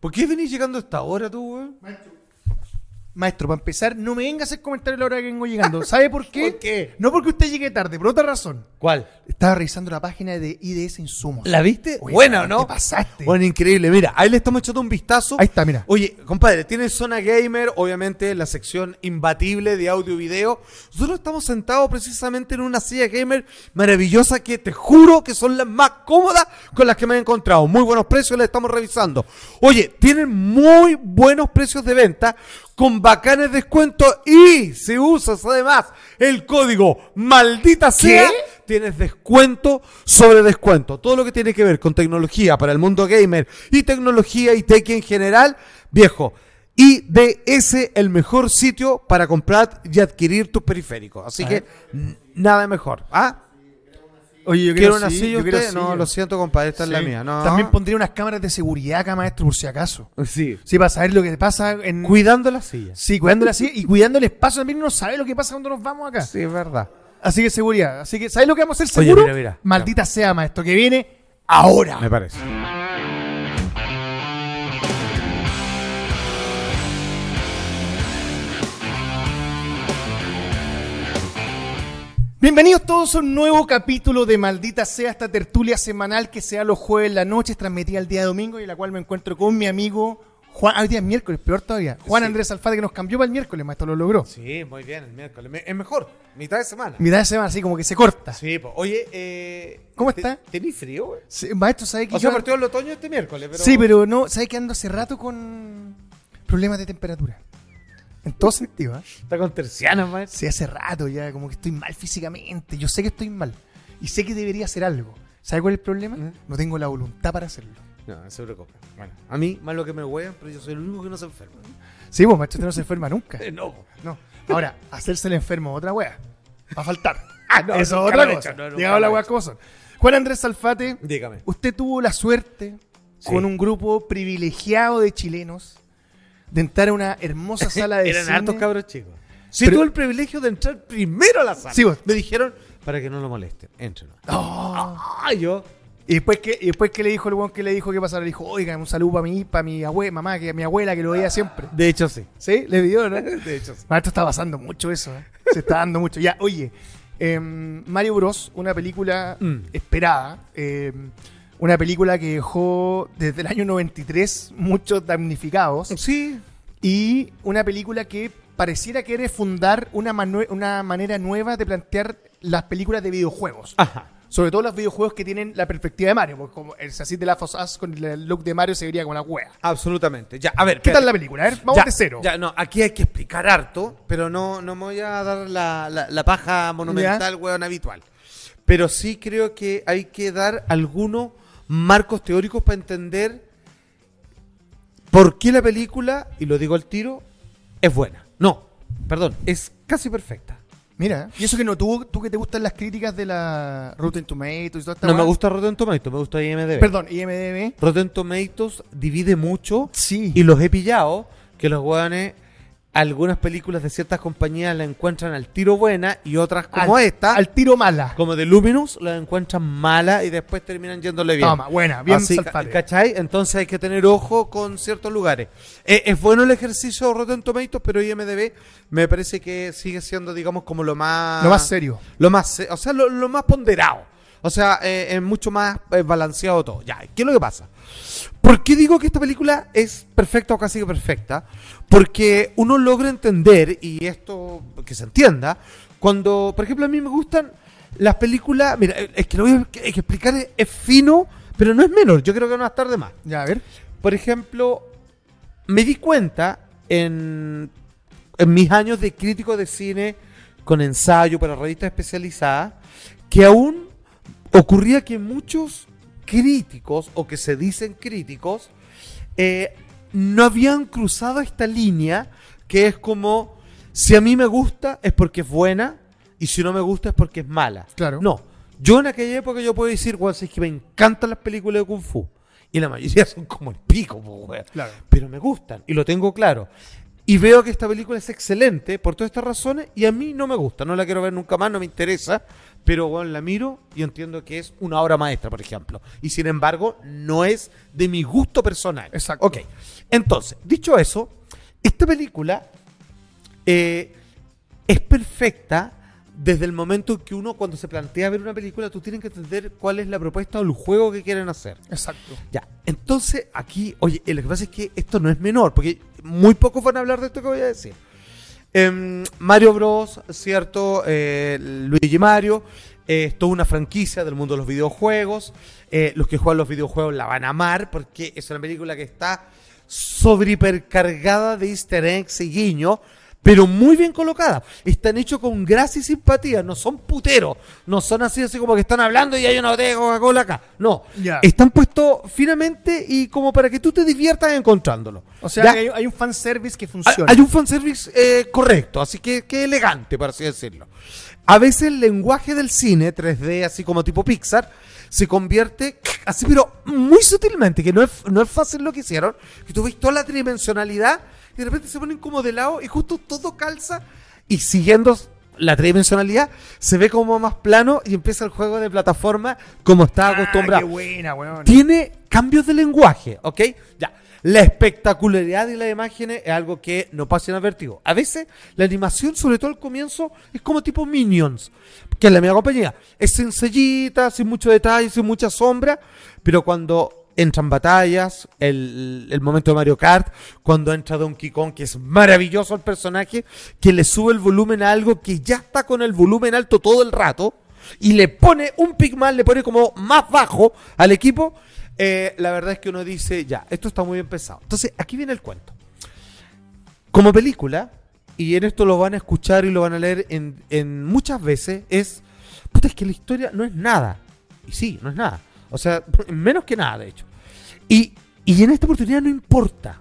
¿Por qué venís llegando hasta ahora tú, weón? Maestro, para empezar, no me venga a hacer comentarios a la hora que vengo llegando. ¿Sabe por qué? ¿Por qué? No porque usted llegue tarde, por otra razón. ¿Cuál? Estaba revisando la página de IDS Insumos. ¿La viste? Oye, Buena, ¿o ¿no? Te pasaste. Bueno, increíble. Mira, ahí le estamos echando un vistazo. Ahí está, mira. Oye, compadre, tiene Zona Gamer, obviamente la sección imbatible de audio y video. Nosotros estamos sentados precisamente en una silla gamer maravillosa que te juro que son las más cómodas con las que me he encontrado. Muy buenos precios, las estamos revisando. Oye, tienen muy buenos precios de venta con bacanes descuentos y si usas además el código maldita sea, tienes descuento sobre descuento. Todo lo que tiene que ver con tecnología para el mundo gamer y tecnología y tech en general, viejo. IDS, el mejor sitio para comprar y adquirir tus periféricos. Así que n- nada mejor. ¿Ah? Oye, yo ¿Quiere una sí, silla yo quiero usted? No, silla. lo siento, compadre, esta Sí. es la mía. No. También pondría unas cámaras de seguridad acá, maestro, por si acaso. Sí. Sí, para saber lo que pasa en... Cuidando la silla. sí, cuidando la silla y cuidando el espacio también. Uno sabe lo que pasa cuando nos vamos acá. Sí, es verdad. Así que seguridad. Así que, ¿sabes lo que vamos a hacer Oye, seguro? mira, mira. Maldita sea, maestro, que viene ahora. Me parece. Bienvenidos todos a un nuevo capítulo de Maldita Sea, esta tertulia semanal que se da los jueves en la noche, es transmitida el día de domingo y en la cual me encuentro con mi amigo Juan, ah, hoy día es miércoles, peor todavía, Juan Sí. Andrés Alfate que nos cambió para el miércoles, maestro, lo logró. Sí, muy bien, el miércoles. Me- Es mejor, mitad de semana. Mitad de semana, así como que se corta. Sí, pues. Oye, eh, ¿Cómo te- está? ¿Tení frío, güey? Sí, maestro, ¿sabe que O sea, yo- partió el otoño este miércoles, pero. Sí, pero no, ¿sabe que ando hace rato con problemas de temperatura? En todo sentido, ¿eh? Está con tercianas, maestro. Sí, hace rato ya, como que estoy mal físicamente, yo sé que estoy mal y sé que debería hacer algo. ¿Sabe cuál es el problema? ¿Mm? No tengo la voluntad para hacerlo. No, se preocupa. Bueno, a mí, más lo que me huean, pero yo soy el único que no se enferma. Sí, vos, maestro, usted no se enferma nunca. Eh, no. No. Ahora, hacerse el enfermo es otra wea. Va a faltar. Ah, no, Eso es nunca lo otra he cosa. hecho, no, nunca Digamos la lo he wea como son. Juan Andrés Salfate, Dígame. usted tuvo la suerte Sí. con un grupo privilegiado de chilenos de entrar a una hermosa sala de Eran cine. hartos cabros chicos. Sí, Pero- tuve el privilegio de entrar primero a la sala. Sí, vos. Me dijeron, para que no lo molesten, éntrenlo. Oh. Ah, yo. Y después que y después que le dijo el weón que le dijo que pasara, le dijo, oigan, un saludo para mi, para mi abue- mamá, que mi abuela que lo veía siempre. De hecho, sí. ¿Sí? Le pidió, ¿no? De hecho, sí. Maestro, está pasando mucho eso. ¿eh? Se está dando mucho. Ya, oye, em, Mario Bros, una película Mm. esperada. em, una película que dejó desde el año 93 muchos damnificados. Sí. Y una película que pareciera querer fundar una, manue- una manera nueva de plantear las películas de videojuegos. Ajá. Sobre todo los videojuegos que tienen la perspectiva de Mario. Porque como el Sassy de la Us con el look de Mario se vería como una wea. Absolutamente. Ya, a ver. ¿Qué tal espérate. la película? A ver, vamos Eh, ya, de cero. Ya, no, aquí hay que explicar harto, pero no, no me voy a dar la, la- la paja monumental, weón, habitual. Pero sí creo que hay que dar algunos marcos teóricos para entender por qué la película, y lo digo al tiro, es buena. No, perdón, es casi perfecta. Mira, y eso que no tuvo, tú que te gustan las críticas de la Rotten Tomatoes y toda esta No me weá. gusta Rotten Tomatoes, me gusta IMDb. Perdón, IMDB. Rotten Tomatoes divide mucho Sí. y los he pillado que los weones algunas películas de ciertas compañías la encuentran al tiro buena y otras como al, esta, Al tiro mala. como de Luminous, la encuentran mala y después terminan yéndole bien. Toma, buena, bien Así, Salfate. ¿Cachai? Entonces hay que tener ojo con ciertos lugares. Eh, es bueno el ejercicio de Rotten Tomatoes, pero IMDB me parece que sigue siendo, digamos, como lo más... Lo más serio. Lo más, se- o sea, lo, lo más ponderado. O sea, eh, es mucho más eh, balanceado todo. Ya, ¿qué es lo que pasa? ¿Por qué digo que esta película es perfecta o casi que perfecta? Porque uno logra entender, y esto que se entienda, cuando, por ejemplo, a mí me gustan las películas. Mira, eh, es que lo voy a hay que explicar, es, es fino, pero no es menor. Yo creo que no va a estar de más. Ya, a ver. Por ejemplo, me di cuenta en, en mis años de crítico de cine con ensayo para revistas especializadas que aún ocurría que muchos críticos o que se dicen críticos eh, no habían cruzado esta línea que es como si a mí me gusta es porque es buena y si no me gusta es porque es mala. Claro. No, yo en aquella época yo puedo decir, weón, si es que me encantan las películas de Kung Fu. Y la mayoría son como el pico, po, weón. Claro. Pero me gustan y lo tengo claro. Y veo que esta película es excelente por todas estas razones y a mí no me gusta, no la quiero ver nunca más, no me interesa, pero bueno, la miro y entiendo que es una obra maestra, por ejemplo. Y sin embargo, no es de mi gusto personal. Exacto. Ok, entonces, dicho eso, esta película eh, es perfecta desde el momento que uno, cuando se plantea ver una película, tú tienes que entender cuál es la propuesta o el juego que quieren hacer. Exacto. Ya, entonces aquí, oye, eh, lo que pasa es que esto no es menor, porque muy pocos van a hablar de esto que voy a decir. Em, Mario Bros, ¿cierto? Eh, Luigi Mario, eh, es toda una franquicia del mundo de los videojuegos. Eh, los que juegan los videojuegos la van a amar, porque es una película que está sobrehipercargada de easter eggs y guiños, pero muy bien colocada. Están hechos con gracia y simpatía, no son puteros, no son así, así como que están hablando y hay una botella de Coca-Cola acá. No, Ya. están puestos finamente y como para que tú te diviertas encontrándolo. O sea, ¿Ya? que hay, hay un fanservice que Ah, funciona. Hay un fanservice eh, correcto, así que, que elegante, por así decirlo. A veces el lenguaje del cine 3D, así como tipo Pixar, se convierte así, pero muy sutilmente, que no es, no es fácil lo que hicieron, que tú ves toda la tridimensionalidad y de repente se ponen como de lado y justo todo calza y siguiendo la tridimensionalidad se ve como más plano y empieza el juego de plataforma como está Ah, acostumbrado. qué buena, weón. Tiene cambios de lenguaje, ¿ok? Ya. La espectacularidad de las imágenes es algo que no pasa inadvertido. A veces la animación, sobre todo al comienzo, es como tipo Minions, que es la misma compañía. Es sencillita, sin mucho detalle, sin mucha sombra, pero cuando entran batallas, el, el momento de Mario Kart, cuando entra Donkey Kong, que es maravilloso el personaje, que le sube el volumen a algo que ya está con el volumen alto todo el rato, y le pone un pick más, le pone como más bajo al equipo, eh, la verdad es que uno dice, ya, esto está muy bien pensado. Entonces, aquí viene el cuento. Como película, y en esto lo van a escuchar y lo van a leer en, en muchas veces, es, puta, es que la historia no es nada. Y sí, no es nada. O sea, menos que nada, de hecho. Y, y en esta oportunidad no importa.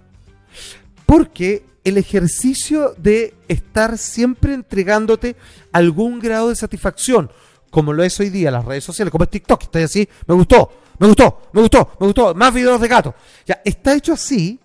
Porque el ejercicio de estar siempre entregándote algún grado de satisfacción, como lo es hoy día las redes sociales, como es TikTok, que está así, me gustó, me gustó, me gustó, me gustó, más videos de gato. Ya, está hecho así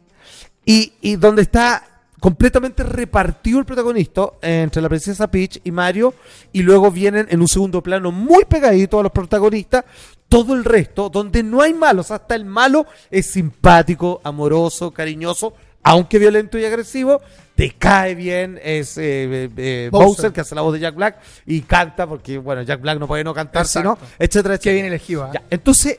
y, y donde está completamente repartido el protagonista eh, entre la princesa Peach y Mario y luego vienen en un segundo plano muy pegadito a los protagonistas todo el resto donde no hay malos hasta el malo es simpático amoroso cariñoso aunque violento y agresivo te cae bien es eh, eh, eh, Bowser. Bowser. que hace la voz de Jack Black y canta porque bueno Jack Black no puede no cantar sino Exacto. etcétera Qué etcétera bien elegido. ¿ah? ya, entonces,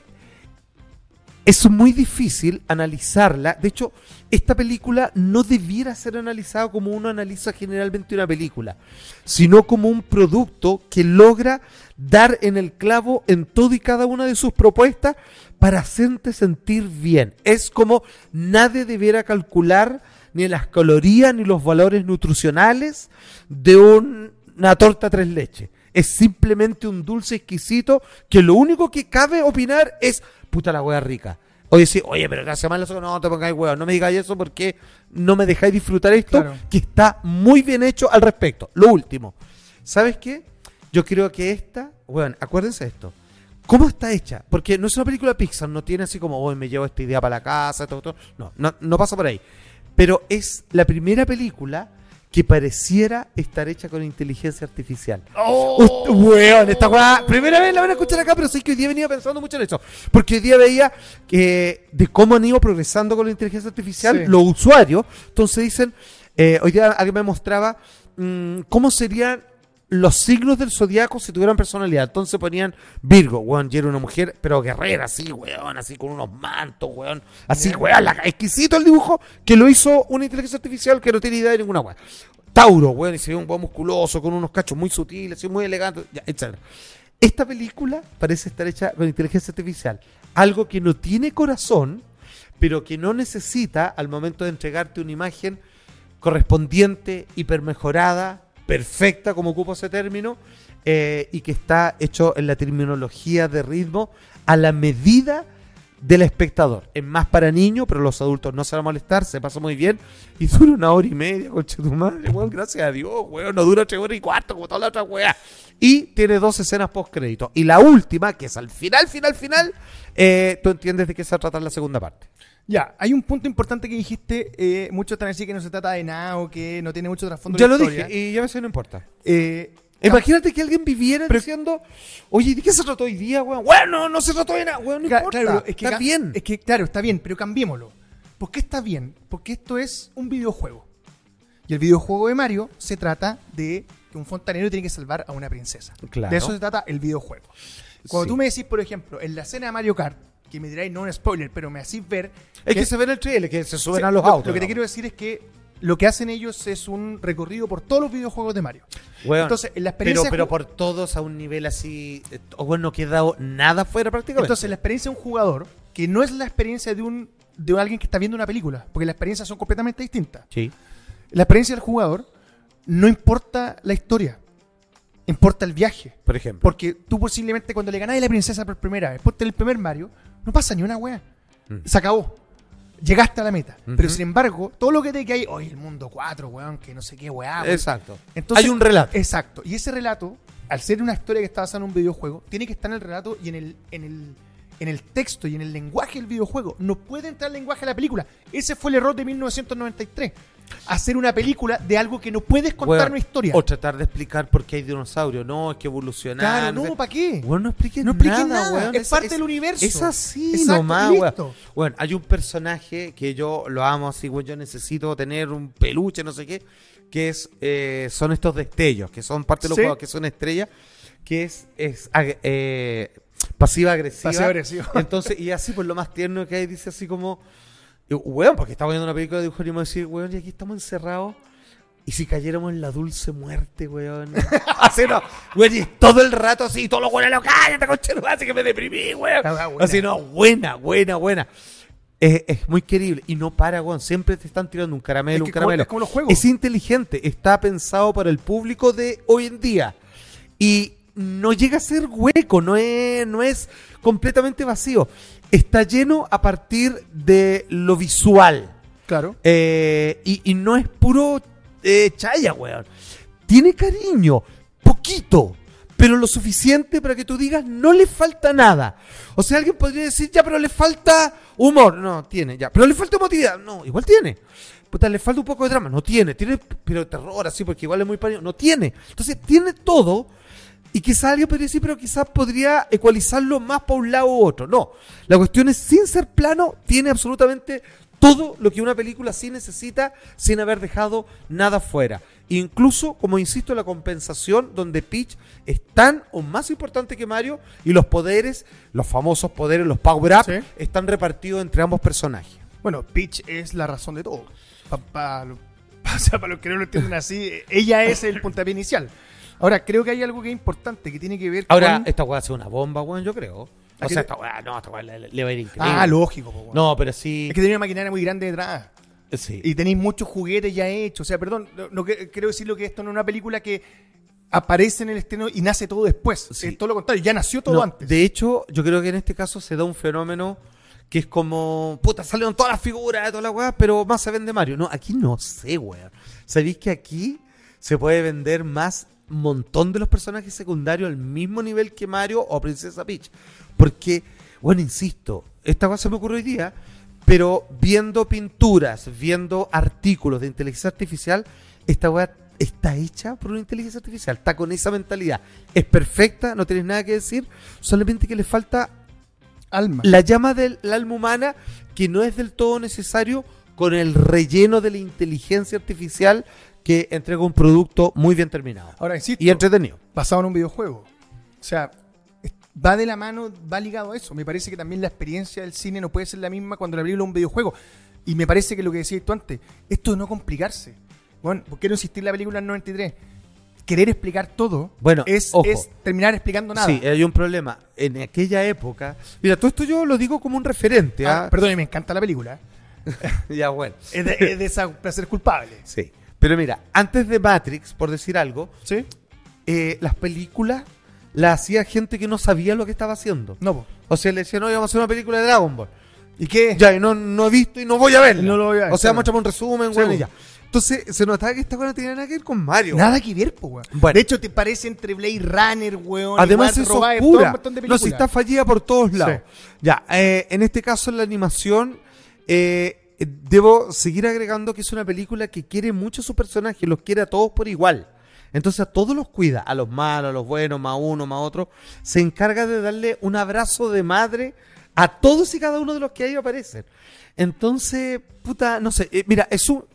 es muy difícil analizarla. De hecho, esta película no debiera ser analizada como uno analiza generalmente una película, sino como un producto que logra dar en el clavo en todo y cada una de sus propuestas para hacerte sentir bien. Es como nadie debiera calcular ni las calorías ni los valores nutricionales de un- una torta tres leches. Es simplemente un dulce exquisito que lo único que cabe opinar es puta la hueá rica. Oye, sí, oye, pero que hace mal eso, no te pongáis huevo, no me digáis eso porque no me dejáis disfrutar esto, Claro. que está muy bien hecho al respecto. Lo último, ¿sabes qué? Yo creo que esta, bueno, acuérdense de esto. ¿Cómo está hecha? Porque no es una película Pixar, no tiene así como, hoy me llevo esta idea para la casa, esto, esto. No, no, no pasa por ahí. Pero es la primera película que pareciera estar hecha con inteligencia artificial. Oh. Ust- Weón, esta weá, primera vez la van a escuchar acá, pero sé que hoy día venía pensando mucho en eso. Porque hoy día veía que de cómo han ido progresando con la inteligencia artificial Sí. los usuarios. Entonces dicen, eh, hoy día alguien me mostraba mm, cómo serían los signos del zodiaco si tuvieran personalidad. Entonces ponían Virgo, weón, y era una mujer, pero guerrera, así, weón, así con unos mantos, weón, así, weón, la- exquisito el dibujo que lo hizo una inteligencia artificial que no tiene idea de ninguna weón. Tauro, weón, y se ve un weón musculoso, con unos cachos muy sutiles, así, muy elegantes, ya, etc. Esta película parece estar hecha con inteligencia artificial, algo que no tiene corazón, pero que no necesita al momento de entregarte una imagen correspondiente, hipermejorada, perfecta, como ocupo ese término, eh, y que está hecho en la terminología de ritmo a la medida del espectador. Es más para niños, pero los adultos no se van a molestar, se pasa muy bien, y dura una hora y media, conche tu madre, weón, gracias a Dios, weón, no dura tres horas y cuarto, como toda la otra weá. Y tiene dos escenas post crédito. Y la última, que es al final, final, final, eh, tú entiendes de qué se va a tratar la segunda parte. Ya, hay un punto importante que dijiste. eh, muchos están a decir que no se trata de nada o que no tiene mucho trasfondo. Ya la lo historia. dije, y ya me sé, no importa. Eh, Imagínate que alguien viviera diciendo, oye, ¿de qué se trató hoy día, weón? Bueno, no se trató de nada, weón, no Ca- importa. claro, es que Está ca- bien. Es que, claro, está bien, pero cambiémoslo. ¿Por qué está bien? Porque esto es un videojuego. Y el videojuego de Mario se trata de que un fontanero tiene que salvar a una princesa. Claro. De eso se trata el videojuego. Cuando Sí. tú me decís, por ejemplo, en la escena de Mario Kart, que me diráis no un spoiler, pero me hacís ver. Es que se ve en el trailer, que se suben sí, a los lo- autos. Lo que te quiero digamos. decir es que lo que hacen ellos es un recorrido por todos los videojuegos de Mario. Weón, Entonces, en la pero, experiencia. de pero ju- por todos a un nivel así, eh, bueno, no queda nada fuera prácticamente. Entonces, la experiencia de un jugador, que no es la experiencia de un de alguien que está viendo una película, porque las experiencias son completamente distintas. sí. La experiencia del jugador no importa la historia, importa el viaje. Por ejemplo. Porque tú posiblemente cuando le ganáis a la princesa por primera vez, ponte el primer Mario, no pasa ni una wea. Mm. Se acabó. Llegaste a la meta. Ujú. Pero sin embargo, todo lo que te que hay, oye, el mundo 4, weón, que no sé qué, weá. weón". Exacto. Ah, Entonces- Hay un relato. Exacto. Y ese relato, al ser una historia que está basada en un videojuego, tiene que estar en el relato y en el, en el, en el texto y en el lenguaje del videojuego. No puede entrar el lenguaje de la película. Ese fue el error de 1993. Hacer una película de algo que no puedes contar Weón, una historia. O tratar de explicar por qué hay dinosaurios. No, es que evolucionaron. claro, no, ¿para qué? Weón, no expliques No expliques nada, nada, weón. es parte del universo. Es así Exacto, nomás, y weón. listo. Weón, hay un personaje que yo lo amo así, weón. Yo necesito tener un peluche, no sé qué. Que es, eh, son estos destellos, que son parte de los Sí. juegos, que son estrellas. Que es, es ag- eh, pasiva-agresiva. Pasivo-agresivo. Entonces, y así, pues lo más tierno que hay, dice así como... y, Weón, porque estamos viendo una película de dibujo animado y decir, weón, y aquí estamos encerrados. Y si cayéramos en la dulce muerte, weón. así no, weón, y todo el rato así, todos los weones lo cállate, conchero, así que me deprimí, weón. Está buena. Así no, buena, buena, buena. Es, es muy querible y no para, weón. Siempre te están tirando un caramelo, Es un que como- caramelo. es como los juegos. Es inteligente, está pensado para el público de hoy en día. Y no llega a ser hueco, no es, no es completamente vacío. Está lleno a partir de lo visual. Claro. Eh, y, y no es puro eh, chaya, weón. Tiene cariño, poquito, pero lo suficiente para que tú digas no le falta nada. O sea, alguien podría decir, ya, pero le falta humor. No, tiene, ya. Pero le falta emotividad. No, igual tiene. Puta, le falta un poco de drama. No tiene. Tiene, pero terror, así, porque igual es muy parido. No tiene. Entonces, tiene todo. Y quizá alguien podría decir, pero quizás podría ecualizarlo más para un lado u otro. No, la cuestión es, sin ser plano, tiene absolutamente todo lo que una película sí necesita sin haber dejado nada fuera. Incluso, como insisto, la compensación donde Peach es tan o más importante que Mario y los poderes, los famosos poderes, los power-up, Sí. están repartidos entre ambos personajes. Bueno, Peach es la razón de todo. Para los que no lo entienden así, ella es el puntapié inicial. Ahora, creo que hay algo que es importante que tiene que ver Ahora, con. esta weá es una bomba, weón, yo creo. ¿A O qué sea, te- esta weá, no, esta weá le, le va a ir increíble. Ah, lógico, po, weón. No, pero sí. eh, Es que tenía una maquinaria muy grande detrás. sí. Y tenéis muchos juguetes ya hechos. O sea, perdón, no, no que- quiero decirlo que esto no es una película que aparece en el estreno y nace todo después. Sí. Es todo lo contrario, ya nació todo No, antes. De hecho, yo creo que en este caso se da un fenómeno que es como, puta, salieron todas las figuras de toda la weá, pero más se vende Mario. No, aquí no sé, weón. ¿Sabéis que aquí se puede vender más montón de los personajes secundarios al mismo nivel que Mario o Princesa Peach? Porque, bueno, insisto, esta cosa se me ocurrió hoy día, pero viendo pinturas, viendo artículos de inteligencia artificial, esta weá está hecha por una inteligencia artificial, está con esa mentalidad. Es perfecta, no tienes nada que decir, solamente que le falta Alma. la llama del la alma humana que no es del todo necesario con el relleno de la inteligencia artificial que entrega un producto muy bien terminado Ahora, insisto, y entretenido. basado en un videojuego. O sea, es- va de la mano, va ligado a eso. Me parece que también la experiencia del cine no puede ser la misma cuando la película es un videojuego. Y me parece que lo que decías tú antes, esto de no complicarse. Bueno, ¿por qué no insistir en la película en 93? Querer explicar todo Bueno, es, ojo. es terminar explicando nada. Sí, eh, hay un problema. En aquella época, mira, todo esto yo lo digo como un referente. Ah, ¿ah? perdón, y me encanta la película. ¿eh? ya bueno. Es de, es de esa placer culpable. Sí. Pero mira, antes de Matrix, por decir algo, ¿Sí? eh, las películas las hacía gente que no sabía lo que estaba haciendo. No, po. O sea, le decían, no, vamos a hacer una película de Dragon Ball. ¿Y qué? Ya, y no, no he visto y no voy a verla. No lo voy a ver, O sea, claro. muéstrame un resumen, Sí, weón, y po. ya. Entonces, se notaba que esta cosa no tenía nada que ver con Mario. Nada que ver, po, weón. Bueno. De hecho, te parece entre Blade Runner, weón. Además y es Mark Robaer, todo un oscura. montón de No, si películas. está fallida por todos lados. Ya, eh, en este caso la animación Eh, eh, debo seguir agregando que es una película que quiere mucho a sus personajes, los quiere a todos por igual. Entonces a todos los cuida, a los malos, a los buenos, más uno, más otro. Se encarga de darle un abrazo de madre a todos y cada uno de los que ahí aparecen. Entonces, puta, no sé, eh, mira, es un...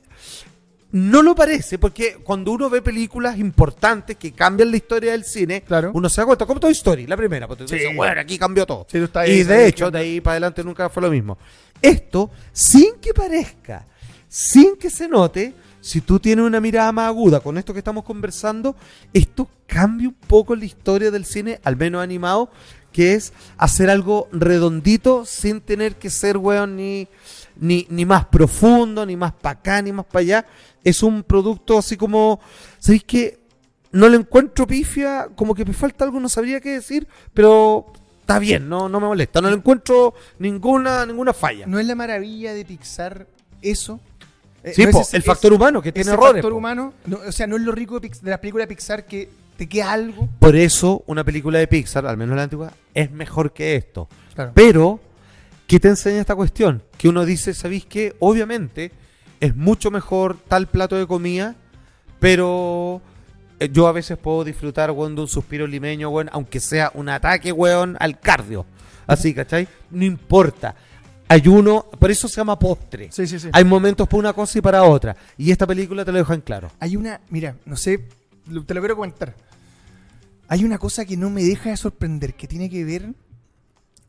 No lo parece, porque cuando uno ve películas importantes que cambian la historia del cine, Claro. uno se da cuenta, como Toy Story, la primera, porque tú Sí. dices, bueno, aquí cambió todo. Sí, tú estás y ahí, de ahí, hecho, ¿qué de ahí para adelante nunca fue lo mismo. Esto, sin que parezca, sin que se note, si tú tienes una mirada más aguda con esto que estamos conversando, esto cambia un poco la historia del cine, al menos animado, que es hacer algo redondito sin tener que ser, weón, ni, ni, ni más profundo, ni más para acá, ni más para allá. Es un producto así como, ¿sabéis que No le encuentro pifia, como que me falta algo, no sabría qué decir, pero está bien, no, no me molesta, no le encuentro ninguna, ninguna falla. ¿No es la maravilla de Pixar eso? Eh, Sí, ¿no po, es ese- el factor humano que tiene ese errores. factor po. humano, no, o sea, no es lo rico de, Pix- de las películas de Pixar que te queda algo. Por eso una película de Pixar, al menos la antigua, es mejor que esto. Claro. Pero, ¿qué te enseña esta cuestión? Que uno dice, ¿sabéis qué? Obviamente es mucho mejor tal plato de comida, pero eh, yo a veces puedo disfrutar, weón, de un suspiro limeño, weón, aunque sea un ataque, weón, al cardio. Así, ¿cachai? No importa. Ayuno, por eso se llama postre. Sí, sí, sí. Hay, Hay momentos para una cosa y para otra. Y esta película te lo deja en claro. una, mira, no sé, lo- te lo quiero comentar. Hay una cosa que no me deja de sorprender que tiene que ver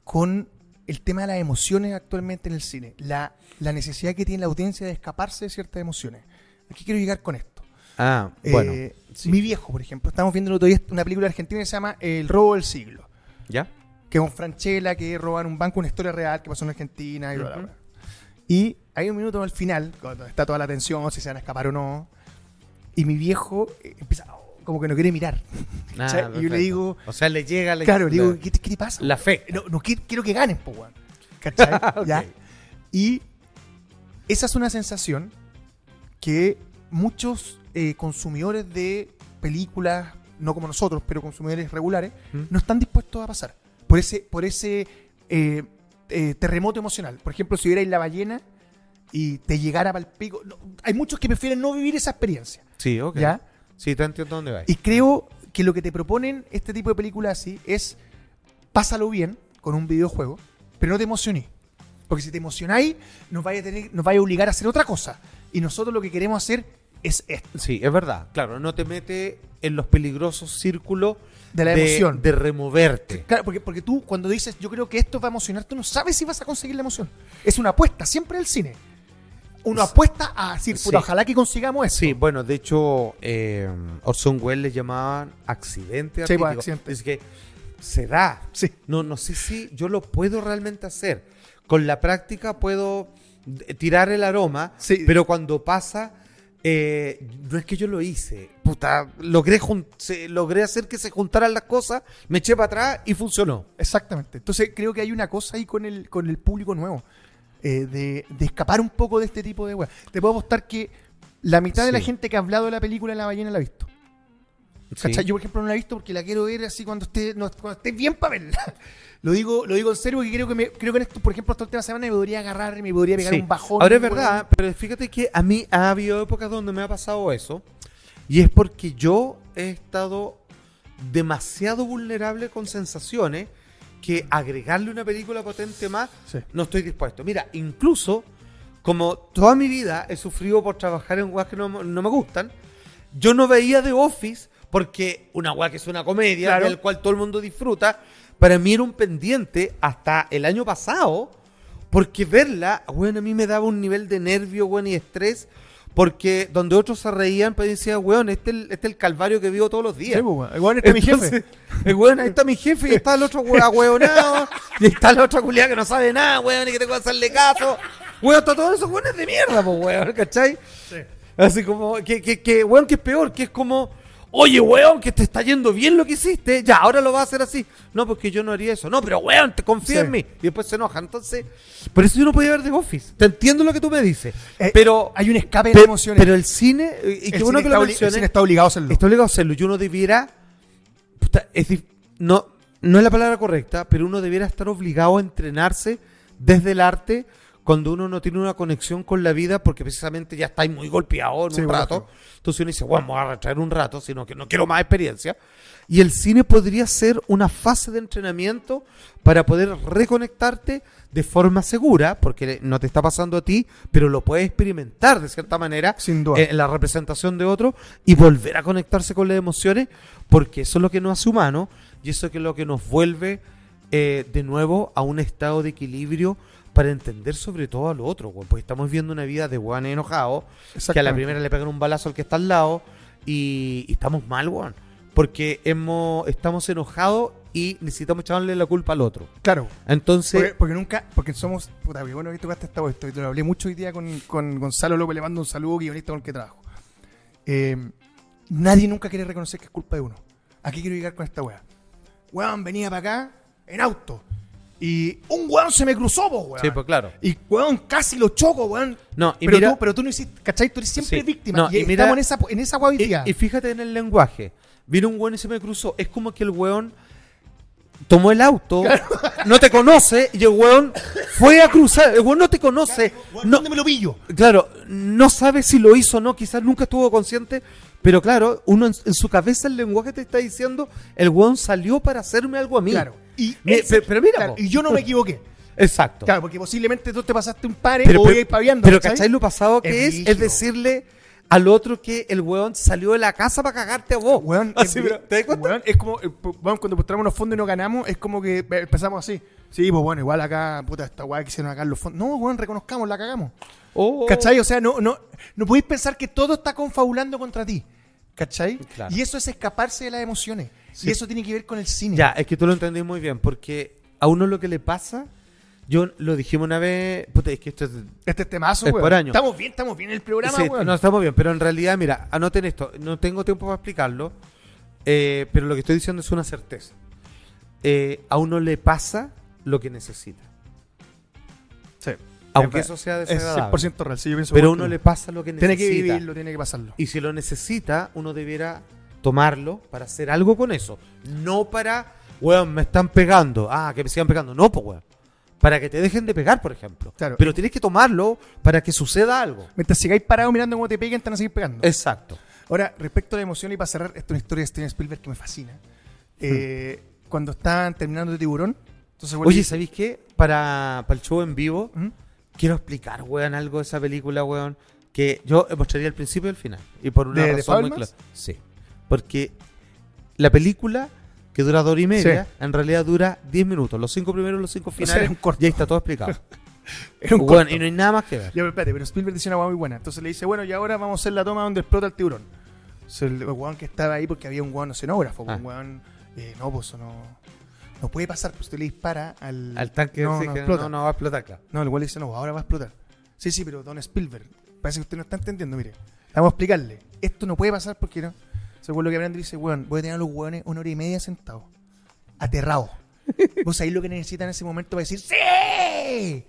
con el tema de las emociones actualmente en el cine. La, la necesidad que tiene la audiencia de escaparse de ciertas emociones. Aquí quiero llegar con esto. Ah, Eh, bueno. sí. Mi viejo, por ejemplo, estamos viendo el otro día una película argentina que se llama El robo del siglo. ¿Ya? que es un Franchella que roba en un banco una historia real que pasó en Argentina y bla, bla, Ujú. bla. Y hay un minuto al final, cuando está toda la tensión, si se van a escapar o no, y mi viejo eh, empieza oh, como que no quiere mirar. Ah, ¿Cachai? Y yo perfecto. le digo, O sea, le llega la. claro, le digo, la- ¿qué, te- qué te pasa? la fe. No, no qui- quiero que ganen, po, weón. ¿Cachai? ¿Ya? Ah, Ok. Y esa es una sensación que muchos eh, consumidores de películas, no como nosotros, pero consumidores regulares, ¿Mm? no están dispuestos a pasar por ese, por ese eh, eh, terremoto emocional. Por ejemplo, si vierais la ballena y te llegara para el pico, no, hay muchos que prefieren no vivir esa experiencia. Sí, ok. ¿ya? Sí, te entiendo dónde va. Y creo que lo que te proponen este tipo de películas así es pásalo bien con un videojuego, pero no te emociones. Porque si te emocionáis, nos vaya a, tener, nos vaya a obligar a hacer otra cosa. Y nosotros lo que queremos hacer es esto, Sí, es verdad. Claro, no te mete en los peligrosos círculos de la emoción. de removerte. Claro, porque, porque tú cuando dices yo creo que esto va a emocionar, tú no sabes si vas a conseguir la emoción. Es una apuesta, siempre el cine. Una Es- apuesta a decir, puta, Sí. ojalá que consigamos eso. Sí, bueno, de hecho, eh, Orson Welles le llamaban accidente Sí, artístico. pues, accidente. Es que se da. Sí. No, no sé si yo lo puedo realmente hacer. Con la práctica puedo eh, tirar el aroma, Sí. pero cuando pasa, eh, no es que yo lo hice. Puta, logré, jun- se- logré hacer que se juntaran las cosas, me eché para atrás y funcionó. Exactamente. Entonces creo que hay una cosa ahí con el, con el público nuevo. eh, de, de escapar un poco de este tipo de weas. Te puedo apostar que la mitad de la Sí. gente que ha hablado de la película La Ballena la ha visto. Sí. ¿Cachai? Yo, por ejemplo, no la he visto porque la quiero ver así cuando esté, no, cuando esté bien para verla. Lo digo, lo digo en serio porque creo que, me, creo que en esto, por ejemplo, esta última semana me podría agarrar y me podría pegar Sí. un bajón. Ahora es weón. verdad, pero fíjate que a mí ha habido épocas donde me ha pasado eso. Y es porque yo he estado demasiado vulnerable con sensaciones que agregarle una película potente más Sí. no estoy dispuesto. Mira, incluso como toda mi vida he sufrido por trabajar en weas que no, no me gustan, yo no veía The Office porque una wea que es una comedia Claro. del cual todo el mundo disfruta, para mí era un pendiente hasta el año pasado porque verla, weón, a mí me daba un nivel de nervio, weón, y estrés porque donde otros se reían, pues decía, weón, este es el- este es el calvario que vivo todos los días. Sí, pues, weón. Igual está mi jefe. El weón, ahí está mi jefe y está el otro hue- ahueonado. y ahí está la otra culiada que no sabe nada, weón, y que tengo que hacerle caso. Weón, está todos esos weones de mierda, pues, weón, ¿cachai? Así como, que, que, que, weón, que es peor, que es como, oye, weón, que te está yendo bien lo que hiciste, ya, ahora lo vas a hacer así. No, porque yo no haría eso. No, pero weón, te confía Sí. en mí. Y después se enoja. Entonces, por eso yo no podía ver The Office. Te entiendo lo que tú me dices. Eh, pero, Hay un escape de pero, las emociones. pero el cine, y qué bueno El cine que está lo obli- el menciones, cine está obligado a hacerlo. Está obligado a hacerlo. Y uno debiera. puta, es dif- no, no es la palabra correcta, pero uno debiera estar obligado a entrenarse desde el arte cuando uno no tiene una conexión con la vida porque precisamente ya estáis muy golpeado en Sí, un bueno, rato. sí. Entonces uno dice, bueno, me voy a retraer un rato, sino que no quiero más experiencia. Y el cine podría ser una fase de entrenamiento para poder reconectarte de forma segura, porque no te está pasando a ti, pero lo puedes experimentar de cierta manera Sin duda. en la representación de otro y volver a conectarse con las emociones, porque eso es lo que nos hace humanos y eso es lo que nos vuelve eh, de nuevo a un estado de equilibrio para entender sobre todo al otro, weón, porque estamos viendo una vida de guanes enojados, que a la Exactamente. primera le pegan un balazo al que está al lado y, y estamos mal, weón, porque hemos, estamos enojados y necesitamos echarle la culpa al otro. Claro. Entonces, Porque, porque nunca, porque somos, puta, qué bueno que tocaste esta esto, y te lo hablé mucho hoy día con, con Gonzalo López, le mando un saludo, guionista con el que trabajo. Eh, nadie nunca quiere reconocer que es culpa de uno. Aquí quiero llegar con esta weá. Weón, venía para acá en auto. Y un weón se me cruzó, po, weón. sí, pues claro. Y weón, casi lo choco, weón. No, y pero, mira- tú, pero tú no hiciste, ¿cachai? Tú eres siempre Sí. víctima. No, y, y mira- estamos en esa, en esa weá hoy Y, día. y fíjate en el lenguaje. Vino un weón y se me cruzó. Es como que el weón tomó el auto, no te conoce, y el weón fue a cruzar. El weón no te conoce. Weón, No, ¿Dónde me lo pillo? claro, no sabe si lo hizo o no, quizás nunca estuvo consciente. Pero claro, uno en, en su cabeza el lenguaje te está diciendo, el weón salió para hacerme algo a mí. Claro. Y, Mi- ese- pero, pero mira, claro, po. y yo no me equivoqué. exacto. Claro, porque posiblemente tú te pasaste un par pero, o pero, ibas paviando. pero ¿cachai lo pasado que Es es? Es brígido. decirle al otro que el weón salió de la casa para cagarte a vos. Weón, Así, es, Ah, pero, ¿te das cuenta? weón, es como, eh, po- weón, cuando mostramos unos fondos y no ganamos, es como que eh, empezamos así. Sí, pues bueno, igual acá, puta, esta weá que hicieron acá en los fondos. No, weón, reconozcamos, la cagamos. Oh. ¿Cachai? O sea, no, no, no podéis pensar que todo está confabulando contra ti. ¿Cachai? Claro. Y eso es escaparse de las emociones. Sí. Y eso tiene que ver con el cine. Ya, es que tú lo entendís muy bien, porque a uno lo que le pasa, yo lo dijimos una vez, puta, es que esto es... Este es temazo, Es weón. por año. Estamos bien, estamos bien en el programa, Sí, weón. no estamos bien, pero en realidad, mira, anoten esto, no tengo tiempo para explicarlo, eh, pero lo que estoy diciendo es una certeza. Eh, a uno le pasa lo que necesita, Sí. aunque Es eso sea Es desagradable, 100% real, sí, yo pienso pero a igual que uno tú. le pasa lo que Tiene necesita. que vivirlo, tiene que pasarlo. Y si lo necesita, uno debiera tomarlo para hacer algo con eso. No para, weón, me están pegando. Ah, que me sigan pegando. No, pues, weón. Para que te dejen de pegar, por ejemplo. Claro. Pero tienes que tomarlo para que suceda algo. Mientras sigáis parados mirando cómo te pegan, te van a seguir pegando. Exacto. Ahora, respecto a la emoción y para cerrar, esta es una historia de Steven Spielberg que me fascina. Eh, Cuando estaban terminando de tiburón, entonces vuelve- Hmm. Oye, ¿sabéis qué? Para, para el show en vivo, ¿Mm? quiero explicar, weón, algo de esa película, weón, que yo mostraría al principio y al final. Y por una ¿De- de razón muy Fabelmans? clara. Sí. Porque la película, que dura dos horas y media, Sí. en realidad dura diez minutos. Los cinco primeros, los cinco sea, finales. era un corto. Y ahí está todo explicado. era un Bueno, corto. y no hay nada más que ver. Ya, pero espérate, pero Spielberg dice una hueá muy buena. Entonces le dice, bueno, y ahora vamos a hacer la toma donde explota el tiburón. Entonces, el hueón que estaba ahí porque había un hueón ocenógrafo, Ah. un hueón, eh, no, pues eso no, no puede pasar, pues usted le dispara al, Al tanque no, de no, oxígeno, no, explota. no, va a explotar, claro. No, el güey le dice, no, ahora va a explotar. Sí, sí, pero Don Spielberg, parece que usted no está entendiendo, mire. Vamos a explicarle. Esto no puede pasar porque no. Se vuelve que Brandon dice, weón, voy a tener a los weones una hora y media sentados. Aterrados. Vos ahí lo que necesitan en ese momento para decir, ¡Sí!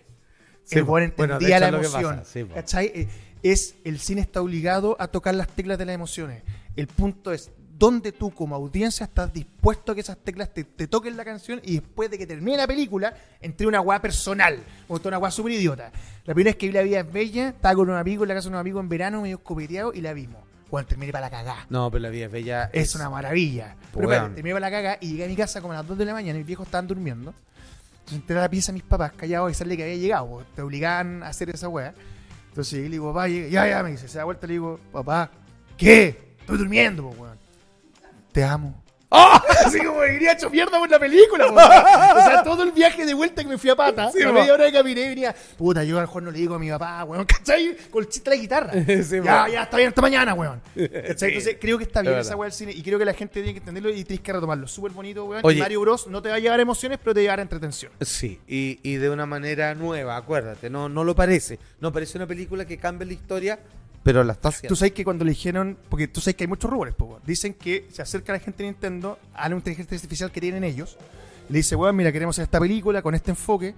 Sí, el po. weón Bueno, de entendía hecho la es lo que pasa, emoción. sí, po. ¿Cachai? Eh, Es, el cine está obligado a tocar las teclas de las emociones. El punto es dónde tú como audiencia estás dispuesto a que esas teclas te, te toquen la canción y después de que termine la película, entre una guá personal, o toda una guá súper idiota. La primera vez que vi La Vida es Bella, estaba con un amigo en la casa de un amigo en verano, medio escopeteado, y la vimos. Cuando terminé para la cagá. No, pero la vida es bella. Es una maravilla. Pues, Pero espérate, weón. terminé para la cagá y llegué a mi casa como a las 2 de la mañana, mis viejos estaban durmiendo. Entonces entré a la pieza de mis papás callados y sale que había llegado. po. Te obligaban a hacer esa weá. Entonces llegué y le digo, papá, llegué. ya, ya, me dice, se da vuelta y le digo, papá, ¿qué? Estoy durmiendo, po, weón. Te amo. ¡Ah! Así como que venía hecho mierda por la película, po, weón. O sea, todo el viaje de vuelta que me fui a pata, Sí, la po. media hora que caminé, venía, puta, yo a lo mejor no le digo a mi papá, weón, ¿cachai? Con el chiste de la guitarra. Sí, po. ya, ya, está bien, hasta mañana, weón. ¿Cachai? Sí. Entonces creo que está bien Es esa verdad. weá del cine y creo que la gente tiene que entenderlo y tienes que retomarlo. Súper bonito, weón. Y Oye. Mario Bros no te va a llevar emociones, pero te va a llevar entretención. Sí, y, y de una manera nueva, acuérdate. No, no lo parece. No parece una película que cambie la historia, pero la está haciendo. Tú sabes que cuando le dijeron, porque tú sabes que hay muchos rumores, po, weón. dicen que se acerca la gente de Nintendo a la inteligencia artificial que tienen ellos, y le dice, weón, mira, queremos hacer esta película con este enfoque,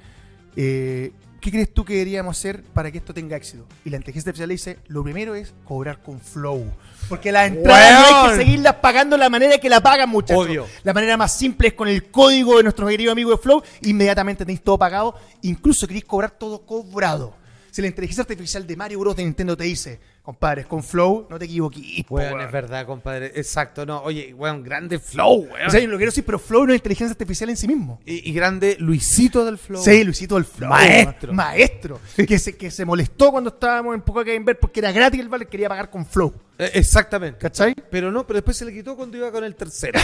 eh, ¿qué crees tú que deberíamos hacer para que esto tenga éxito? Y la inteligencia artificial le dice, lo primero es cobrar con flow. Porque las entradas no hay ¡Weón! que seguirlas pagando la manera que la pagan, muchachos. Obvio. La manera más simple es con el código de nuestro querido amigo de Flow. Inmediatamente tenéis todo pagado. Incluso queréis cobrar todo cobrado. Si la inteligencia artificial de Mario Bros. de Nintendo te dice, compadres, con Flow no te equivoquís. po, Weón, weón". es verdad, compadre. Exacto, no. Oye, weón, grande flow, weón. O sea, yo no lo quiero decir, pero Flow no es inteligencia artificial en sí mismo. y, y grande Luisito del flow. Sí, Luisito el Flow. Maestro. Maestro. Que se, que se molestó cuando estábamos en Poco Game Ver porque era gratis el vale, quería pagar con Flow. Eh, exactamente. ¿Cachai? Pero no, pero después se le quitó cuando iba con el tercero.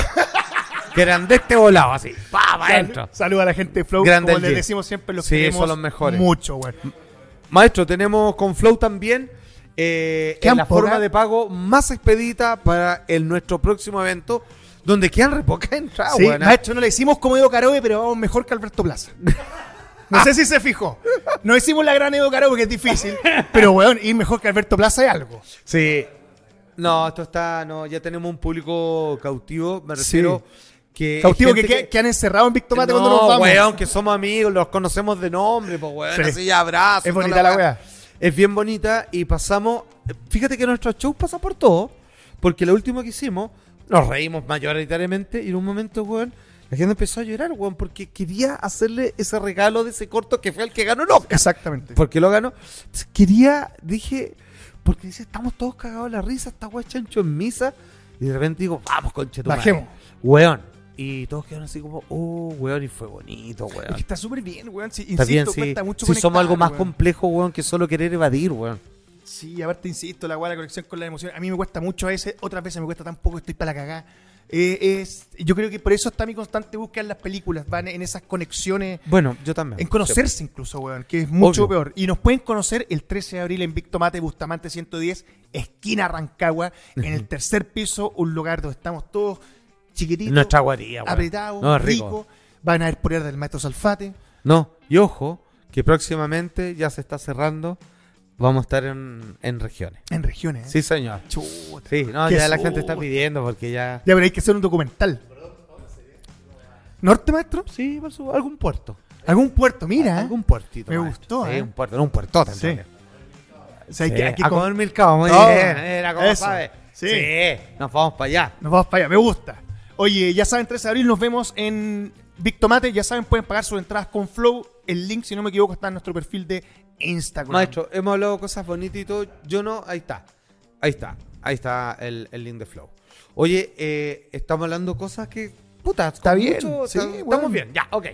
grande este volado, así. Pa, pa, adentro. Saluda a la gente de Flow. Grande como el les G. decimos siempre, los Sí, queremos son los mejores. mucho, güey. Maestro, tenemos con Flow también eh, Quedan la pocas. forma de pago más expedita para el, nuestro próximo evento, donde quedan re pocas entradas, sí, weón. ¿ah? maestro, no le hicimos como Edo Caroe, pero vamos mejor que Alberto Plaza. No sé si se fijó. No hicimos la gran Edo Caroe porque es difícil, pero weón, ir mejor que Alberto Plaza es algo. Sí. No, esto está. No, ya tenemos un público cautivo, me Sí. refiero. Que Cautivo gente que, que, que han encerrado en Big Tomate cuando nos No, vamos. weón, que somos amigos, los conocemos de nombre, pues weón, Sí. así abrazo. Es toda bonita la weá. Es bien bonita y pasamos. Fíjate que nuestro show pasa por todo, porque lo último que hicimos, nos reímos mayoritariamente y en un momento, weón, la gente empezó a llorar, weón, porque quería hacerle ese regalo de ese corto que fue el que ganó el Oscar. Exactamente. Porque lo ganó. Entonces, Quería, dije, porque dice, estamos todos cagados de la risa, esta weá es chancho en misa. Y de repente digo, vamos, conche tu madre. Bajemos. Weón. Y todos quedaron así como, oh, weón, y fue bonito, Es que weón. está súper bien, weón. Sí, Está insisto, bien, sí. cuesta mucho Si somos conectar, algo más weón. complejo, weón, que solo querer evadir, weón. Sí, aparte, insisto, la weá, la conexión con la emoción. A mí me cuesta mucho a veces, otras veces me cuesta tan poco, estoy para la cagada. Eh, es, yo creo que por eso está mi constante búsqueda en las películas, van en esas conexiones, Bueno, yo también. en conocerse incluso, weón, que es mucho Obvio. peor. Y nos pueden conocer el 13 de abril en Victo Mate, Bustamante 110, esquina Rancagua, en el tercer piso, un lugar donde estamos todos Sí. chiquititos, Nuestra guarida, weón. apretados, No, es rico. ricos. Van a ver por del maestro Salfate. No, y ojo, que próximamente ya se está cerrando. Vamos a estar en, en regiones. En regiones. ¿eh? Sí, señor. Chuta. Sí, no, Qué ya la gente está susto. pidiendo porque ya. Ya, pero hay que hacer un documental. ¿Norte, maestro? Sí, por su- algún puerto. ¿Algún puerto? Mira. Algún puertito. Me maestro. gustó, Sí, ¿eh? un puerto, no, un puertota. en Sí. realidad. ¿eh? O sea, hay Sí, Ah, que- hay que a con- comer milcao, muy Oh, bien. Era como eso, sabe. Sí. sí. nos vamos para allá. Nos vamos para allá, me gusta. Oye, ya saben, 13 de abril nos vemos en Big Tomate. Ya saben, pueden pagar sus entradas con Flow. El link, si no me equivoco, está en nuestro perfil de Instagram. Maestro, hemos hablado cosas bonitas y todo. Yo no, ahí está. Ahí está. Ahí está el, el link de Flow. Oye, eh, estamos hablando cosas que. Puta, Está con bien, mucho- sí, está- bueno. Estamos bien, ya, ok.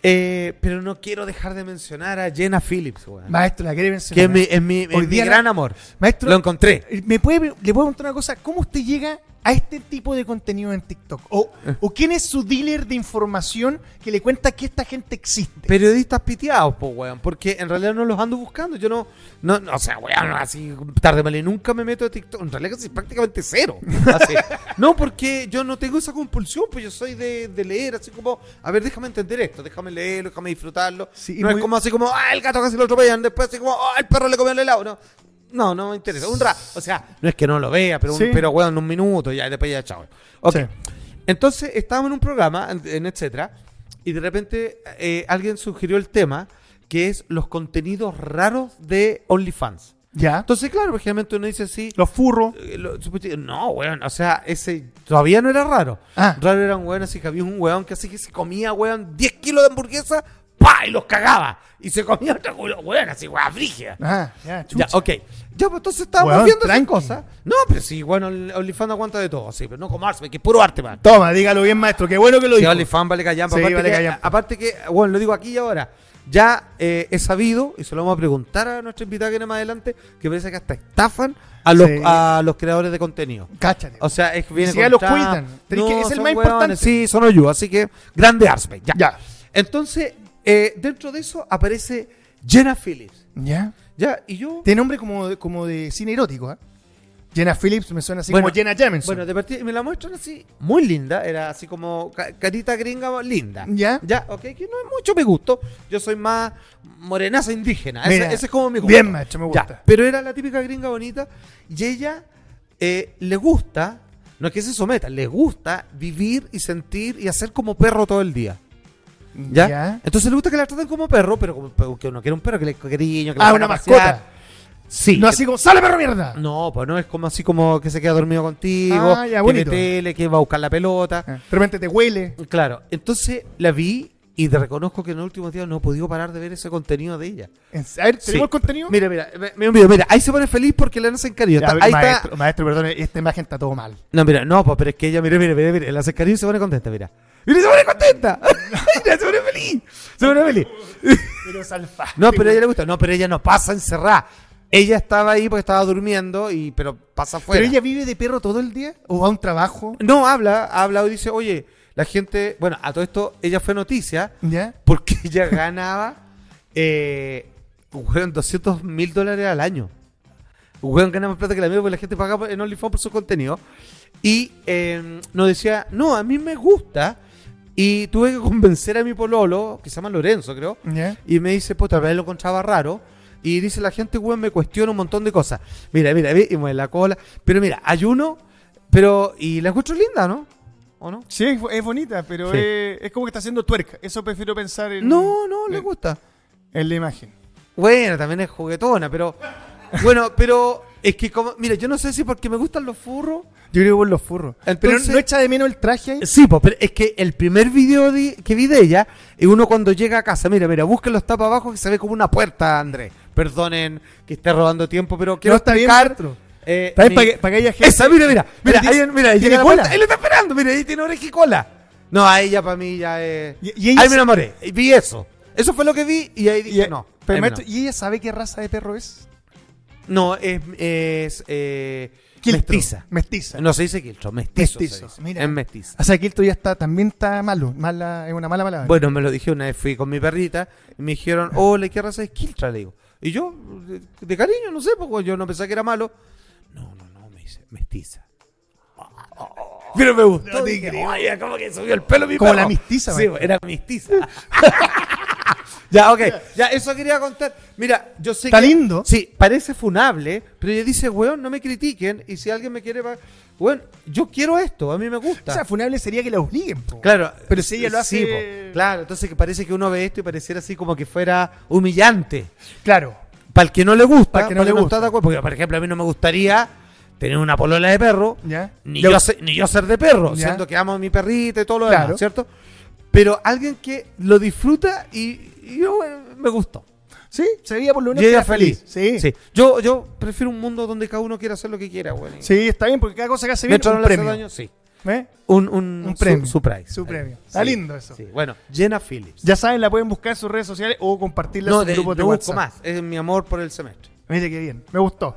Eh, pero no quiero dejar de mencionar a Jenna Phillips, weón. Maestro, la quería mencionar. Que es mi, es mi, es Hoy mi día la- gran amor. Maestro, eh, Lo encontré. ¿me puede, ¿le puedo preguntar una cosa? ¿Cómo usted llega a este tipo de contenido en TikTok? ¿O, o quién es su dealer de información que le cuenta que esta gente existe? periodistas piteados, po, weón, porque en realidad no los ando buscando, yo no, no, no, o sea, weón, así tarde mal y nunca me meto a TikTok, en realidad casi prácticamente cero, así. no, porque yo no tengo esa compulsión, pues yo soy de, de leer, así como, a ver, déjame entender esto, déjame leerlo, déjame disfrutarlo, Sí, y no es muy- como así como, ah, el gato casi lo atropellan, después así como, ah, el perro le comió el helado, no. No, no me interesa. Un ra o sea, no es que no lo vea, pero, un- Sí. pero weón, un minuto, ya, después ya, chao. Ok. Sí. Entonces estábamos en un programa, en- en etcétera, y de repente eh, alguien sugirió el tema que es los contenidos raros de OnlyFans. ¿Ya? Entonces, claro, porque generalmente uno dice así. Los furros. eh, lo- supuesto- No, weón, o sea, ese todavía no era raro. Ah. Raro era un weón así que había un weón que así que se comía, weón, 10 kilos de hamburguesa, ¡pa! y los cagaba. Y se comía otro culo, weón, así, weón, frígida. Ah, ya, chucha. Ya, ok. Ya, pues entonces estábamos Weón, viendo esas tranqui. cosas. No, pero sí, bueno, Only- OnlyFans aguanta de todo, sí, pero no como Arsme, que es puro arte, man. Toma, dígalo bien, maestro. Qué bueno que lo Sí, dijo. OnlyFans vale callampa. Sí, aparte, vale que, callampa. aparte que, bueno, lo digo aquí y ahora. Ya eh, he sabido, y se lo vamos a preguntar a nuestra invitada que viene más adelante, que parece que hasta estafan a los, Sí. a los creadores de contenido. Cáchate. O sea, es que viene si ya con los trap. cuidan. Tenés que- es el son más hueones, importante. Sí, son hoyos, así que grande Arsme. Ya. Ya. Entonces, eh, dentro de eso aparece Jenna Phillips. Ya. Ya, y yo... Tiene nombre como de, como de cine erótico, ¿eh? Jenna Phillips me suena así Bueno, como Jenna Jameson. Bueno, de partida, y me la muestran así, muy linda, era así como ca- carita gringa linda. Ya. Ya, ok, que no es mucho mi gusto. Yo soy más morenaza indígena. Ese, Mira, ese es como mi gusto. bien macho, me gusta. Ya, pero era la típica gringa bonita y ella eh, le gusta, no es que se someta, le gusta vivir y sentir y hacer como perro todo el día. ¿ya? Ya. Entonces le gusta que la traten como perro, pero como pero que no quiere un perro, que le cariño, que la Ah, sacan una a pasear. mascota. Sí. No así como, ¡sale perro mierda! No, pues no es como así como que se queda dormido contigo, Ah, ya, que ve bonito. tele, que va a buscar la pelota. Ah, De repente te huele. Claro, entonces la vi y te reconozco que en los últimos días no he podido parar de ver ese contenido de ella. En- A ver, ¿tenemos Sí. el contenido? Mira, mira, ve- ve un video, mira, ahí se pone feliz porque le hacen cariño. Ya, Está- ahí maestro, está. maestro, perdón, esta imagen está todo mal. No, mira, no, pues, pero es que ella, mira, mira, mira, mira, le hacen cariño y se pone contenta, mira. Mira, se pone contenta. mira, se pone feliz. Se pone feliz. Pero salfa. No, pero a ella le gusta. No, pero ella no pasa encerrada. Ella estaba ahí porque estaba durmiendo, y pero pasa afuera. ¿Pero ella vive de perro todo el día? ¿O va a un trabajo? No, habla, habla y dice, oye, la gente. Bueno, a todo esto, ella fue noticia ¿Ya? porque ella ganaba eh, weón, 200 mil dólares al año. Weón, gana más plata que la mierda porque la gente paga por- en OnlyFans por su contenido. Y eh, nos decía, no, a mí me gusta. Y tuve que convencer a mi pololo, que se llama Lorenzo, creo. ¿Ya? Y me dice, pues tal vez lo encontraba raro. Y dice la gente, weón, me cuestiona un montón de cosas. Mira, mira, ve, y mueve la cola. Pero mira, hay uno, pero. Y la encuentro linda, ¿no? ¿O no? Sí, es, es bonita, pero Sí. es, es como que está haciendo tuerca. Eso prefiero pensar en, No, no, le eh. gusta. en la imagen. Bueno, también es juguetona, pero. Bueno, pero. Es que como. Mira, yo no sé si porque me gustan los furros. Yo creo que por los furros. Entonces- pero no echa de menos el traje ahí. Sí, pues, pero es que el primer video de- que vi de ella, es uno cuando llega a casa, mira, mira, busquen los tapas abajo que se ve como una puerta, Andrés. Perdonen que esté robando tiempo, pero quiero está bien, explicar. maestro. eh, Está bien mi- para que, para que haya gente. Esa, mira, mira. Mira, Pero ahí, tiene- mira, ahí tiene llega la cola. puerta, Ahí lo está esperando. Mira, ahí tiene oreja y cola. No, a ella para mí ya es. Y- y ella ahí se- me enamoré. Y Vi eso. Eso fue lo que vi y ahí Y, eh, dije, no. pero ahí me maestro, ¿y ella sabe qué raza de perro es? no, No, es. es eh, Quiltro. mestiza. Mestiza. No se dice quiltro, mestizo. Mestizo, se dice. mira. Es mestiza. O sea, que esto ya está, también está malo. Mala, es una mala palabra. Bueno, me lo dije una vez, fui con mi perrita y me dijeron, hola, ¿qué raza es Quiltra? Le digo. Y yo, de, de cariño, no sé, porque yo no pensaba que era malo. No, no, no, me dice, mestiza. Pero me gustó. No te dije, creo. "Oye, como que subió el pelo mi Como perro". la mestiza, Sí, maestro. era mestiza. ya, ok. Ya, eso quería contar. Mira, yo sé Está que- lindo. Sí, parece funable, pero ella dice, weón, no me critiquen. Y si alguien me quiere... pa- Weón, yo quiero esto, a mí me gusta. o sea, funable sería que la obliguen. po. Claro. Pero si ella lo sí, hace- po. claro, entonces que parece que uno ve esto y pareciera así como que fuera humillante. Claro. Para el que no le gusta, Pa'l para que no le gusta. está de acuerdo. Porque, por ejemplo, a mí no me gustaría tener una polola de perro, ¿Ya? ni, Ya. yo, ser, ni yo ser de perro, Ya. siendo que amo a mi perrita y todo lo Claro. demás, ¿cierto? Pero alguien que lo disfruta y, y yo eh, me gustó. Sí, se veía por lo y menos. que ella era feliz. Sí. sí. Yo, yo prefiero un mundo donde cada uno quiera hacer lo que quiera, güey. está bien, porque cada cosa que hace bien Mientras un no le hace premio. daño, sí. ¿Eh? Un, un, Un premio. Su, prize. Su Ahí. premio. Está lindo eso. sí. Bueno, Jenna Phillips. Ya saben, la pueden buscar en sus redes sociales o compartirla No, en de, su grupo de no WhatsApp. busco más. Es mi amor por el semestre. Mire qué bien. Me gustó.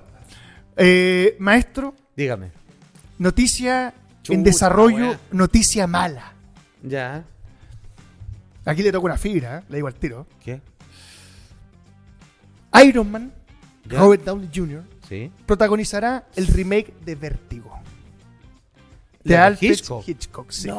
Eh, maestro, Dígame. noticia Chuta, en desarrollo, weá. noticia mala. Ya. Aquí le toca una fibra, ¿eh? le digo al tiro. ¿Qué? Iron Man, Ya. Robert Downey Jr., Sí. protagonizará el remake de Vértigo. De ¿La de Alfred Hitchcock? Hitchcock. sí.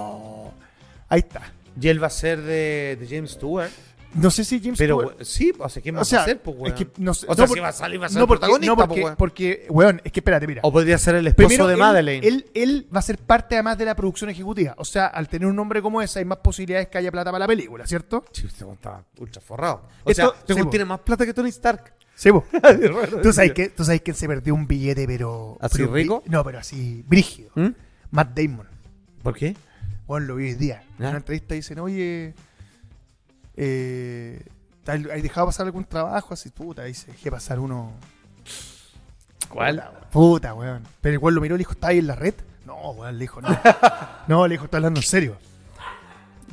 Ahí está. Y él va a ser de, de James Stewart. No sé si James pero, Stewart- we- sí, o sea, ¿quién más o sea, va a ser, pues, weón? es que no sé- O sea, no si por- va a salir, va a ser no el porque, protagonista, no pues, porque, weón. porque, weón, es que espérate, mira. O podría ser el esposo Primero, de él- Madeleine. Él, él va a ser parte además de la producción ejecutiva. O sea, al tener un nombre como ese, hay más posibilidades que haya plata para la película, ¿cierto? Sí, este weón estaba ultra forrado. O Esto- sea, este sí, weón po. tiene más plata que Tony Stark. Sí, vos. Tú ¿Tú sabes, que, tú sabes que se perdió un billete, pero. ¿Así pero- rico? No, pero así, brígido. ¿Mm? Matt Damon. ¿Por qué? Bueno, lo vi hoy día. En ¿Ya? una entrevista dicen, oye, eh, ¿hay hay dejado pasar algún trabajo? Así, puta, dice, dejé pasar uno. Puta, Puta, weón. Pero el weón lo miró y le dijo, ¿está ahí en la red? No, weón, le dijo, no. no, le dijo, está hablando en serio.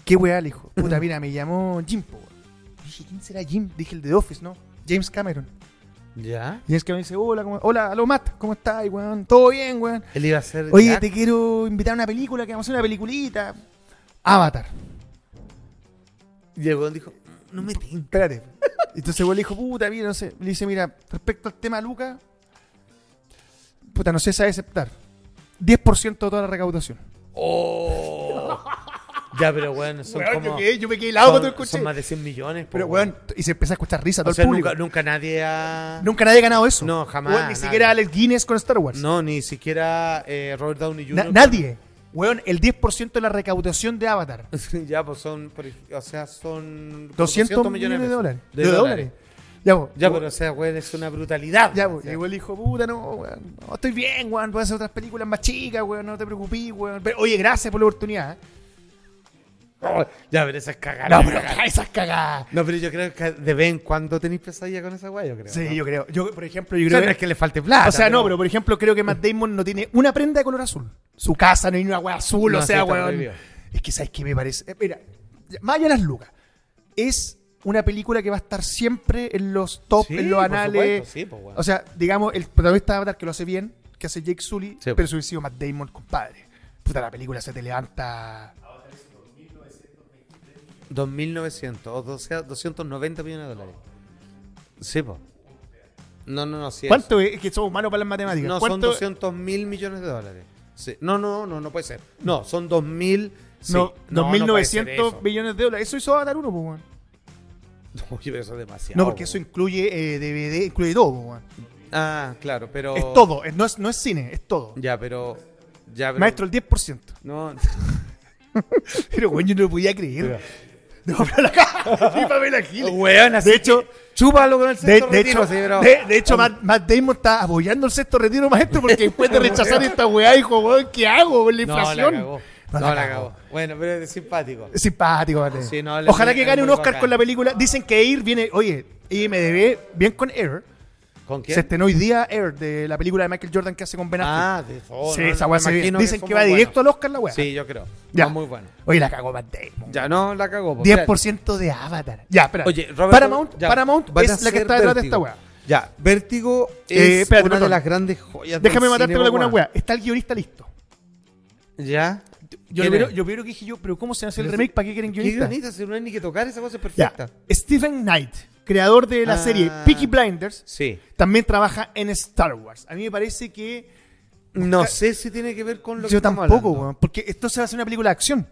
¿Qué weá? Le dijo, puta, mira, me llamó Jim, po, weón. Dije, ¿quién será Jim? Dije, el de The Office, ¿no? James Cameron. Ya. James Cameron dice, hola, ¿cómo- hola, aló, Matt, ¿cómo estás, weón? ¿Todo bien, weón? Él iba a ser. Oye, Jack. te quiero invitar a una película, que vamos a hacer una peliculita. Avatar. Y el weón dijo, no me tinca. Espérate. Entonces güey, le dijo, puta, mira, no sé. Le dice, mira, respecto al tema Luca, puta, no sé si sabe aceptar. 10% de toda la recaudación. Oh. ya, pero weón, son como. yo me quedé son, son más de 100 millones. pues, po, Pero, weón, y se empieza a escuchar risa a todo O sea, el público. nunca, Nunca, nunca nadie ha. nadie ha ganado eso. No, jamás, Weón, ni nadie. siquiera Alex Guinness con Star Wars. No, ni siquiera eh, Robert Downey Jr. Na- nadie. Weón, el 10% de la recaudación de Avatar. ya, pues son, por ej- o sea, son 200 400 millones de pesos. dólares. De dólares. Ya, po. Ya, pero o sea, weón, es una brutalidad. Ya, O pues, sea, llegó el hijo, puta, no, weón, no, estoy bien, weón, voy a hacer otras películas más chicas, weón, no te preocupes, weón. Pero, oye, gracias por la oportunidad. ¿eh? oh, ya, pero esas cagadas. Ah, No, pero esas cagadas. No, pero yo creo que de vez en cuando tenéis pesadilla con esa weá, yo creo. Sí, ¿no? yo creo. Yo, por ejemplo, yo O sea, creo no es que... que le falte plata. O sea, no, pero por ejemplo, creo que Matt Damon no tiene una prenda de color azul. Su casa no hay una weá azul, No, o sí, sea, está weón. prohibido. Es que, ¿sabes qué me parece? Eh, Mira, ya- más allá de las lucas, es una película que va a estar siempre en los top, Sí, en los por anales. supuesto, sí, pues, weón. O sea, digamos, el protagonista de Avatar que lo hace bien, que hace Jake Sully, Sí, pero su vecino Matt Damon, compadre. Puta, la película se te levanta. 2.900 o 12 290 millones de dólares. Sí, po. No, no, no, sí. es. ¿Cuánto es? Es que somos malos para las matemáticas. No, son ¿Cuánto- 200 mil millones de dólares. Sí. No, no, no, no puede ser. No, son 2.000. sí. No, No, no puede ser 2.900 millones de dólares. Eso hizo Avatar 1, pues, weón. eso. Oye, pero eso es demasiado. No, porque po. eso incluye eh, DVD, incluye todo, po, weón. Ah, claro, pero. Es todo, es- no, es, no es cine, es todo. Ya, pero. Ya, pero- Maestro, el 10%. No, Pero, weón, yo no lo podía creer. No, pero la caja, Pamela Giles. Oh, weón, así. De hecho, chúpalo con el de, sexto de retiro, hecho, sí, pero- de, de hecho Matt, Matt Damon está apoyando el sexto retiro, maestro, porque después de rechazar esta weá, dijo, weón, ¿qué hago con la No, inflación? la cagó. No, la cagó. Bueno, pero es simpático. Es Simpático, vale. Sí, no, le- Ojalá es que gane un muy Oscar bacán. con la película. Dicen que Air viene, oye, IMDB, bien con Air. ¿Con Se quién? estrenó hoy día Air, de la película de Michael Jordan que hace con Ben Affleck. Ah, de oh, sí, no, esa no, weá me se ve. imagino Dicen son que va muy directo buenos. al Oscar la weá. Sí, yo creo. Ya. Ya. muy bueno. Oye, la cagó Matt Damon. Ya, no, la cagó. po. 10% de Avatar. Ya, espera. Oye, Robert- Paramount, ya, Paramount van a es la que ser está detrás de Vértigo. esta weá. Ya, Vértigo es Eh, espérate, una de perdón. las grandes joyas del Déjame matarte cine, con alguna weón. weá. Está el guionista listo. Ya. Yo ¿Quién primero, es? yo primero que dije yo, pero ¿cómo se hace el Pero remake? si- ¿Para qué quieren ¿Qué guionista? guionista? Si no hay ni que tocar, esa cosa es Ya. perfecta. Stephen Knight, creador de la Ah. serie Peaky Blinders, Sí. también trabaja en Star Wars. A mí me parece que No sé si tiene que ver con lo que Yo estamos tampoco, hablando. weón. Porque esto se va a hacer una película de acción.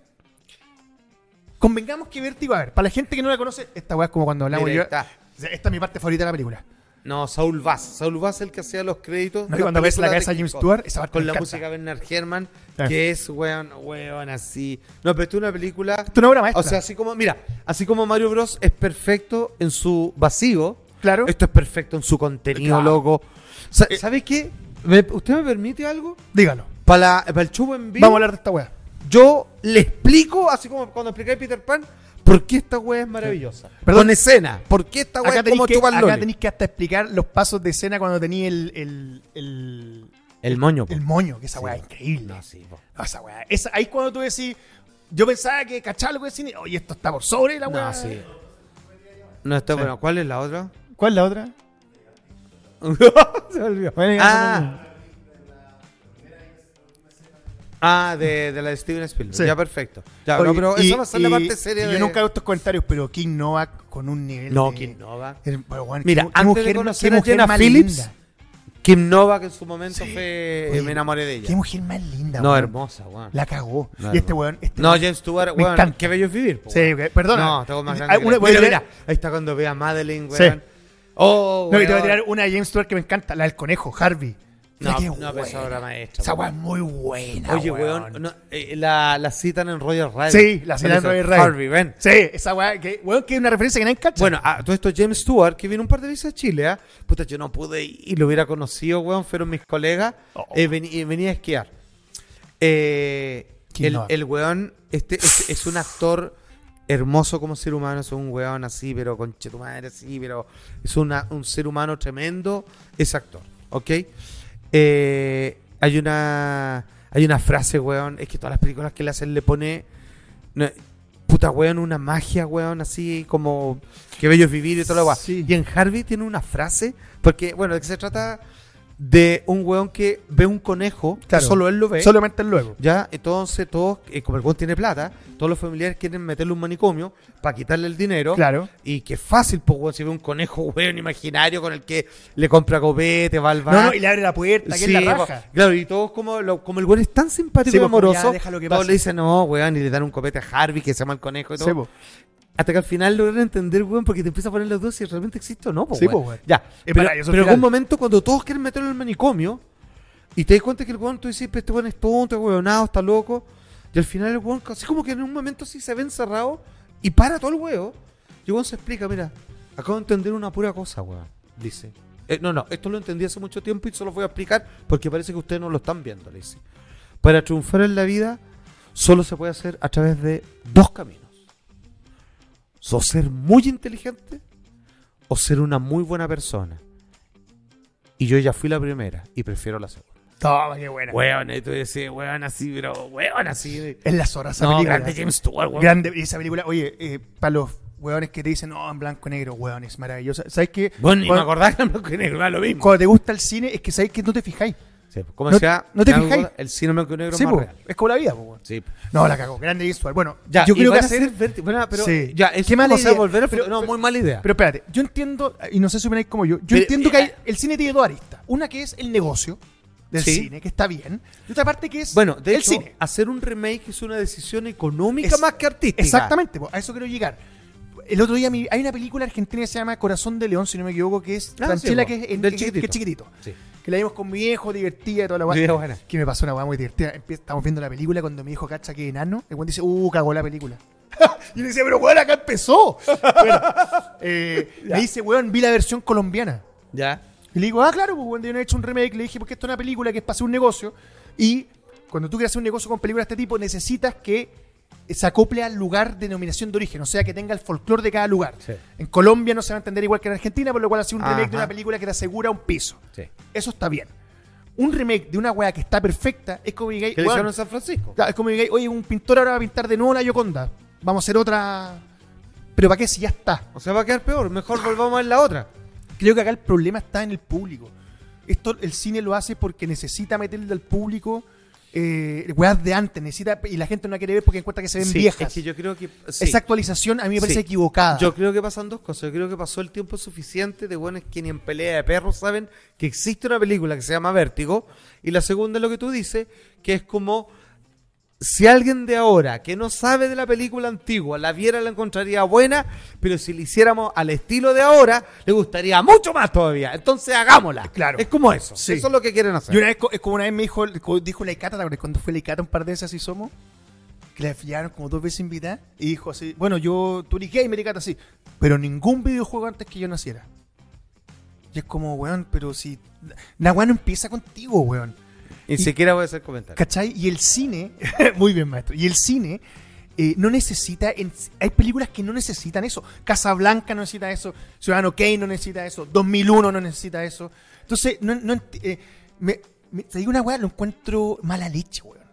Convengamos que Vértigo, a ver, para la gente que no la conoce, esta weá es como cuando hablamos Mira, yo. ahí Esta es mi parte favorita de la película. No, Saul Bass. Saul Bass es el que hacía los créditos. No, y de cuando las ves la películas cabeza de James Hitchcock. Stewart, esa parte Con me la encanta. música de Bernard Herrmann, Ah. que es, weón, weón, así. No, pero esto es una película... Esto es una obra maestra. O sea, así como, mira, así como Mario Bros es perfecto en su vacío, Claro. esto es perfecto en su contenido, Claro. loco. eh, Sa- ¿Sabes qué? ¿Me- ¿Usted me permite algo? Dígalo. Para, la- para el chupo en vivo, Vamos a hablar de esta weá. yo le explico, así como cuando explicáis Peter Pan, por qué esta weá es maravillosa. Perdón. Con escena, por qué esta weá Acá es como tenéis que, chupar acá loli. tenéis que hasta explicar los pasos de escena cuando tenía el, el, el, El moño. po. el moño, que esa Sí. weá es increíble. No, sí, po. No, esa weá. Esa, ahí es cuando tú decís, yo pensaba que cachaba algo de cine. Oye, esto está por sobre la No, weá. sí. No está Sí. bueno. ¿Cuál es la otra? ¿Cuál es la otra? Se me olvidó. Bueno, ah. Ah, de, de la de Steven Spielberg. Sí. Ya, perfecto. Ya, Oye, no, pero y- esa va a ser la y- parte seria y de... Yo nunca hago estos comentarios, pero King Novak con un nivel. No, de- Kim Novak. Pero, bueno, Mira, qué- qué antes de mujer- conocer qué a mujer Jenna más Phillips, linda. Kim Novak en su momento Sí. fue... eh, Oye, me enamoré de ella. Qué mujer más linda. No, weón. hermosa, weón. La cagó. No, y este hermosa. weón. Este No, weón- James Stewart, Me weón, encanta. qué bello es vivir. po, Sí, weón. ok, perdona. No, tengo más grande. Ah, que una- la- voy a mira, tirar- mira, ahí está cuando ve a Madeline, Sí. weón. Oh, No, y te voy a weón. tirar una de James Stewart que me encanta, la del conejo, Harvey. Mira No, qué no, pero buena. esa obra maestra, Esa weón. weá es muy buena. Oye, weón, no, eh, la, la citan en Roger Radio. Sí, la señora de Ray. Harvey, ven. Sí, esa weá que, weón, que es una referencia que nadie cacha. Bueno, a todo esto James Stewart, que vino un par de veces a Chile, ¿ah? Puta, yo no pude ir y lo hubiera conocido, weón, fueron mis colegas. Oh. Eh, veni- eh, venía a esquiar. Eh, ¿Quién el, no? el weón este, es, es un actor hermoso como ser humano, es un weón así, pero con tu madre así, pero es una- un ser humano tremendo, es actor, ¿ok? Eh, hay una hay una frase, weón, es que todas las películas que le hacen le pone... no, Puta, weón, una magia, weón, así como que bello es vivir y todo lo weón. Sí. Y en Harvey tiene una frase, porque, bueno, de que se trata de un weón que ve un conejo, que Claro. solo él lo ve. solamente el luego. Ya, entonces todos, eh, como el weón tiene plata, todos los familiares quieren meterle un manicomio para quitarle el dinero. Claro. Y que fácil, pues, weón, si ve un conejo, weón, imaginario con el que le compra copete, va al bar. No, no, y le abre la puerta, que Sí, es la raja. po, claro, y todos como, lo- como el weón es tan simpático Sí, y po, como amoroso, ya, déjalo que todos pase. le dicen, no, weón, y le dan un copete a Harvey que se llama el conejo y todo. Sí, pues. po. Hasta que al final logran entender, weón, porque te empieza a poner las dudas si realmente existe o no, po, Sí, weón. po, weón. Ya. Eh, pero pará, y eso al pero en final. un momento cuando todos quieren meterlo en el manicomio, Y te das cuenta que el weón, tú dices, "Pero este weón es tonto, es hueonado, está loco. Y al final el weón, así como que en un momento así se ve encerrado y para todo el huevo. Y el weón se explica, mira, acabo de entender una pura cosa, weón. Dice. "Eh, no, no, esto lo entendí hace mucho tiempo y solo voy a explicar porque parece que ustedes no lo están viendo, le dice. Para triunfar en la vida solo se puede hacer a través de dos caminos. O ser muy inteligente o ser una muy buena persona. Y yo ya fui la primera y prefiero la segunda. Toma, qué buena. Weón, y tú decís, weón así, pero weón así. Es la zorra esa No, película. grande James Stewart, weón. Grande, y esa película, oye, eh, para los hueones que te dicen, no, en blanco y negro, hueón, es maravillosa. ¿Sabes qué? Bueno, y me Cuando- acordás que en blanco y negro era lo mismo. cuando te gusta el cine, es que sabes que no te fijáis. Sí, pues, ¿Cómo No- sea? no te me fijáis. acuerdo, El cine en blanco y negro Sí, es más po, real. es como la vida, po, weón. Sí. No, la cago. Grande visual. Bueno, Ya, yo creo que hacer... hacer. pero Sí. ya, es Qué mala cosa de idea. volver al Pero- futuro. No, pero- muy mala idea. Pero espérate, yo entiendo, y no sé si opináis como yo, yo Pero, entiendo eh, que hay- el cine tiene dos aristas. Una que es el negocio del Sí. cine, que está bien. Y otra parte que es bueno, de el hecho, cine. hacer un remake es una decisión económica Es- más que artística. Exactamente, po, a eso quiero llegar. El otro día mi- hay una película argentina que se llama Corazón de León, si no me equivoco, que es Ah, Franchella, sí, po, que es en- del que- chiquitito. Que, es chiquitito. Sí. Que la vimos con mi viejo, divertida y toda la guay. Sí, buena. Que me pasó una guay muy divertida. Empie- Estamos viendo la película cuando mi hijo cacha que es enano. El buen dice, uh, cagó la película. y le decía, pero weón, acá empezó. Bueno, eh, le dice, weón, vi la versión colombiana. Ya. Y le digo, ah, claro, pues cuando yo no he hecho un remake, le dije, porque esto es una película que es para hacer un negocio. Y cuando tú quieres hacer un negocio con películas de este tipo, necesitas que se acople al lugar de denominación de origen, o sea, que tenga el folclore de cada lugar. Sí. En Colombia no se va a entender igual que en Argentina, por lo cual hace un remake de Ajá. una película que te asegura un piso. Sí. Eso está bien. Un remake de una weá que está perfecta es como que digáis, ¿Qué le "Weón, hicieron en San Francisco? Claro, es como que digáis, oye, un pintor ahora va a pintar de nuevo la Yoconda. Vamos a hacer otra. Pero ¿para qué si ya está? O sea, va a quedar peor. Mejor volvamos a la otra. Creo que acá el problema está en el público. Esto el cine lo hace porque necesita meterle al público eh, weas de antes, necesita y la gente no la quiere ver porque encuentra que se ven Sí, viejas. Es que yo creo que. sí. Esa actualización a mí me Sí. parece equivocada. Yo creo que pasan dos cosas. Yo creo que pasó el tiempo suficiente de buenos que ni en pelea de perros saben que existe una película que se llama Vértigo. Y la segunda es lo que tú dices, que es como si alguien de ahora que no sabe de la película antigua la viera, la encontraría buena, pero si la hiciéramos al estilo de ahora, le gustaría mucho más todavía. Entonces hagámosla. Claro. Es como eso. Sí. Eso es lo que quieren hacer. Y una vez, co- es como una vez me dijo, co- dijo la Icata, ¿te acuerdas cuando fue la Icata un par de veces así somos? Que la fiaron como dos veces invitada y dijo así, bueno, yo, tú eres gamer Icata, sí, pero ningún videojuego antes que yo naciera. Y es como, weón, pero si... La weá no empieza contigo, weón. Ni siquiera voy a hacer comentarios. ¿Cachai? Y el cine, muy bien maestro, y el cine eh, no necesita, en- hay películas que no necesitan eso. Casablanca no necesita eso, Ciudadano Kane no necesita eso, 2001 no necesita eso. Entonces, no, no enti- eh, me, me- te digo una weá, lo encuentro mala leche, weón.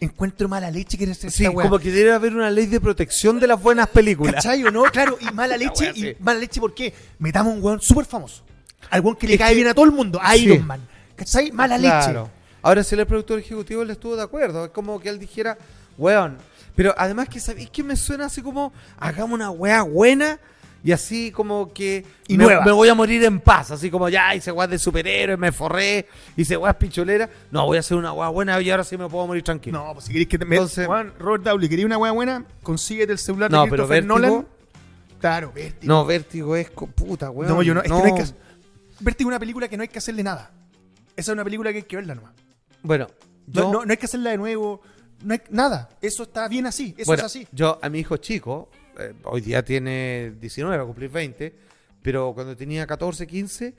Encuentro mala leche que es esta Sí, weá. como que debe haber una ley de protección de las buenas películas. ¿Cachai o no? Claro, y mala leche, wea, sí. y mala leche, ¿por qué? Metamos un weón súper famoso. Al weón que le Es cae que- bien a todo el mundo, Sí. Iron Man. ¿Cachai? Mala leche. Ah, Ahora, si el productor ejecutivo le estuvo de acuerdo, es como que él dijera, weón. Pero además que sabéis que me suena así como, hagamos una weá buena y así como que Y me, nueva. me voy a morir en paz. Así como ya hice weá de superhéroes, me forré, hice weá pichulera. No, voy a hacer una weá buena y ahora sí me puedo morir tranquilo. No, pues si queréis que te Entonces- Juan, Robert Downey, ¿queréis una hueá buena? Consíguete el celular No, de pero Christopher Vértigo- Nolan. Claro, Vértigo. No, vértigo es co- puta, weón. No, yo no, es que no hay que hacer- Vértigo es una película que no hay que hacerle nada. Esa es una película que hay que verla nomás. Bueno, No, yo. no, no hay que hacerla de nuevo. No hay nada. Eso está bien así. Eso Bueno, es así. Yo a mi hijo chico, eh, hoy día tiene 19, va a cumplir 20, pero cuando tenía 14, 15,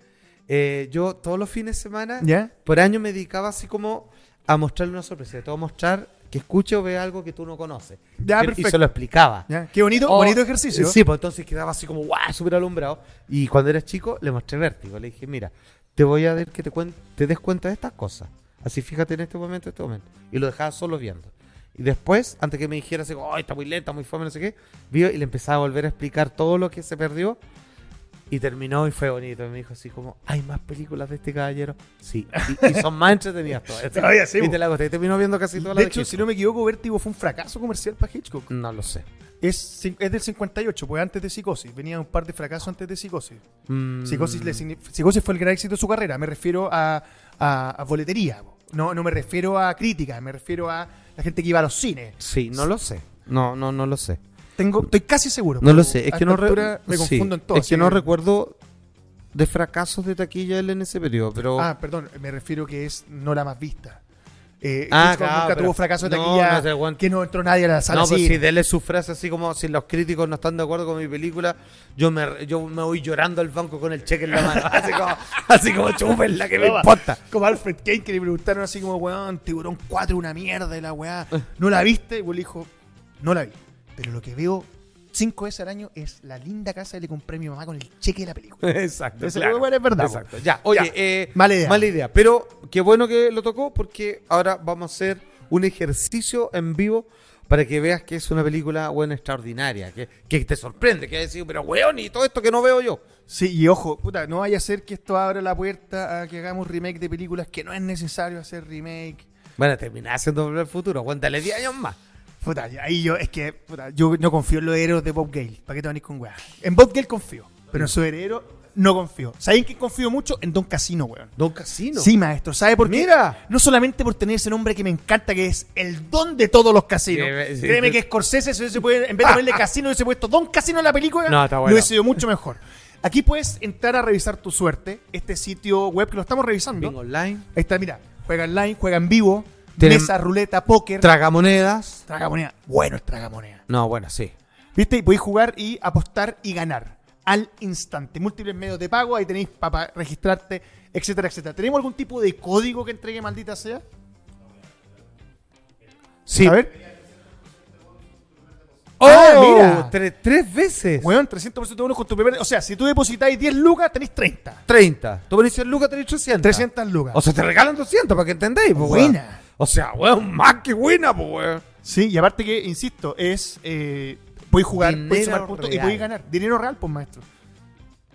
eh, yo todos los fines de semana, ¿Ya? por año me dedicaba así como a mostrarle una sorpresa. Te voy a mostrar que escuche o vea algo que tú no conoces. Ya, Que- Y perfecto. se lo explicaba. ¿Ya? Qué bonito, O- bonito ejercicio. Oh, Sí, pues entonces quedaba así como, guau, súper alumbrado. Y cuando eras chico, le mostré vértigo. Le dije, mira, te voy a dar que te, cuen- te des cuenta de estas cosas. Así fíjate en este momento, en este momento. Y lo dejaba solo viendo. Y después, antes que me dijera así, oh, está muy lenta, muy fome, no sé qué, vio y le empezaba a volver a explicar todo lo que se perdió. Y terminó y fue bonito. Y me dijo así como, hay más películas de este caballero. Sí, y, y son más entretenidas todas. Todavía sí, y bo. te la gusté. Y terminó viendo casi todas las de hecho, si no me equivoco, Vértigo fue un fracaso comercial para Hitchcock. No lo sé. Es, cin- es del 58, pues antes de Psicosis. Venía un par de fracasos antes de Psicosis. Mm, Psicosis, le signif- Psicosis fue el gran éxito de su carrera. Me refiero a, a- a boletería. po. No, no me refiero a crítica, me refiero a la gente que iba a los cines. Sí, no lo sé. No, no, no lo sé. Tengo, estoy casi seguro. No pero lo sé, es a que no esta re- altura me sí, confundo en todo. Es que así no recuerdo de fracasos de taquilla él en ese periodo. Pero, Ah, perdón, me refiero que es no la más vista. Eh, Ah, Hitchcock claro, nunca pero- tuvo fracaso de no, taquilla no sé, weón. que no entró nadie a la sala. no, pues sí. si dele su frase así como si los críticos no están de acuerdo con mi película, yo me, yo me voy llorando al banco con el cheque en la mano. Así como, así como chúpenla, que me No, importa. Como Alfred Kane que le preguntaron así como, weón, Tiburón 4 es una mierda y la weá. Eh. ¿No la viste? Y weón le dijo, no la vi. Pero lo que veo cinco veces al año es la linda casa que le compré a mi mamá con el cheque de la película. Exacto. Ese claro. lugar es verdad, po. Exacto. Ya, oye, Ya. eh, Mala idea. Pero qué bueno que lo tocó porque ahora vamos a hacer un ejercicio en vivo para que veas que es una película buena extraordinaria, que, que te sorprende, que has decidido, pero weón, y todo esto que no veo yo. Sí, y ojo, puta, no vaya a ser que esto abra la puerta a que hagamos remake de películas que no es necesario hacer remake. Bueno, terminar haciendo Volver al futuro, aguántale 10 años más. Puta, y ahí yo, es que, puta, yo no confío en los héroes de Bob Gale. ¿Para qué te venís con weá? En Bob Gale confío, pero en su heredero no confío. ¿Saben que confío mucho? En Don Casino, weón. Don Casino. Sí, maestro, ¿sabe por qué? Mira. No solamente por tener ese nombre que me encanta, que es el don de todos los casinos. Sí, sí. Créeme que Scorsese, si hubiese podido- en vez de ponerle casino, hubiese puesto don casino en la película, No, está lo bueno. hubiese sido mucho mejor. Aquí puedes entrar a revisar tu suerte, este sitio web que lo estamos revisando. Bingo Online. Ahí está, mira, juega online, juega en vivo, Tienen- mesa, ruleta, póker, Tragamonedas. tragamoneda. Bueno, el tragamoneda. No, bueno, sí. ¿Viste? Y podéis jugar y apostar y ganar al instante. Múltiples medios de pago, ahí tenéis para registrarte, etcétera, etcétera. ¿Tenemos algún tipo de código que entregue maldita sea? Sí. A ver, ¡Oh! Ah, mira. Tre- tres veces. weón, 300% de bonus con tu primer... O sea, si tú depositáis 10 lucas, tenéis 30. 30. Tú pones 100 lucas, tenés 300. 300 lucas. O sea, te regalan 200 para que entendáis, pues, weón. Buena. O sea, weón, más que buena, pues, weón. Sí, y aparte que, insisto, es... Eh, podéis jugar, podéis Dinero sumar puntos y real. podéis ganar. Dinero real, pues, maestro.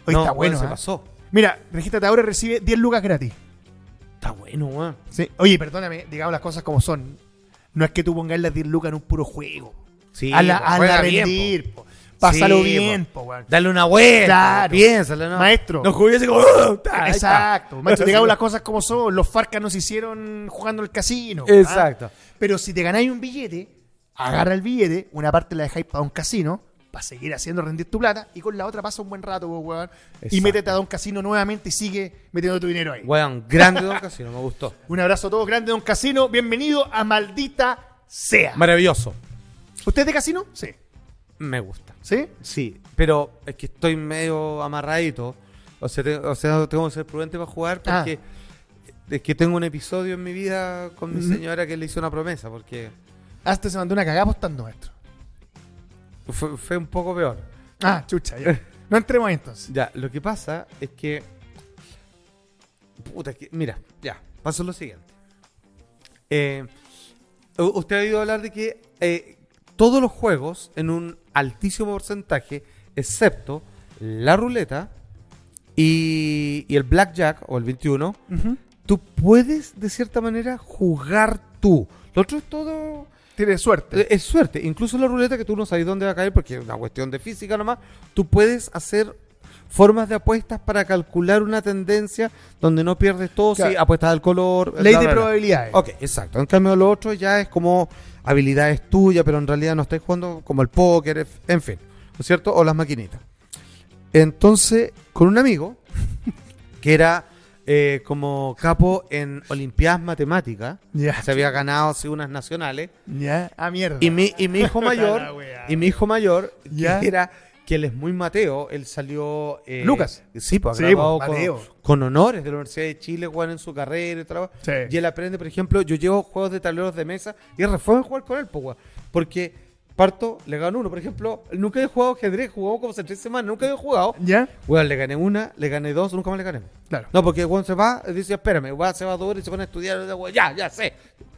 Hoy No, está weón, bueno, se ¿eh? pasó. Mira, regístrate ahora y recibe 10 lucas gratis. Está bueno, weón. Sí. Oye, perdóname, digamos las cosas como son. No es que tú pongas las 10 lucas en un puro juego. Sí, a la, po, a la juega bien, pues. rendir, po. Pásalo Sí, pues. bien, po. po, weón. Dale una vuelta. Claro. Piénsalo, ¿no? Maestro. No jugué así como. "Ugh, ta, ahí está". Exacto, maestro, digamos las cosas como son. Los Farcas nos hicieron jugando al casino. ¿ah? Exacto. Pero si te ganáis un billete, agarra el billete, una parte la dejáis para un casino, para seguir haciendo rendir tu plata, y con la otra pasa un buen rato, po, weón. Y Exacto. métete a un casino nuevamente y sigue metiendo tu dinero ahí. Weón, grande Don Casino, me gustó. Un abrazo a todos, grande Don Casino. Bienvenido a Maldita Sea. Maravilloso. ¿Usted es de casino? Sí. Me gusta. ¿Sí? Sí, pero es que estoy medio amarradito. O sea, te- o sea, tengo que ser prudente para jugar Ah. porque es que tengo un episodio en mi vida con mi señora que le hice una promesa porque Hasta Ah, este se mandó una cagada apostando, maestro. fue, fue un poco peor. Ah, chucha, ya. No entremos ahí entonces. Ya, lo que pasa es que. Puta, es que- mira, ya, pasó lo siguiente. Eh, u- usted ha oído hablar de que eh, todos los juegos, en un altísimo porcentaje, excepto la ruleta y, y el blackjack o el 21, tú puedes de cierta manera jugar tú. Lo otro es todo. Tiene suerte. Eh, Es suerte. Incluso la ruleta que tú no sabes dónde va a caer porque es una cuestión de física nomás. Tú puedes hacer formas de apuestas para calcular una tendencia donde no pierdes todo si Claro. apuestas al color. bla, Ley de bla, bla. probabilidades. Ok, exacto. En cambio lo otro ya es como habilidades tuyas, pero en realidad no estáis jugando como el póker, en- en fin, ¿no es cierto? O las maquinitas. Entonces, con un amigo que era eh, como capo en Olimpiadas Matemáticas, Ya. se había ganado así unas nacionales, Ya. Ah, mierda. y mi, y mi hijo La mayor, wea. y mi hijo mayor, que Ya. era que él es muy Mateo, él salió. eh, Lucas. Sí, pues, Sí, graduado pues, con- Mateo. Con, honores de la Universidad de Chile, Juan en su carrera y trabajo. Sí. Y él aprende, por ejemplo, yo llevo juegos de tableros de mesa y refuerzo en jugar con él, pues, weón. Porque parto, le gano uno. Por ejemplo, nunca he jugado ajedrez, jugamos como hace tres semanas, nunca había jugado. ¿Ya? Weón, le gané una, le gané dos, nunca más le gané. Claro. No, porque Juan se va, dice, espérame, weón, se va a duro y se pone a estudiar, weón, ya, ya sé.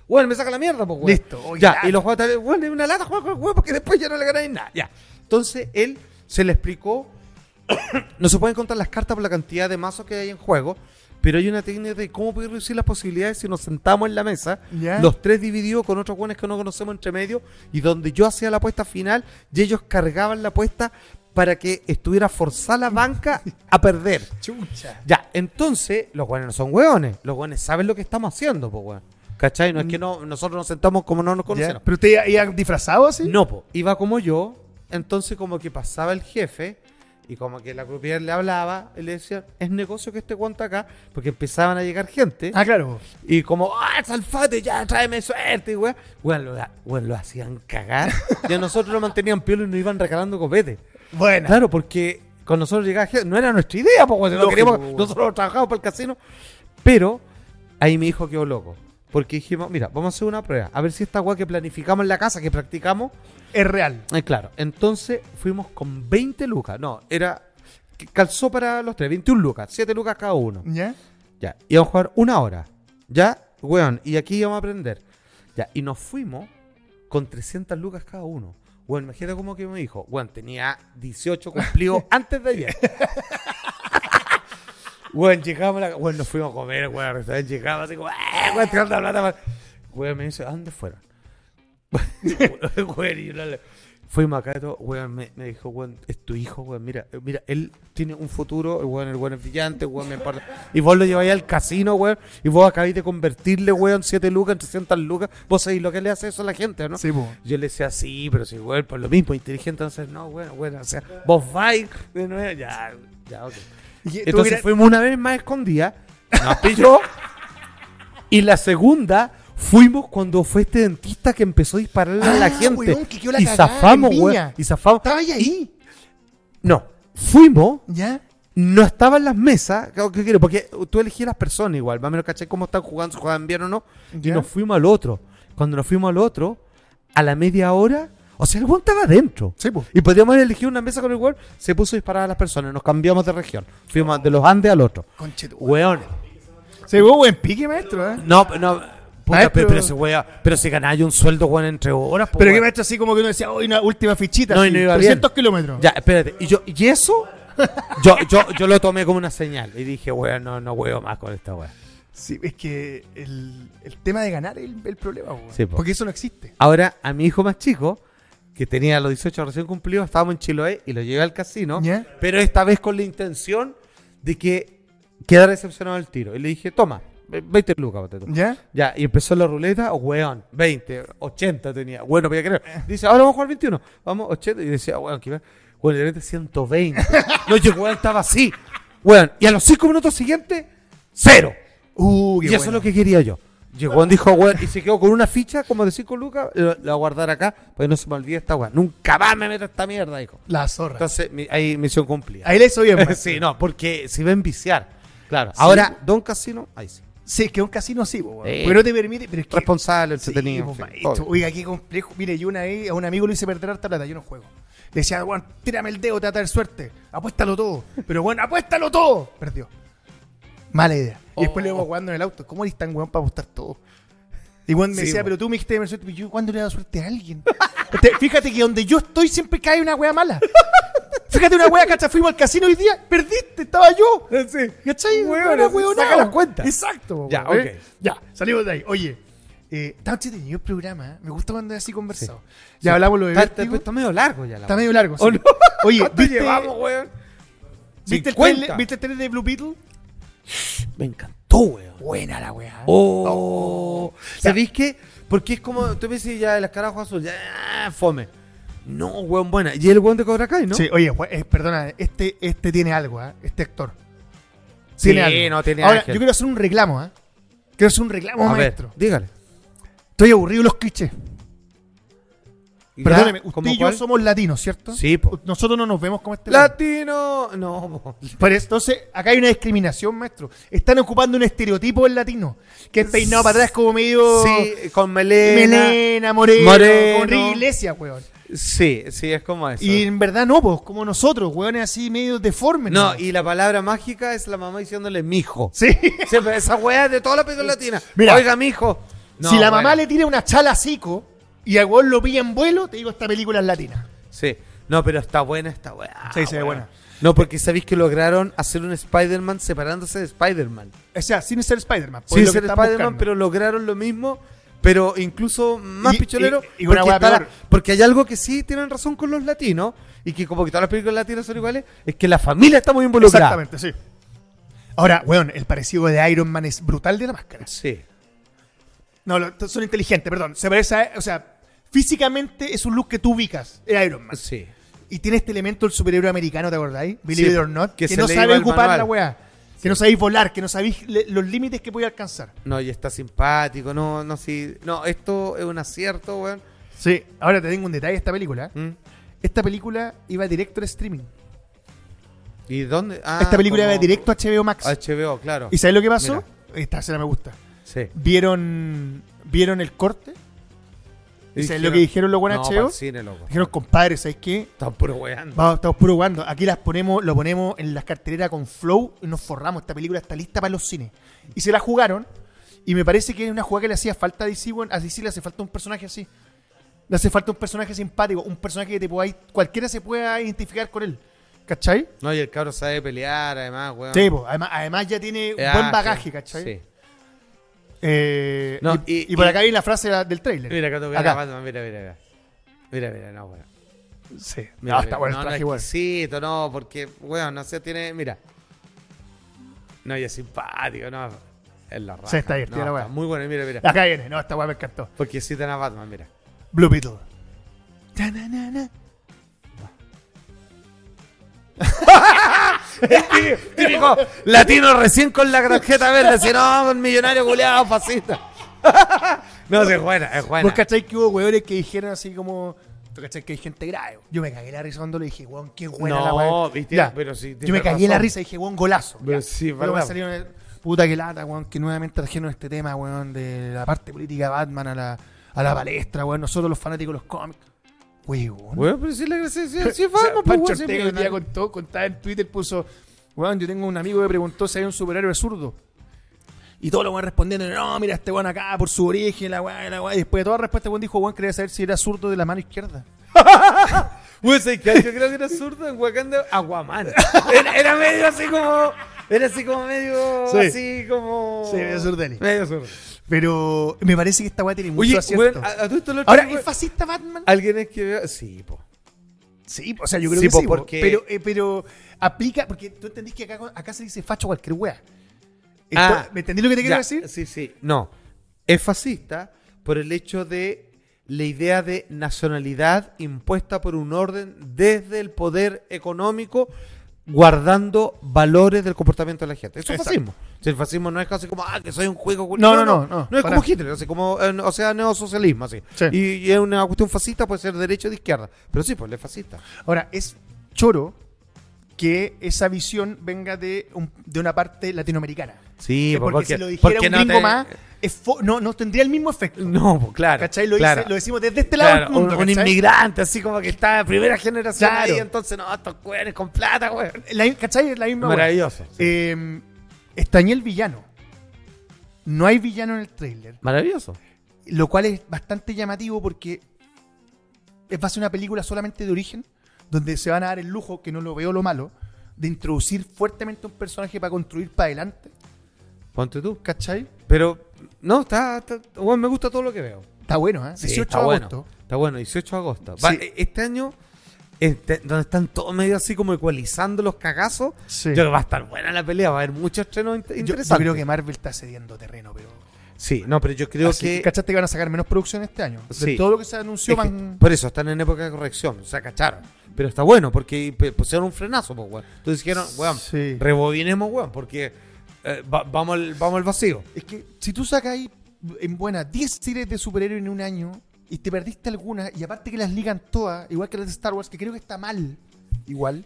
Weón, me saca la mierda, pues, weón. Listo. Oye, ya, lata. y los juegos tal vez, weón, es una lata, juega con el weón, porque después ya no le ganáis nada. Ya. Entonces, él se le explicó, no se pueden contar las cartas por la cantidad de mazos que hay en juego, pero hay una técnica de cómo poder reducir las posibilidades si nos sentamos en la mesa, Ya. los tres divididos con otros buenos que no conocemos entre medio, y donde yo hacía la apuesta final y ellos cargaban la apuesta para que estuviera forzada la banca a perder. Chucha. Ya, entonces, los guanes no son hueones. Los guanes saben lo que estamos haciendo, po, weón. Mm. ¿Cachai? No es que no, nosotros nos sentamos como no nos Ya. conocemos. ¿Pero usted iba disfrazado así? No, po. Iba como yo, entonces como que pasaba el jefe Y como que la croupier le hablaba, y le decía, es negocio que este cuenta acá, porque empezaban a llegar gente. Ah, claro. Y como, ah, Salfate, ya, tráeme suerte, y weón. Weón, lo, weón, lo hacían cagar. y a nosotros lo mantenían piola y nos iban regalando copete. Bueno. Claro, porque con nosotros llegaba gente, no era nuestra idea, pues, Lógico, weón. nosotros trabajábamos para el casino. Pero ahí mi hijo quedó loco. Porque dijimos, mira, vamos a hacer una prueba, a ver si esta weá que planificamos en la casa, que practicamos, Es real. eh, claro, entonces fuimos con 20 lucas. No, era. Calzó para los tres, 21 lucas, 7 lucas cada uno. ¿Ya? Ya, íbamos a jugar una hora. Ya, weón, y aquí íbamos a aprender. Ya, y nos fuimos con 300 lucas cada uno. Weón, imagínate cómo que me dijo. Weón, tenía 18 cumplidos antes de ayer. Weón, llegamos a la... Weón, nos fuimos a comer, weón, al restaurante, llegamos así como... "Eh, Weón, tirando la plata. Weón, me dice, ¿a dónde fueron? Weón, y yo no le- Fuimos acá y todo, weón, me, me dijo, weón, es tu hijo, weón, mira, eh, mira, él tiene un futuro, el weón, el weón es brillante, weón, me importa. Y vos lo lleváis al casino, weón, y vos acabáis de convertirle, weón, 7 lucas, en 300 lucas, vos sabéis lo que le hace eso a la gente, ¿no? Sí, po. Yo le decía, sí, pero si, weón, por lo mismo, inteligente, entonces, no, weón, weón, o sea, vos vais, de nuevo, ya, ya, ok. Y tú Entonces eras- fuimos una vez más escondida, nos pilló. y la segunda fuimos cuando fue este dentista que empezó a dispararle a la Ah, gente. weón, que quedó la y cagada zafamos, en weón. Viña. Y zafamos. Estaba ahí, ahí. No, fuimos, ¿Ya? no estaban las mesas. claro, ¿Qué quiero? Porque tú elegías las personas igual, más o menos caché cómo están jugando, si juegan bien o no. Y ¿Ya? nos fuimos al otro. Cuando nos fuimos al otro, a la media hora, o sea, el weón estaba adentro. Sí, po. Y podíamos haber elegido una mesa con el weón, se puso a disparar a las personas, nos cambiamos de región. Fuimos de los Andes al otro. Conchetu. Weón. Se hubo buen pique, maestro, ¿eh? No, no. Puta, Maestro. pero, pero si wea, pero si ganaba yo un sueldo, weón, entre horas. po, Pero que weón. maestro así como que uno decía, hoy una última fichita. No, y así, no iba bien. 300 kilómetros. Ya, espérate. Y yo, y eso, yo, yo, yo lo tomé como una señal. Y dije, weón, no, no huevo más con esta wea. Sí, es que el, el tema de ganar es el, el problema, weón. Sí, po. Porque eso no existe. Ahora, a mi hijo más chico, que tenía los 18 recién cumplidos, estábamos en Chiloé y lo llevé al casino. Ya. Pero esta vez con la intención de que quedara decepcionado el tiro. Y le dije, toma, ve- 20 lucas, ponte tú. ¿Ya? Ya, y empezó la ruleta, oh, weón, 20, 80 tenía. Bueno, voy a creer. Dice, ahora vamos a jugar 21. Vamos, 80. Y decía, weón, que Bueno, de repente 120. No, yo, weón, estaba así. Weón, y a los 5 minutos siguientes, cero. Uh, y eso es lo que quería yo. Y el weón dijo, weón, y se quedó con una ficha como de 5 lucas. La la voy a guardar acá, porque no se me olvide esta weón. Nunca más me meto a esta mierda, dijo. La zorra. Entonces, mi- ahí misión cumplida. Ahí le hizo bien, maestro. sí, no, porque se iba a enviciar. Claro. Ahora, Don Casino, ahí sí. Sí, es que un casino así, po, weón. Sí. Porque no te permite. Pero es que, Responsable, Sí, entretenido. po, en fin, maestro. todo. Oiga, qué complejo. Mire, yo una vez a un amigo le hice perder harta plata, yo no juego. Le decía, bueno, tírame el dedo, trata de suerte. Apuéstalo todo. Pero bueno, apuéstalo todo. Perdió. Mala idea. Y después le Oh. iba jugando en el auto. ¿Cómo eres tan weón para apostar todo? Y Juan me Sí, decía, po. pero tú me dijiste de suerte. Yo, ¿cuándo le he dado suerte a alguien? Te- Fíjate que donde yo estoy siempre cae una wea mala. Fíjate una wea, cacha, fuimos al casino hoy día, perdiste, estaba yo. Sí. ¿Cachai? Weón, Era saca huevonao. las cuentas. Exacto. Ya, weón, ok. ¿eh? Ya, salimos de ahí. Oye, eh, está entretenido el programa. ¿eh? Me gusta cuando es así conversado. Ya hablamos lo de Está, vértigo. está- está medio largo ya la Está medio largo. sí. ¿O no? Oye, ¿Cuánto ¿viste, llevamos, weón? ¿viste, 50? el trailer, ¿viste el trailer de Blue Beetle? Me encantó, weón. Buena la weá. Oh. Ya. ¿Sabéis qué? Porque es como, tú me dices ya las carajo azul, ya, fome. No, weón, buena. Y el weón de Cobra Kai, ¿no? Sí, oye, we- eh, perdona, este, este tiene algo, ¿eh? este actor. Sí, Tiene algo. no, tiene Ahora, ángel. yo quiero hacer un reclamo, ¿eh? Quiero hacer un reclamo, A ver, maestro. dígale. Estoy aburrido de los clichés. ¿Ya? Perdóneme, usted ¿Cómo y yo cuál? somos latinos, ¿cierto? Sí, po. Nosotros no nos vemos como este lado. Latino. No, po. Por eso, entonces, acá hay una discriminación, maestro. Están ocupando un estereotipo del latino. Que es peinado para atrás como medio. Sí, con melena. Melena, moreno, Moreno. con Ricky Iglesias, weón. Sí, sí, es como eso. Y en verdad no, pues, como nosotros, weón, así medio deformes. no, y la palabra mágica es la mamá diciéndole mijo. Sí. Siempre esa weá de todas las películas latinas. Mira. Oiga, mijo. No, si la mamá bueno, le tira una chala a Zico y al weón lo pilla en vuelo, te digo, esta película es latina. Sí. No, pero está buena esta weá. Sí, se ve weón. buena. No, porque sabéis que lograron hacer un Spider-Man separándose de Spider-Man. O sea, sin ser Spider-Man. pues, Sin lo que ser están Spider-Man, buscando. pero lograron lo mismo, pero incluso más Y- picholero. y- y una porque, weá está la- peor. porque hay algo que sí tienen razón con los latinos, y que como que todas las películas latinas son iguales, es que la familia está muy involucrada. Exactamente, sí. Ahora, weón, el parecido de Iron Man es brutal de la máscara. Sí. No, lo- son inteligentes, perdón. Se parece a- o sea, físicamente es un look que tú ubicas, el Iron Man. Sí. Y tiene este elemento el superhéroe americano, ¿te acordáis? Believe Sí, it or not. que Que, se no le sabe iba el ocupar manual. la weá. Que no sabéis volar, que no sabéis le- los límites que podéis alcanzar. No, y está simpático, no, no, sí. No, esto es un acierto, weón. Sí, ahora te tengo un detalle de esta película. ¿Mm? Esta película iba directo al streaming. ¿Y dónde? Ah, esta película como iba directo a HBO Max. HBO, claro. ¿Y sabes lo que pasó? Esta escena me gusta. Sí. Vieron, vieron el corte. ¿Y sabes lo que dijeron los buenos no, HBO? pa'l cine, loco. Dijeron, compadre, ¿sabes qué? Están puro weando. Vamos, estamos puro jugando. Aquí las ponemos, lo ponemos en las carteleras con Flow y nos forramos. Esta película está lista para los cines. Y se la jugaron. Y me parece que es una jugada que le hacía falta a DC. weón. a DC le hace falta un personaje así. Le hace falta un personaje simpático. Un personaje que te podáis- cualquiera se pueda identificar con él. ¿Cachai? No, y el cabro sabe pelear, además, weón. Sí, po. además, además ya tiene un Ah, buen sí. bagaje, ¿cachai? Sí. Eh, No, y, y- y por y- acá viene la frase de la- del trailer. Mira, acá toca Acá. la Batman, mira, mira, mira. Mira, mira, no, weón. Sí. Mira, Ah, está mira. bueno no, el traje, no, weón. exquisito, no, porque, weón, no sé, tiene. Mira. No, y es simpático, no. Es la raja. está divertida No, la weá. está Muy bueno, mira, mira. Acá viene, no, esta weá me encantó. Porque citan a Batman, mira. Blue Beetle. Ta, na, na, na. Típico latino recién con la tarjeta verde, si no, un millonario culeado, fascista. no, sí, es buena, es buena. Vos cachai que hubo weones que dijeron así como. Tú cachai que hay gente grave. Yo me cagué la risa cuando le dije, weón, qué buena No, la weá. viste, Ya. pero sí, Yo me tienes cagué la razón. risa y dije, weón, golazo. Pero Ya. sí, Pero verdad. weón, salieron el- Puta que lata, weón, que nuevamente trajeron este tema, weón, de la parte política de Batman a la, a la palestra, weón. Nosotros los fanáticos de los cómics. Weón. Weón, pero sí, la sí, sí, sí, O sea, Batman, pues, Pancho weón, sí, Ortega hoy día millonario. contó, contaba en Twitter, puso, weón, yo tengo un amigo que preguntó si hay un superhéroe zurdo. Y todos los weón respondiendo, no, mira este weón acá por su origen, la weá, la weá. Y después de toda la respuesta, weón dijo, weón, quería saber si era zurdo de la mano izquierda. Weón, ¿sabes qué? yo creo que era zurdo en Wakanda, Aguaman. Era, era medio así como. Era así como medio. Sí. Así como. Sí, medio zurdeli. Medio zurdo. Pero me parece que esta weá tiene mucho Oye, acierto. weón, a, a todo esto lo Ahora, otro, ¿es weón, fascista Batman? Alguien es que vea. Sí, po. Sí, o sea, yo creo Sí, que po, sí, po. porque- pero, eh, pero aplica, porque tú entendís que acá, acá se dice facho cualquier weá. Esto- Ah, ¿Me entendí lo que te quiero Ya, decir? Sí, sí. No. Es fascista por el hecho de la idea de nacionalidad impuesta por un orden desde el poder económico guardando valores del comportamiento de la gente. Eso es Exacto. fascismo. Si el fascismo no es casi como, ah, que soy un juego cul-". No, no, no, no, es para como nada. Hitler, así como, eh, o sea, neosocialismo, así. Sí. Y, y es una cuestión fascista, puede ser de derecha o de izquierda. Pero sí, pues él es fascista. Ahora, es choro que esa visión venga de, un- de una parte latinoamericana. Sí, Eh, pues, porque, si lo dijera porque un gringo te- más, es fo- no, no tendría el mismo efecto. No, pues claro. ¿Cachai? Lo, claro. dice- lo decimos desde este lado Claro, del mundo. un, un ¿cachai? inmigrante, así como que está de primera generación Claro. ahí, entonces no, estos cuernos con plata, güey. La, ¿Cachai? Es la misma weá. Maravilloso. sí. Eh, Estañé el villano. No hay villano en el tráiler. Maravilloso. Lo cual es bastante llamativo porque es- va a ser una película solamente de origen, donde se van a dar el lujo, que no lo veo lo malo, de introducir fuertemente un personaje para construir para adelante. Ponte tú. ¿Cachai? Pero, no, está, está- güey, me gusta todo lo que veo. Está bueno, ¿eh? Sí, 18 está de bueno, agosto. Está bueno, 18 de agosto. Sí. Va, e- este año, este- donde están todos medio así como ecualizando los cagazos, Sí. yo creo que va a estar buena la pelea, va a haber muchos estrenos int- Yo, interesantes. yo creo que Marvel está cediendo terreno, pero. Sí, no, pero yo creo Así, que... ¿Cachaste que van a sacar menos producción este año? De Sí. todo lo que se anunció Es que van. Por eso, están en época de corrección, o sea, cacharon. Pero está bueno, porque pe- pusieron un frenazo, pues, weón. Entonces dijeron, weón, Sí. rebobinemos, weón, porque eh, va- vamos, al, vamos al vacío. Es que si tú sacas ahí en buena 10 series de superhéroes en un año y te perdiste algunas, y aparte que las ligan todas, igual que las de Star Wars, que creo que está mal, igual,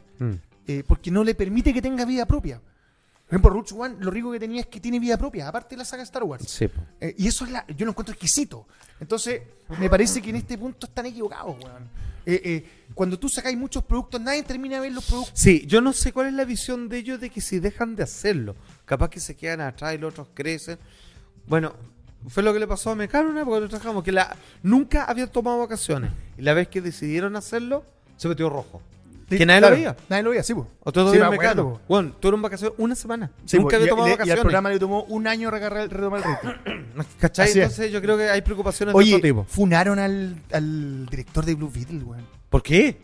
eh, porque no le permite que tenga vida propia. Por ejemplo, Roach One, lo rico que tenía es que tiene vida propia, aparte de la saga Star Wars. Sí, po. Eh, y eso es la, yo lo encuentro exquisito. Entonces, me parece que en este punto están equivocados, weón. Eh, eh, cuando tú sacáis muchos productos, nadie termina de ver los productos. Sí, yo no sé cuál es la visión de ellos de que si dejan de hacerlo, capaz que se quedan atrás y los otros crecen. Bueno, fue lo que le pasó a Mecano una época que trabajamos, que la, nunca habían tomado vacaciones. Y la vez que decidieron hacerlo, se metió rojo. Que nadie Claro, lo veía. Nadie lo veía, sí, po. Otro Sí, día me acuerdo, Mecano. po. Bueno, tuvieron vacaciones una semana. Sí, po, nunca había y- tomado y- Y al vacaciones. programa le tomó un año regarrar- retomar el ritmo. ¿Cachai? Así es. Entonces yo creo que hay preocupaciones de Oye, otro tipo. funaron al, al director de Blue Beetle, weón. ¿Por qué?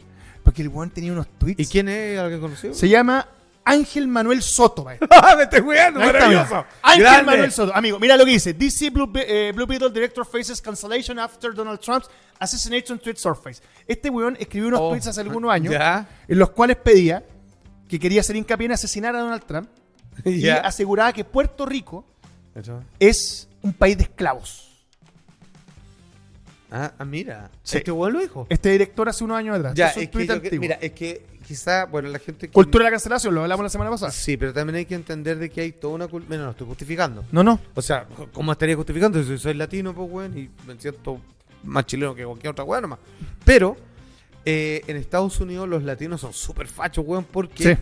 Porque el weón tenía unos tweets. ¿Y quién es alguien conocido? Se llama Ángel Manuel Soto, maestro. ¡Ah, me estoy jugando! Ahí está, ¡Maravilloso! mira. Ángel Grande. Manuel Soto. Amigo, mira lo que dice. DC Blue, Be- eh, Blue Beetle director faces cancellation after Donald Trump's assassination tweet surface. Este weón escribió unos Oh, tweets hace algunos años ya. en los cuales pedía que quería hacer hincapié en asesinar a Donald Trump Ya. y aseguraba que Puerto Rico es un país de esclavos. Ah, ah, mira. Sí. Este weón lo dijo. Este director hace unos años atrás. Ya, Este es es un que, tuit yo que- antiguo. mira, es que quizá, bueno, la gente... que- Cultura de la cancelación, lo hablamos la semana pasada. Sí, pero también hay que entender de que hay toda una cultura... Bueno, no, estoy justificando. No, no. O sea, ¿cómo estaría justificando si soy latino, pues, weón? Y me siento más chileno que cualquier otra weón nomás. Pero, eh, en Estados Unidos los latinos son súper fachos, weón, porque, Sí.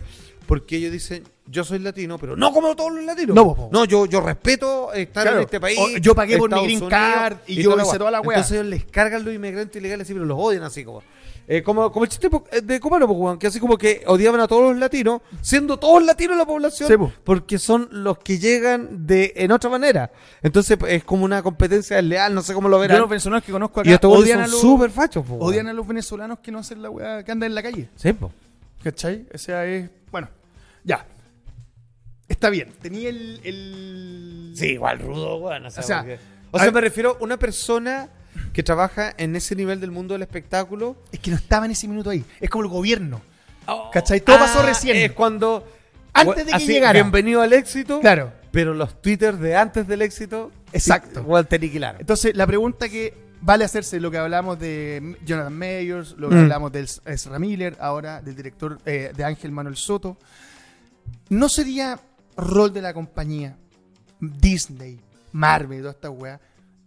porque ellos dicen, yo soy latino, pero no como todos los latinos. No, po, po. no yo, yo respeto estar Claro. en este país. O yo pagué por mi Estados green card y yo hice toda la weá. Entonces ellos les cargan los inmigrantes ilegales, sí, pero los odian así, como. eh, como, como el chiste po- de Cubano, po, weón, que así como que odiaban a todos los latinos, siendo todos latinos la población, Sí, po. porque son los que llegan de en otra manera. Entonces pues, es como una competencia desleal, no sé cómo lo Yo verán. los venezolanos que conozco y acá estos odian a, odian son los, súper fachos, po, odian weón. a los venezolanos que no hacen la weá, que andan en la calle. Sí, po. ¿Cachai? O sea, es. Bueno, ya. Está bien. Tenía el. el- Sí, igual rudo, weón. O sea, O sea, porque- a o sea ver- me refiero a una persona que trabaja en ese nivel del mundo del espectáculo. Es que no estaba en ese minuto ahí. Es como el gobierno. Oh. ¿Cachai? Todo pasó recién. Ah, Es cuando. Antes de que llegara. Bienvenido al éxito. Claro. Pero los twitters de antes del éxito. Exacto. Igual te aniquilaron. Entonces, la pregunta que vale hacerse, lo que hablamos de Jonathan Mayers, lo que Mm. hablamos de Ezra Miller, ahora del director eh, de Ángel Manuel Soto, ¿no sería rol de la compañía Disney, Marvel, toda esta weá,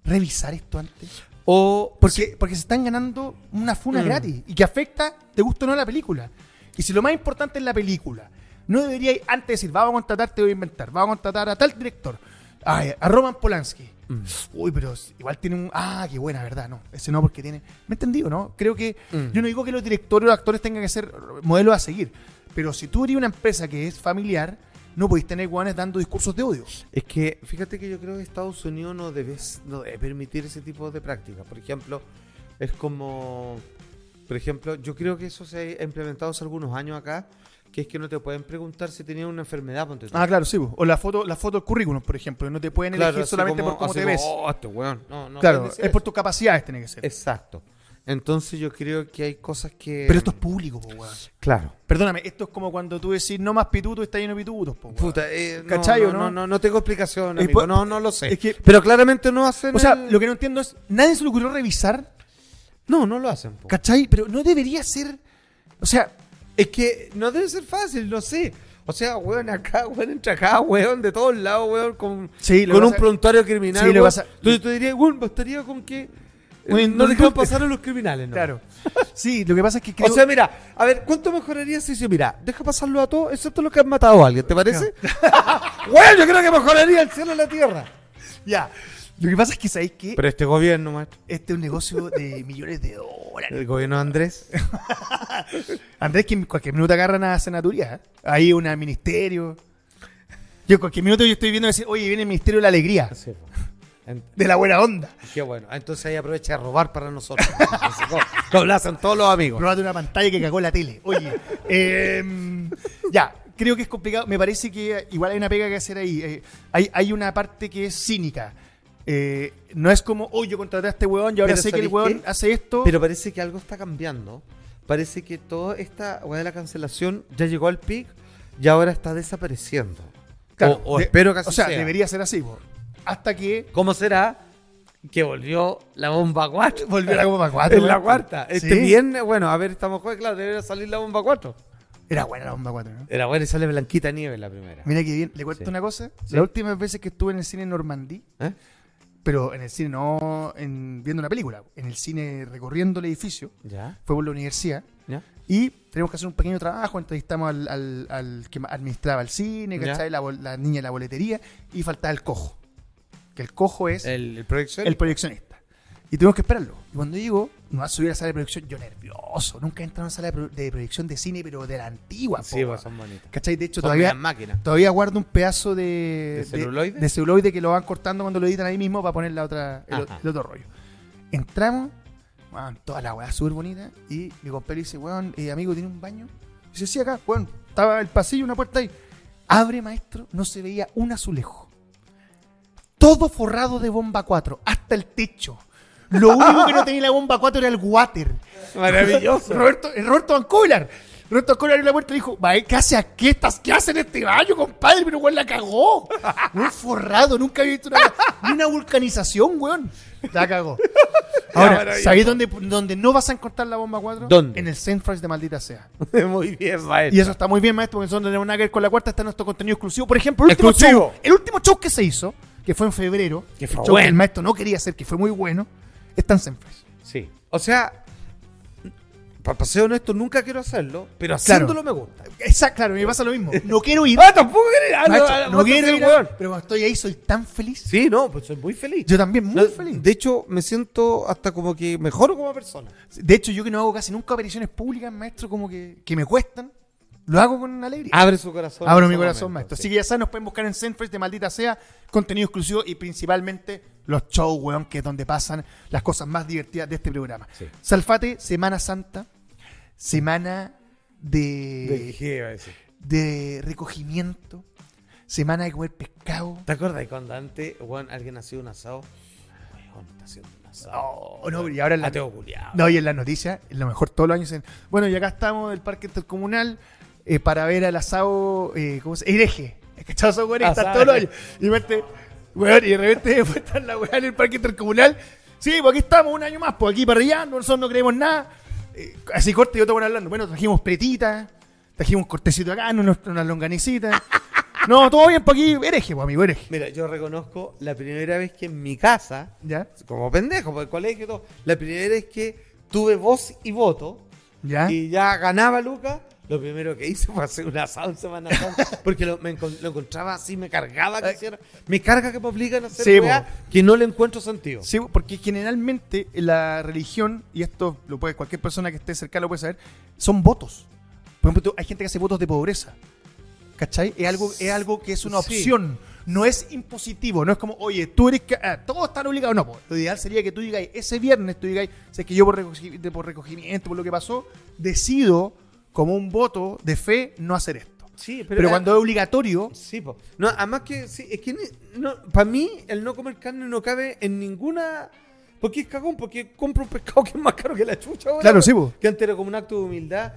revisar esto antes? O. Porque, porque se están ganando una funa Mm. gratis y que afecta, te gusta o no, la película. Y si lo más importante es la película, no deberíais antes decir, vamos a contratar, te voy a inventar, vamos a contratar a tal director, ay, a Roman Polanski. Mm. Uy, pero s- igual tiene un. Ah, qué buena, ¿verdad? No, ese no, porque tiene. ¿Me entendido, no? Creo que. Mm. Yo no digo que los directores o actores tengan que ser modelos a seguir. Pero si tú eres una empresa que es familiar, no podéis tener guanes dando discursos de odio. Es que fíjate que yo creo que Estados Unidos no debe, no debe permitir ese tipo de prácticas. Por ejemplo, es como. Por ejemplo, yo creo que eso se ha implementado hace algunos años acá, que es que no te pueden preguntar si tenías una enfermedad. ponte tú. Ah, claro, sí. po. O la foto, la foto del currículum, por ejemplo. No te pueden Claro, elegir así solamente como- por cómo así te como, ves. "Oh, este weón". No, no claro, pueden es decir por eso. tus capacidades, tiene que ser. Exacto. Entonces yo creo que hay cosas que. Pero esto es público, po, weón. Claro. Perdóname, esto es como cuando tú decís no más pituto y está lleno de pitutos, po, weón. Puta, eh, no, ¿Cachai no, o no? no, no, no tengo explicación, Eh, amigo. po- no, no lo sé. es que- Pero claramente no hacen. O sea, el- lo que no entiendo es, nadie se le ocurrió revisar No, no lo hacen. po. ¿Cachai? Pero no debería ser. O sea, Es que no debe ser fácil, no sé. O sea, weón, acá, weón, entra acá, weón, de todos lados, weón, con, Sí, lo con que un pasa- prontuario criminal. Sí, lo que weón. pasa- Entonces tú dirías, weón, bastaría con que eh, Weón, no no- dejaran pasar a los criminales, ¿no? claro. Sí, lo que pasa es que creo- O sea, mira, a ver, ¿cuánto mejoraría si dice, mira, deja pasarlo a todos, excepto los que han matado a alguien, ¿te parece? weón, yo creo que mejoraría el cielo y la tierra. ya. Lo que pasa es que sabéis que Pero este gobierno, maestro. este es un negocio de millones de dólares. El gobierno de Andrés. Andrés, que en cualquier minuto agarran a senatoría. ¿eh? Ahí una ministerio. Yo en cualquier minuto yo estoy viendo decir, oye, viene el Ministerio de la Alegría, Sí, po. pues. En- de la buena onda. Qué bueno. Entonces ahí aprovecha de robar para nosotros. Entonces, co- Como lo hacen todos los amigos. Probate una pantalla que cagó la tele. Oye, em, ya, creo que es complicado. Me parece que igual hay una pega que hacer ahí. Eh, hay, hay una parte que es cínica. Eh, no es como, oh, yo contraté a este weón y ahora Pero sé que el ¿sabéis weón qué? hace esto. Pero parece que algo está cambiando. Parece que toda esta weá de la cancelación ya llegó al pic y ahora está desapareciendo. Claro, o o de- espero que así O sea, sea. debería ser así. po. Hasta que ¿Cómo será que volvió la bomba 4? volvió la Copa 4. En la cuarta. Este Ah, Sí. viernes, bueno, a ver, estamos jueves, claro, debería salir la bomba 4. Era buena la bomba 4. ¿no? Era bueno y sale Blanquita Nieve la primera. Mira que bien. Le cuento Sí. una cosa. Sí. Las últimas veces que estuve en el cine Normandí, ¿Eh? pero en el cine no en, viendo una película, en el cine recorriendo el edificio, ¿Ya? fue por la universidad. ¿Ya? Y tenemos que hacer un pequeño trabajo, entrevistamos al, al- al que ma- administraba el cine, Ya. ¿cachai? La, bol- la niña de la boletería, y faltaba el cojo. Que el cojo es el, El, el proyección. proyeccionista. Y tuvimos que esperarlo. Y cuando llegó, nos va a subir a la sala de proyección. Yo nervioso, nunca he entrado a una sala de, pro- de proyección de cine, pero de la antigua. Sí, po, pues, son bonitas. ¿Cachai? De hecho, Son todavía, medias máquinas. todavía guardo un pedazo de, ¿De celuloide? de celuloide que lo van cortando cuando lo editan ahí mismo para poner la otra, el, Ajá. el otro rollo. Entramos, weón, toda la weá súper bonita, y mi compadre dice, weón, eh, amigo, ¿tiene un baño? Dice, sí, acá, bueno, estaba el pasillo, una puerta ahí. Abre, maestro, no se veía un azulejo. Todo forrado de bomba 4, hasta el techo. Lo único que no tenía la bomba 4 era el water. Maravilloso. Roberto, eh, Roberto Ancolar. Roberto Ancolar abrió la puerta y dijo, "Mae, ¿qué hace aquí? ¿Estás, ¿Qué hace en este baño, compadre? Pero weón la cagó. Un forrado, nunca había visto una, ni una vulcanización, weón. La cagó. Ahora, maravilloso. ¿sabéis dónde, dónde no vas a encontrar la bomba 4? ¿Dónde? En el Centfries de maldita sea. Muy bien, maestro. Y eso está muy bien, maestro, porque nosotros no tenemos nada que ver con la cuarta, está nuestro contenido exclusivo. Por ejemplo, el último, Exclusivo. show, el último show que se hizo, que fue en febrero, Que fue el show bueno. el maestro no quería hacer, que fue muy bueno, está en Senfresh. Sí. O sea, para ser honesto, nunca quiero hacerlo, pero haciéndolo me gusta. Exacto, claro, me pasa lo mismo. No quiero ir, ¡Ah, tampoco quería! ah, maestro, ah, no vos quiero también, ir, weón. pero cuando estoy ahí soy tan feliz. Sí, no, pues soy muy feliz. Yo también, muy No, feliz. De hecho, me siento hasta como que mejor como persona. De hecho, yo que no hago casi nunca apariciones públicas, maestro, como que, que me cuestan, lo hago con alegría. Abre su corazón. Abro en mi ese corazón, momento, maestro. sí. Así que ya saben, nos pueden buscar en Zenfresh de maldita sea, contenido exclusivo y principalmente los shows, weón, que es donde pasan las cosas más divertidas de este programa. Sí. Salfate, Semana Santa, semana ¿De de, qué iba a decir? de recogimiento, semana de comer pescado. ¿Te acuerdas cuando antes, weón, alguien hacía un asado? Weón, está haciendo un asado. Oh, no, y ahora en la- Ateo culiao. No, y en las noticias, en lo mejor todos los años dicen, bueno, y acá estamos del Parque Intercomunal eh, para ver al asado, eh, ¿cómo se llama? Hereje. ¿Cachado? Son weones que están Asado. todos los años. Y de repente, weón, y de repente después están la weá en el Parque Intercomunal. Sí, pues aquí estamos un año más, pues aquí parrillando, nosotros no creemos nada. Eh, así corte y otro bueno hablando. Bueno, trajimos pretitas, trajimos un cortecito acá, unos- unas longanicitas. No, todo bien, pues aquí hereje, pues amigo, hereje. Mira, yo reconozco la primera vez que en mi casa, ¿Ya? como pendejo, por el colegio y todo, la primera vez que tuve voz y voto ¿Ya? y ya ganaba Lucas. Lo primero que hice fue hacer una asado en Semana Santa, porque lo, me encon- lo encontraba así, me cargaba que hiciera. Me carga que me obligan a hacer Eh. Sí, weá que no le encuentro sentido. Sí, porque generalmente la religión, y esto lo puede cualquier persona que esté cerca lo puede saber, son votos. Por ejemplo, tú- hay gente que hace votos de pobreza. ¿Cachai? Es algo, es algo que es una Sí. opción. No es impositivo. No es como, oye, tú eres. ca- ah, todos están obligados. No, po. lo ideal sería que tú digas, ese viernes tú digas, sé que yo por, recogi- de- por recogimiento, por lo que pasó, decido, como un voto de fe, no hacer esto. Sí, Pero, cuando es obligatorio. Sí, po. No, además que, sí, es que ni- no, para mí el no comer carne no cabe en ninguna... Porque es cagón, porque compro un pescado que es más caro que la chucha, ahora, Claro, po. sí, po. Que antes era como un acto de humildad.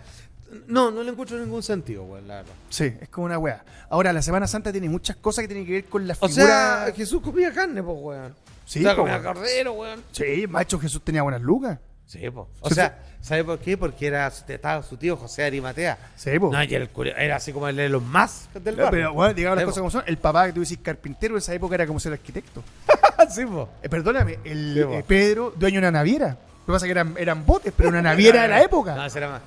No, no le encuentro ningún sentido, weón, la verdad. Sí, es como una weá. Ahora, la Semana Santa tiene muchas cosas que tienen que ver con la O figura. sea, Jesús comía carne, pues, weón. Sí, o sea, po, comía weón. cordero, weón. Sí, macho, Jesús tenía buenas lucas. Sí, po. O Sí, sea, ¿sabe por qué? Porque era, estaba su tío José Arimatea. Sí, po. No, y el curio- era así como el de los más del barrio. Pero, bueno, digamos las Sí, po. cosas como son. El papá que tú decís carpintero en esa época era como ser arquitecto. sí, po. Eh, perdóname, el Sí, po. eh, Pedro, dueño de una naviera. Lo que pasa es que eran, eran botes, pero una naviera de la No, época. ese era más.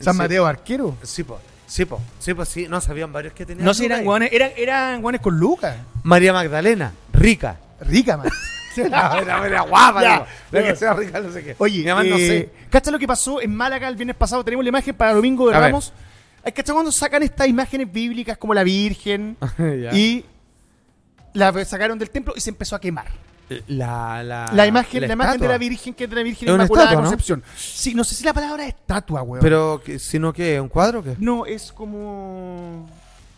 San sí. Mateo arquero. Sí, po. Sí, po. Sí, po. Sí, no, sabían varios que tenían. No sé, duda eran ahí. guanes, eran, eran guanes con lucas. María Magdalena, rica. Rica, man. Era, era guapa, Ya. digo. Pero que sea rica, no sé qué. Oye, Mi mamá no eh, sé. ¿cacha lo que pasó en Málaga el viernes pasado? Tenemos la imagen para Domingo de A ver. Ramos. Ay, ¿Cacha cuando sacan estas imágenes bíblicas como la Virgen? Ya. y la sacaron del templo y se empezó a quemar. La, la, la imagen, la, imagen de estatua. la Virgen que es de la Virgen Es una Inmaculada estatua, ¿no? Concepción. Sí, no sé si la palabra es estatua, weón. Pero, que- ¿sino que ¿Un cuadro o qué? no, es como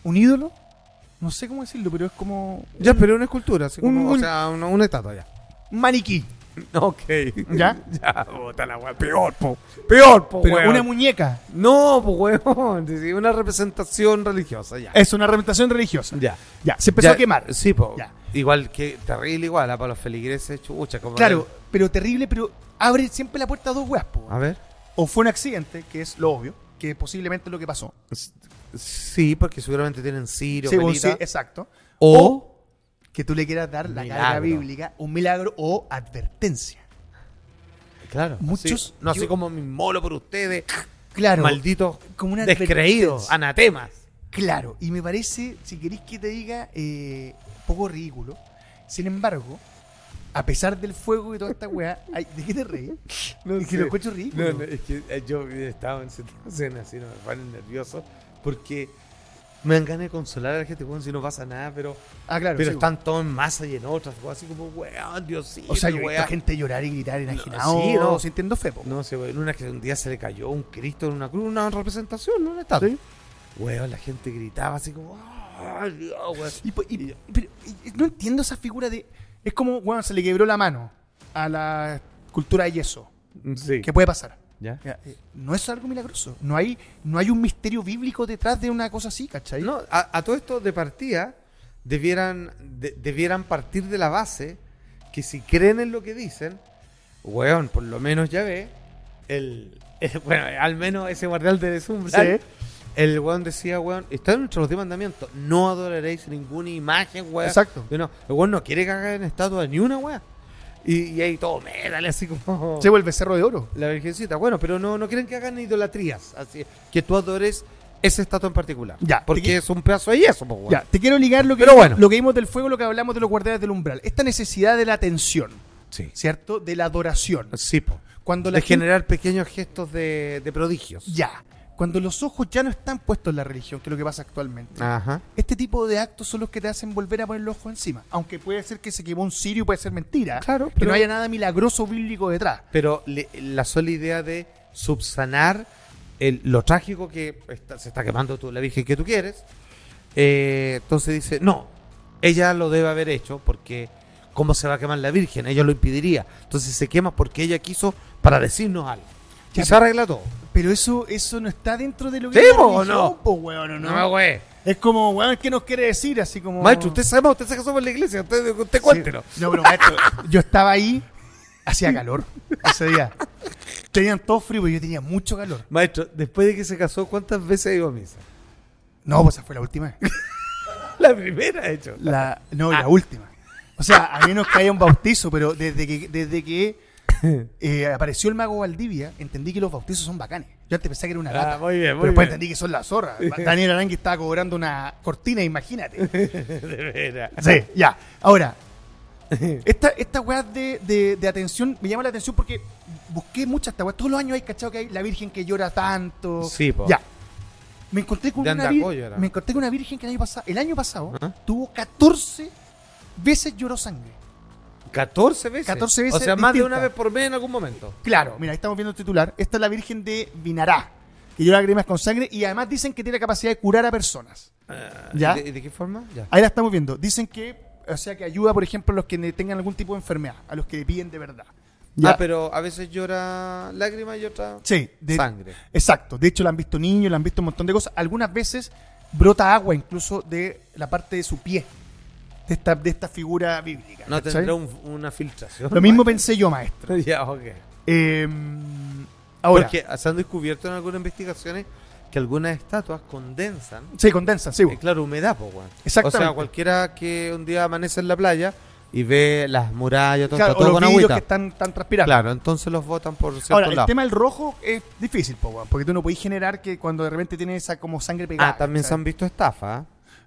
un ídolo. No sé cómo decirlo, pero es como Ya, pero una escultura, así Un- como, o un- sea, una, una estatua ya. un maniquí, Ok. ¿ya? Ya, bota la weá. Peor, po. Peor, po, pero weón. una muñeca. No, po, weón. Sí, Una representación religiosa, ya. Es una representación religiosa. Ya. Ya, se Eh, empezó Ya, a quemar. Sí, po. Ya. Igual que terrible, igual, ah, para los feligreses, chucha. Como Claro, pero terrible, pero abre siempre la puerta a dos weas, po, weón. A ver. O fue un accidente, que es lo obvio, que posiblemente es lo que pasó. Sí, porque seguramente tienen Sirio, Sí, bueno, sí, velita. exacto. O, que tú le quieras dar la carga Milagro. bíblica, un milagro o advertencia. claro, así- Muchos- no así yo- como mi molo por ustedes, Claro. malditos, como una descreídos, advertencia. anatemas. Claro. Y me parece, si queréis que te diga, eh, poco ridículo. Sin embargo, a pesar del fuego y toda esta weá, ay, ¿de qué te reís? es que lo encuentro ridículo. eh, No, no, es que eh, yo estaba en situación así, no me ponen nervioso, porque Me dan ganas de consolar a la gente, weón, si no pasa nada, pero. Ah, claro. pero sí, están todos en masa y en otras, weón, así como, weón, Diosito. O sea, yo he visto weón. gente llorar y gritar enajenado. sí, no. sintiendo fe, po. No sé, weón, en una que un día se le cayó un Cristo en una cruz, una representación, una estatua. Sí. Weón, la gente gritaba así como, ¡ah, Dios, weón! Y po- y- pero, y- y no entiendo esa figura de. Es como, bueno, se le quebró la mano a la cultura de yeso. Sí. ¿Qué puede pasar? ¿Ya? Ya, eh, No es algo milagroso. No hay, no hay un misterio bíblico detrás de una cosa así, ¿cachai? No, a, a todo esto de partida debieran, de- debieran partir de la base que si creen en lo que dicen, weón, por lo menos ya ve, el, el- bueno, al menos ese guardián de umbral, el weón decía, weón, están entre los diez mandamientos, no adoraréis ninguna imagen, weón. Exacto. Y No, el weón no quiere cagar en estatua ni una, weón. Y, y ahí todo, me dale así como... Se vuelve cerro de oro. La Virgencita, bueno, pero no, no quieren que hagan idolatrías, así que tú adores esa estatua en particular. Ya, Porque te qui- es un pedazo de yeso, po, weón. Ya, te quiero ligar lo que, Pero bueno. lo que vimos del fuego, lo que hablamos de los guardianes del umbral. Esta necesidad de la atención, Sí. ¿cierto? De la adoración. Sí, po. Cuando la De gente- generar pequeños gestos de, de prodigios. Ya. Cuando los ojos ya no están puestos en la religión, que es lo que pasa actualmente. Ajá. Este tipo de actos son los que te hacen volver a poner el ojo encima. Aunque puede ser que se quemó un sirio y puede ser mentira. Claro, Que pero- no haya nada milagroso bíblico detrás. Pero le- la sola idea de subsanar el- lo trágico que está- se está quemando tú, la Virgen que tú quieres, eh, entonces dice, no, ella lo debe haber hecho porque ¿cómo se va a quemar la Virgen? Ella lo impediría. Entonces se quema porque ella quiso para decirnos algo. Ya, Y se pero- arregla todo. Pero eso, eso no está dentro de lo que ¿Sí, es la po, o religión, no? po, weón, ¿o no? güey. Es como, weón, ¿qué nos quiere decir? Así como... Maestro, usted sabe, usted sabe que somos la iglesia, usted, usted Sí. cuéntelo. No, pero maestro, yo estaba ahí, hacía calor ese día. Tenían todo frío, pero yo tenía mucho calor. Maestro, después de que se casó, ¿cuántas veces ha ido a misa? No, pues esa fue la última vez. La primera, de hecho. La, no, Ah. la última. O sea, a mí nos caía un bautizo, pero desde que, desde que eh, apareció el mago Valdivia, entendí que los bautizos son bacanes. Yo antes pensaba que era una Ah, gata. muy bien, muy pero después bien. entendí que son las zorras. Daniel Arangui estaba cobrando una cortina, imagínate. De veras. Sí, ya. Ahora, esta, esta weá de, de- de atención me llama la atención porque busqué muchas esta weá. Todos los años hay cachado que hay la virgen que llora tanto. Sí, po. Ya. Me encontré con De una Andacollo vir- era. Me encontré con una virgen que el año pasado, el año pasado Ajá. tuvo 14 veces lloró sangre. 14 veces. 14 veces O sea, más de distinta. una vez por mes en algún momento. Claro, mira, ahí estamos viendo el titular. Esta es la virgen de Vinará, que llora lágrimas con sangre y además dicen que tiene la capacidad de curar a personas. ¿Ya? Ah, ¿Y de, y de qué forma? Ya. Ahí la estamos viendo. Dicen que, o sea, que ayuda, por ejemplo, a los que ne- tengan algún tipo de enfermedad, a los que le piden de verdad. Ah, pero a veces llora lágrimas y otra Sí, de- sangre. Exacto. De hecho, la han visto niños, la han visto un montón de cosas. Algunas veces brota agua incluso de la parte de su pie, de esta, de esta figura bíblica. No ¿cachai? tendrá un- una filtración. Lo mismo pensé yo, maestro. ya, ok. Eh, ahora, Porque se han descubierto en algunas investigaciones que algunas estatuas condensan. sí, condensan, sí. pues. eh, claro, humedad, po, weón. Exactamente. O sea, cualquiera que un día amanece en la playa y ve las murallas, todo, Claro, está o todo los con vidrios que agüita. están, están transpirando. Claro, entonces los votan por cierto Ahora, el lado. tema del rojo es difícil, po, weón, porque tú no podés generar que cuando de repente tiene esa como sangre pegada. Ah, también se ¿cachai? han visto estafas. ¿eh?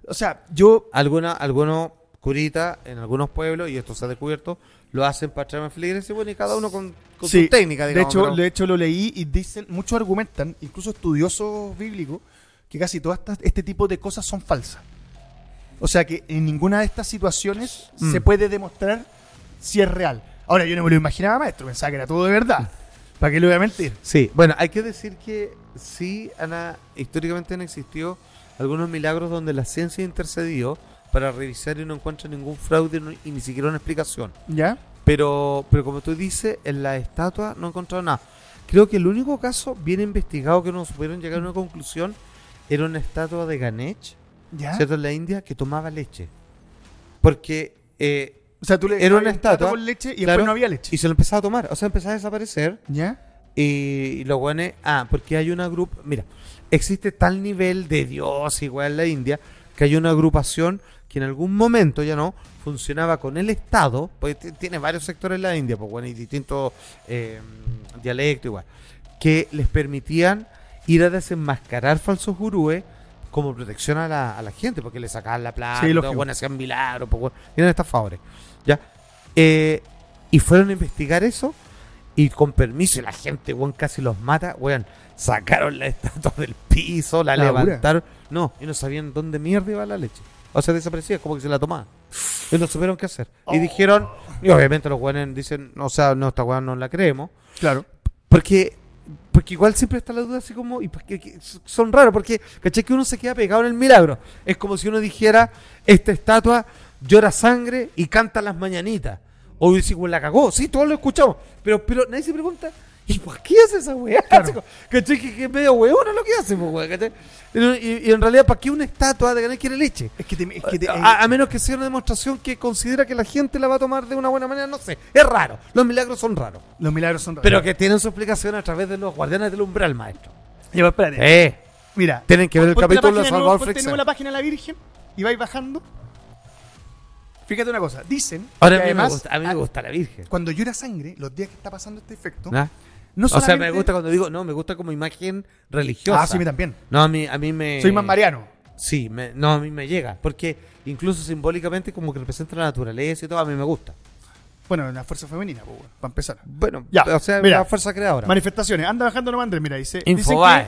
O sea, yo... alguna, algunos curitas en algunos pueblos, y esto se ha descubierto, lo hacen para traerme fligres y bueno, y cada uno con, con sí, su técnica, digamos. de, hecho, pero- de hecho, lo leí y dicen, muchos argumentan, incluso estudiosos bíblicos, que casi todas estas- este tipo de cosas son falsas. O sea que en ninguna de estas situaciones Mm. se puede demostrar si es real. Ahora, yo no me lo imaginaba, maestro, pensaba que era todo de verdad. ¿Para qué le voy a mentir? Sí, bueno, hay que decir que sí, Ana, históricamente han existido algunos milagros donde la ciencia intercedió para revisar y no encuentra ningún fraude no- y ni siquiera una explicación. ¿Ya? Pero, pero como tú dices, en la estatua no encontraron nada. Creo que el único caso bien investigado que no supieron llegar a una conclusión era una estatua de Ganesh, ¿Ya? ¿cierto? En la India, que tomaba leche. Porque eh, O sea, tú le Era una un estatua, plato con leche y claro, después no había leche. Y se lo empezaba a tomar, o sea, empezaba a desaparecer. ¿Ya? Y, y los guanes, ah, porque hay una grupa, mira, existe tal nivel de Dios igual en la India, que hay una agrupación que en algún momento ya no funcionaba con el Estado, pues t- tiene varios sectores en la India, pues bueno, y distintos eh, dialectos igual, que les permitían ir a desenmascarar falsos gurúes como protección a la, a la gente, porque le sacaban la plata, Sí, los lógico. guanes hacían milagros, pues bueno, eran estas favores, ¿ya? Eh, y fueron a investigar eso Y con permiso, y la gente, weón, casi los mata, weón. Sacaron la estatua del piso, la, La basura. levantaron. No, y no sabían dónde mierda iba la leche. O sea, desaparecía, como que se la tomaba. Y no supieron qué hacer. Y dijeron, y obviamente los weones dicen, o sea, no, esta weón no la creemos. Claro. Porque, porque igual siempre está la duda así como, y porque, que son raros, porque, ¿cachai? Que uno se queda pegado en el milagro. Es como si uno dijera, esta estatua llora sangre y canta las mañanitas. O dice, "Güey, la cagó, sí, todos lo escuchamos. Pero, pero nadie se pregunta, ¿y por qué hace esa weá? ¿Cachai? Que, que es medio weón lo que hace, pues, weá, ¿cachai? Y, y- y en realidad, ¿para qué una estatua de ganar quiere leche? Es que te- es que te- eh, a, a menos que sea una demostración que considera que la gente la va a tomar de una buena manera, no sé. Es raro. Los milagros son raros. los milagros son raros. ah. Pero que tienen su explicación a través de los guardianes del umbral, maestro. Ya, pues, espérate. Eh, Mira. tienen que ver el Ponte la capítulo página de nuevo, Salvador ponte de Freixen. nuevo la página de la Virgen y vais bajando. Fíjate una cosa, dicen Ahora que a mí, además, me gusta, a mí me gusta la Virgen. ah, cuando llora sangre, los días que está pasando este efecto, ¿Ah? no o sea, me solamente- gusta cuando digo, no, me gusta como imagen religiosa. Ah, sí, a mí también. No, a mí, a mí me... Soy más mariano. Sí, me- no, a mí me llega. Porque incluso simbólicamente como que representa la naturaleza y todo, a mí me gusta. Bueno, la fuerza femenina, pues, bueno, para empezar. Bueno, Ya, o sea, mira. la fuerza creadora. Manifestaciones, anda bajando nomás, Andrés, mira, dice. dicen Infobae. que,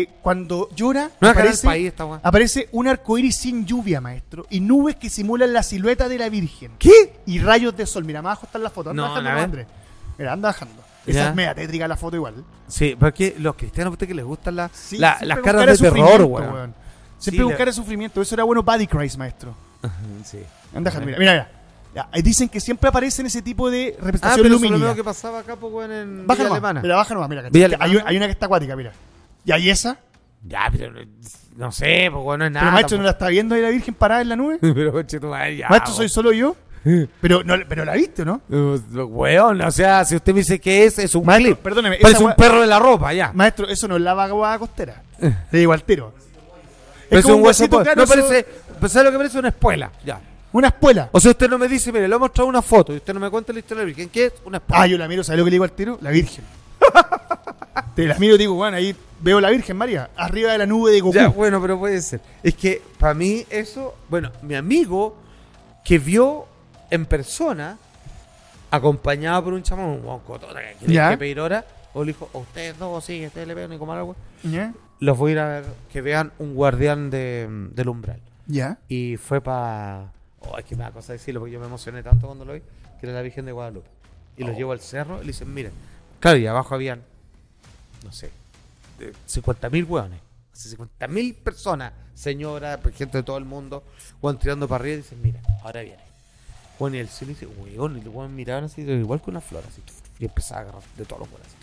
eh, cuando llora, No es canal aparece, país esta weá. aparece un arcoíris sin lluvia, maestro, y nubes que simulan la silueta de la Virgen. ¿Qué? Y rayos de sol, mira, más abajo está la foto, anda No, la bajando nomás, ver. Andrés. Mira, anda bajando. Ya. Esa es media tétrica la foto igual. Sí, porque los cristianos, ¿viste que les gustan la- Sí, la- siempre las buscar caras el de terror, sufrimiento, weón? Siempre Sí, la- buscar el sufrimiento. Eso era bueno Body Christ, maestro. Sí. Anda, Jaime, mira, mira, mira. Ya, eh, Dicen que siempre aparecen ese tipo de Ah, pero eso representación es lo Pues lumínica. mismo que pasaba acá, pues, weón, en Baja Villa nomás, Alemana. mira, baja nomás, mira. Villa cachai. Hay, Alemana. un- hay una que está acuática, mira. Y hay esa. Ya, pero eh, no sé, pues bueno, es nada. pero maestro, ¿no la tampoco. Ah, está viendo ahí la Virgen parada en la nube? Pero coche tu madre, ya. maestro, po. soy solo yo. Pero, no, pero la viste, ¿no? Eh, Weón, o sea, si usted me dice que es, es un Maestro, clip. perdóneme. Parece esa un gua- perro de la ropa, ya. Ah. Maestro, eso no es la vaguada costera. Eh. Te digo al tiro. Parece como un huesito, po- claro, No eso- parece, pues, ¿sabe lo que parece? Una espuela, ya. Una espuela. O sea, usted no me dice, mire, le he mostrado una foto y usted no me cuenta la historia de la Virgen. ¿Qué es? Una espuela. Ah, yo la miro, ¿sabes lo que le digo al tiro? La Virgen. Te las miro y digo, bueno, ahí veo la Virgen María, arriba de la nube de Goku. Ya, bueno, pero puede ser. Es que para mí eso, bueno, mi amigo que vio en persona, acompañado por un chamán, un guau, cotota, que tiene Ya. que pedir hora, o le dijo, a ustedes dos, sí, a ustedes le pegan y coman algo. ¿Ya? Los voy a ir a ver, que vean un guardián de, del umbral. ¿Ya? Y fue para... Oh, es que me da cosa decirlo, porque yo me emocioné tanto cuando lo vi, que era la Virgen de Guadalupe. Y los llevo al cerro y le dicen, miren, claro, y abajo habían, no sé, de 50.000 hueones. Así, 50.000 personas, señora, pues, gente de todo el mundo, hueón tirando para arriba y dicen, mira, ahora viene. Juan y el cielo dice, hueón, y los hueones miraban así, igual que una flor, así, y empezaba a agarrar de todos los hueones. así.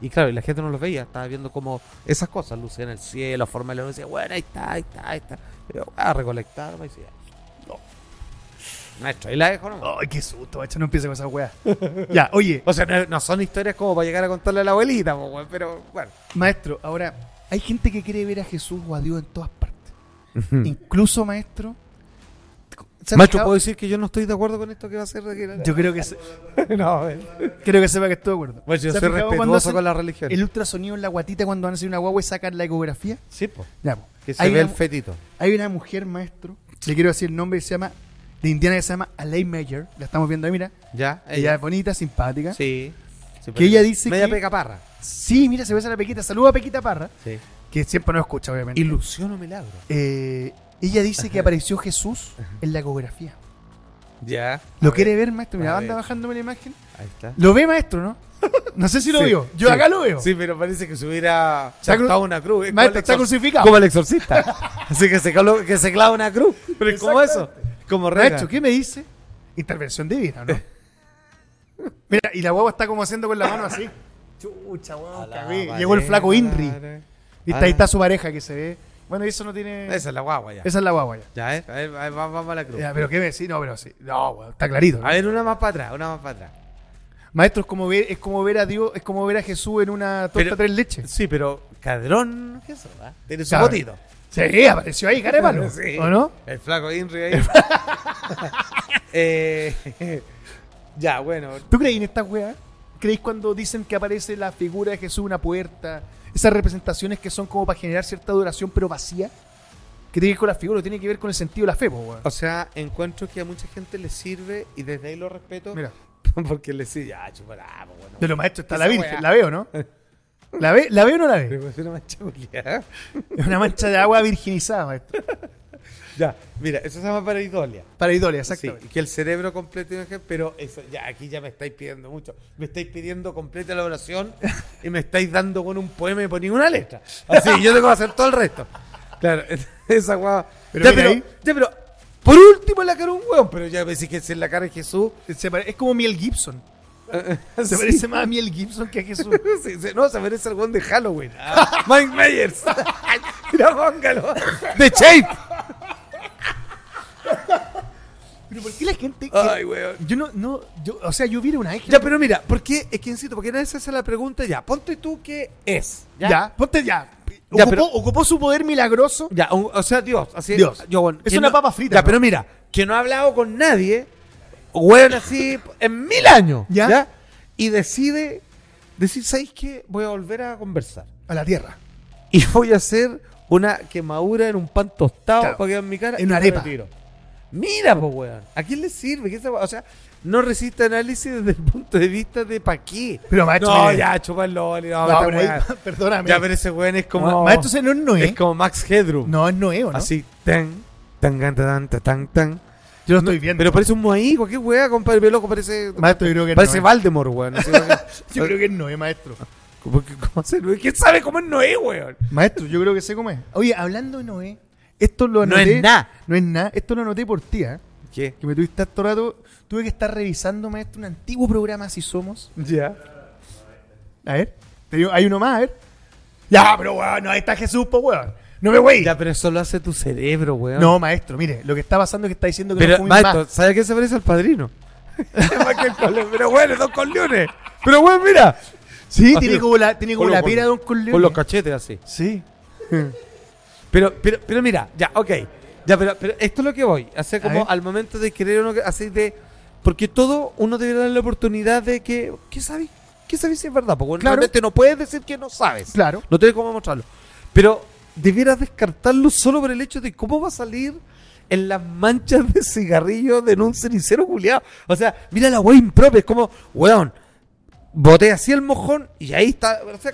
Y claro, y la gente no los veía, estaba viendo como esas cosas, luces en el cielo, forma de la luz, decía, bueno, ahí está, ahí está, ahí está. Y yo, a recolectar, me decía, no. Maestro, ahí la dejo nomás. Ay, qué susto, macho, no empieza con esa weá. ya, oye, O sea, no, no son historias como para llegar a contarle a la abuelita, po, weón, pero bueno. maestro, ahora, hay gente que quiere ver a Jesús o a Dios en todas partes. Incluso, maestro. ¿se han Maestro, fijado? Mm. ¿puedo decir que yo no estoy de acuerdo con esto que va a hacer? Yo creo que, se- no, a ver. creo que sepa que estoy de acuerdo. Bueno, yo ¿Se han soy fijado cuando respetuoso hacen con la religión. El ultrasonido en la guatita cuando van a hacer una guagua y sacan la ecografía. Sí, po. Ya, po. Que se Hay ve el una- fetito. Hay una mujer, maestro, le quiero decir el nombre, que se llama, de Indiana, que se llama Alain Mayer. La estamos viendo ahí, mira. ¿Ya? Ella es bonita, simpática. Sí, Sí. Sí, Que ella dice Media que- pega parra. mira, se besa la Pequita. Saluda a Pequita Parra, Sí. que siempre nos escucha, obviamente. Ilusión o milagro. Eh, ella dice que apareció Jesús en la ecografía. Ya. ¿Lo A ver, quiere ver, maestro? a Mira, anda ver. bajándome la imagen. Ahí está. ¿Lo ve, maestro, no? No sé si lo Sí, veo. Yo sí. acá lo veo. Sí, pero parece que se hubiera Está cru- saltado una cruz. Es como maestro, el está exor- crucificado. Como el exorcista. Así que se, colo- que se clava una cruz. Pero es como eso. Exactamente. Como Maestro, recho. ¿qué me dice? Intervención divina, ¿no? Mira, y la guagua está como haciendo con la mano así. Chucha, guagua, cagué. Llegó el flaco Inri. Y está, ahí está su pareja que se ve. Bueno, y eso no tiene. Ah. Esa es la guagua ya. Esa es la guagua ya. Ya, ¿eh? A ver, a ver, vamos vamos a la cruz. Ya, pero qué me decís, no, pero sí. No, weón, está clarito. ¿no? A ver, una más para atrás, una más para atrás. Maestro, es como ver, es como ver a Dios, es como ver a Jesús en una torta Pero- tres leches. Sí, pero Cadrón Jesús, ¿ah? Tiene su Cabrón. botito. Sí, apareció ahí, cara de palo. Sí. ¿O no? El flaco Inri ahí. Eh, ya, bueno. ¿Tú crees en esta weá? ¿Creéis cuando dicen que aparece la figura de Jesús en una puerta? Esas representaciones que son como para generar cierta adoración pero vacía. Que tiene que ver con la figura, tiene que ver con el sentido de la fe, po, weón. O sea, encuentro que a mucha gente le sirve y desde ahí lo respeto. Mira. Porque le sí, ya, chupará, pues, bueno. De lo maestro está Esa la Virgen, weá. la veo, ¿no? ¿La, ve, ¿La veo o no la ve? Pero es una mancha culiada. Es una mancha de agua virginizada, maestro. Ya, mira, eso se llama pareidolia. Para Idolia, Sí, exactamente. que el cerebro complete, una- pero eso, ya, aquí ya me estáis pidiendo mucho. Me estáis pidiendo completa la oración y me estáis dando con un poema y por ninguna letra. Así, yo tengo que hacer todo el resto. Claro, esa guava. Pero ya, mira pero, ahí. ya, pero, por último en la cara un hueón, pero ya me decís que si en la cara es Jesús. Se pare- es como Miel Gibson. Se sí. parece más a Miel Gibson que a Jesús. Sí, sí, no, se merece el hueón de Halloween. Mike Myers. Mira, póngalo. De Shape. Pero ¿por qué la gente.? que- Ay, hueón. yo no, no, yo, o sea, yo vi una ángel. Ya, pero mira, ¿por qué? Es que insisto, porque nadie se hace la pregunta ya. Ponte tú qué es. Ya, ponte ya. Ocupó, Ya, pero- ocupó su poder milagroso. Ya, un- o sea, Dios, así Dios. yo, bueno, Es que una no- papa frita, Ya, ¿no? pero mira, que no ha hablado con nadie, weón así en mil años, ¿Ya? ¿ya? Y decide decir, ¿sabéis qué? Voy a volver a conversar. A la tierra. Y voy a hacer una quemadura en un pan tostado Claro. para que en mi cara. En y una me arepa. retiro. Mira, pues, weón. ¿A quién le sirve? ¿Qué esa we- o sea, no resiste análisis desde el punto de vista de pa' qué. Pero, maestro, No, mire. ya, chuparlo. No, No, esta pero ahí- weá. perdóname. Ya, pero ese weón es como. Ma- Maestro, ¿eh? ese no es Noé. es como Max Headroom. No, es Noé, ¿o ¿no? Así, tan, tan, tan, tan, tan, tan, tan. yo lo estoy viendo. Pero parece un moaico, qué weá, compadre. Pero loco, parece. maestro, yo creo que es parece Noé. Valdemort, weón. Así, weón. Yo creo que es Noé, maestro. ¿Cómo, que- cómo se Noé? ¿Quién sabe cómo es Noé, weón? Maestro, yo creo que sé cómo es. Oye, hablando de Noé, esto lo No anoté. es nada. No es nada. Esto lo anoté por ti, ¿eh? ¿Qué? Que me tuviste harto rato. Tuve que estar revisando, maestro, un antiguo programa, si somos. Ya. A ver. Te digo, hay uno más, a ver. Ya, pero weón, no, ahí está Jesús, pues weón. No me wey. Ya, pero eso lo hace tu cerebro, weón. No, maestro, mire, lo que está pasando es que está diciendo que no pero, fumen maestro, más. ¿sabes a qué se parece al padrino? Michael Corleone. pero bueno, dos Corleones. Pero bueno, mira. Sí, Así tiene es. como la, tiene como Con la los- pera de Don Corleone. Con los cachetes así. Sí. Pero, pero, pero mira, ya, ok. Ya, pero, pero esto es lo que voy. Hace ver. como al momento de querer uno, que- así de. Porque todo uno debe dar la oportunidad de que. ¿Qué sabes? ¿Qué sabes si es verdad? Porque Claro. realmente no puedes decir que no sabes. Claro. No tienes cómo mostrarlo. Pero debieras descartarlo solo por el hecho de cómo va a salir en las manchas de cigarrillo de un cenicero culiado. O sea, mira la wea impropia. Es como, weón, boté así el mojón y ahí está. o sea,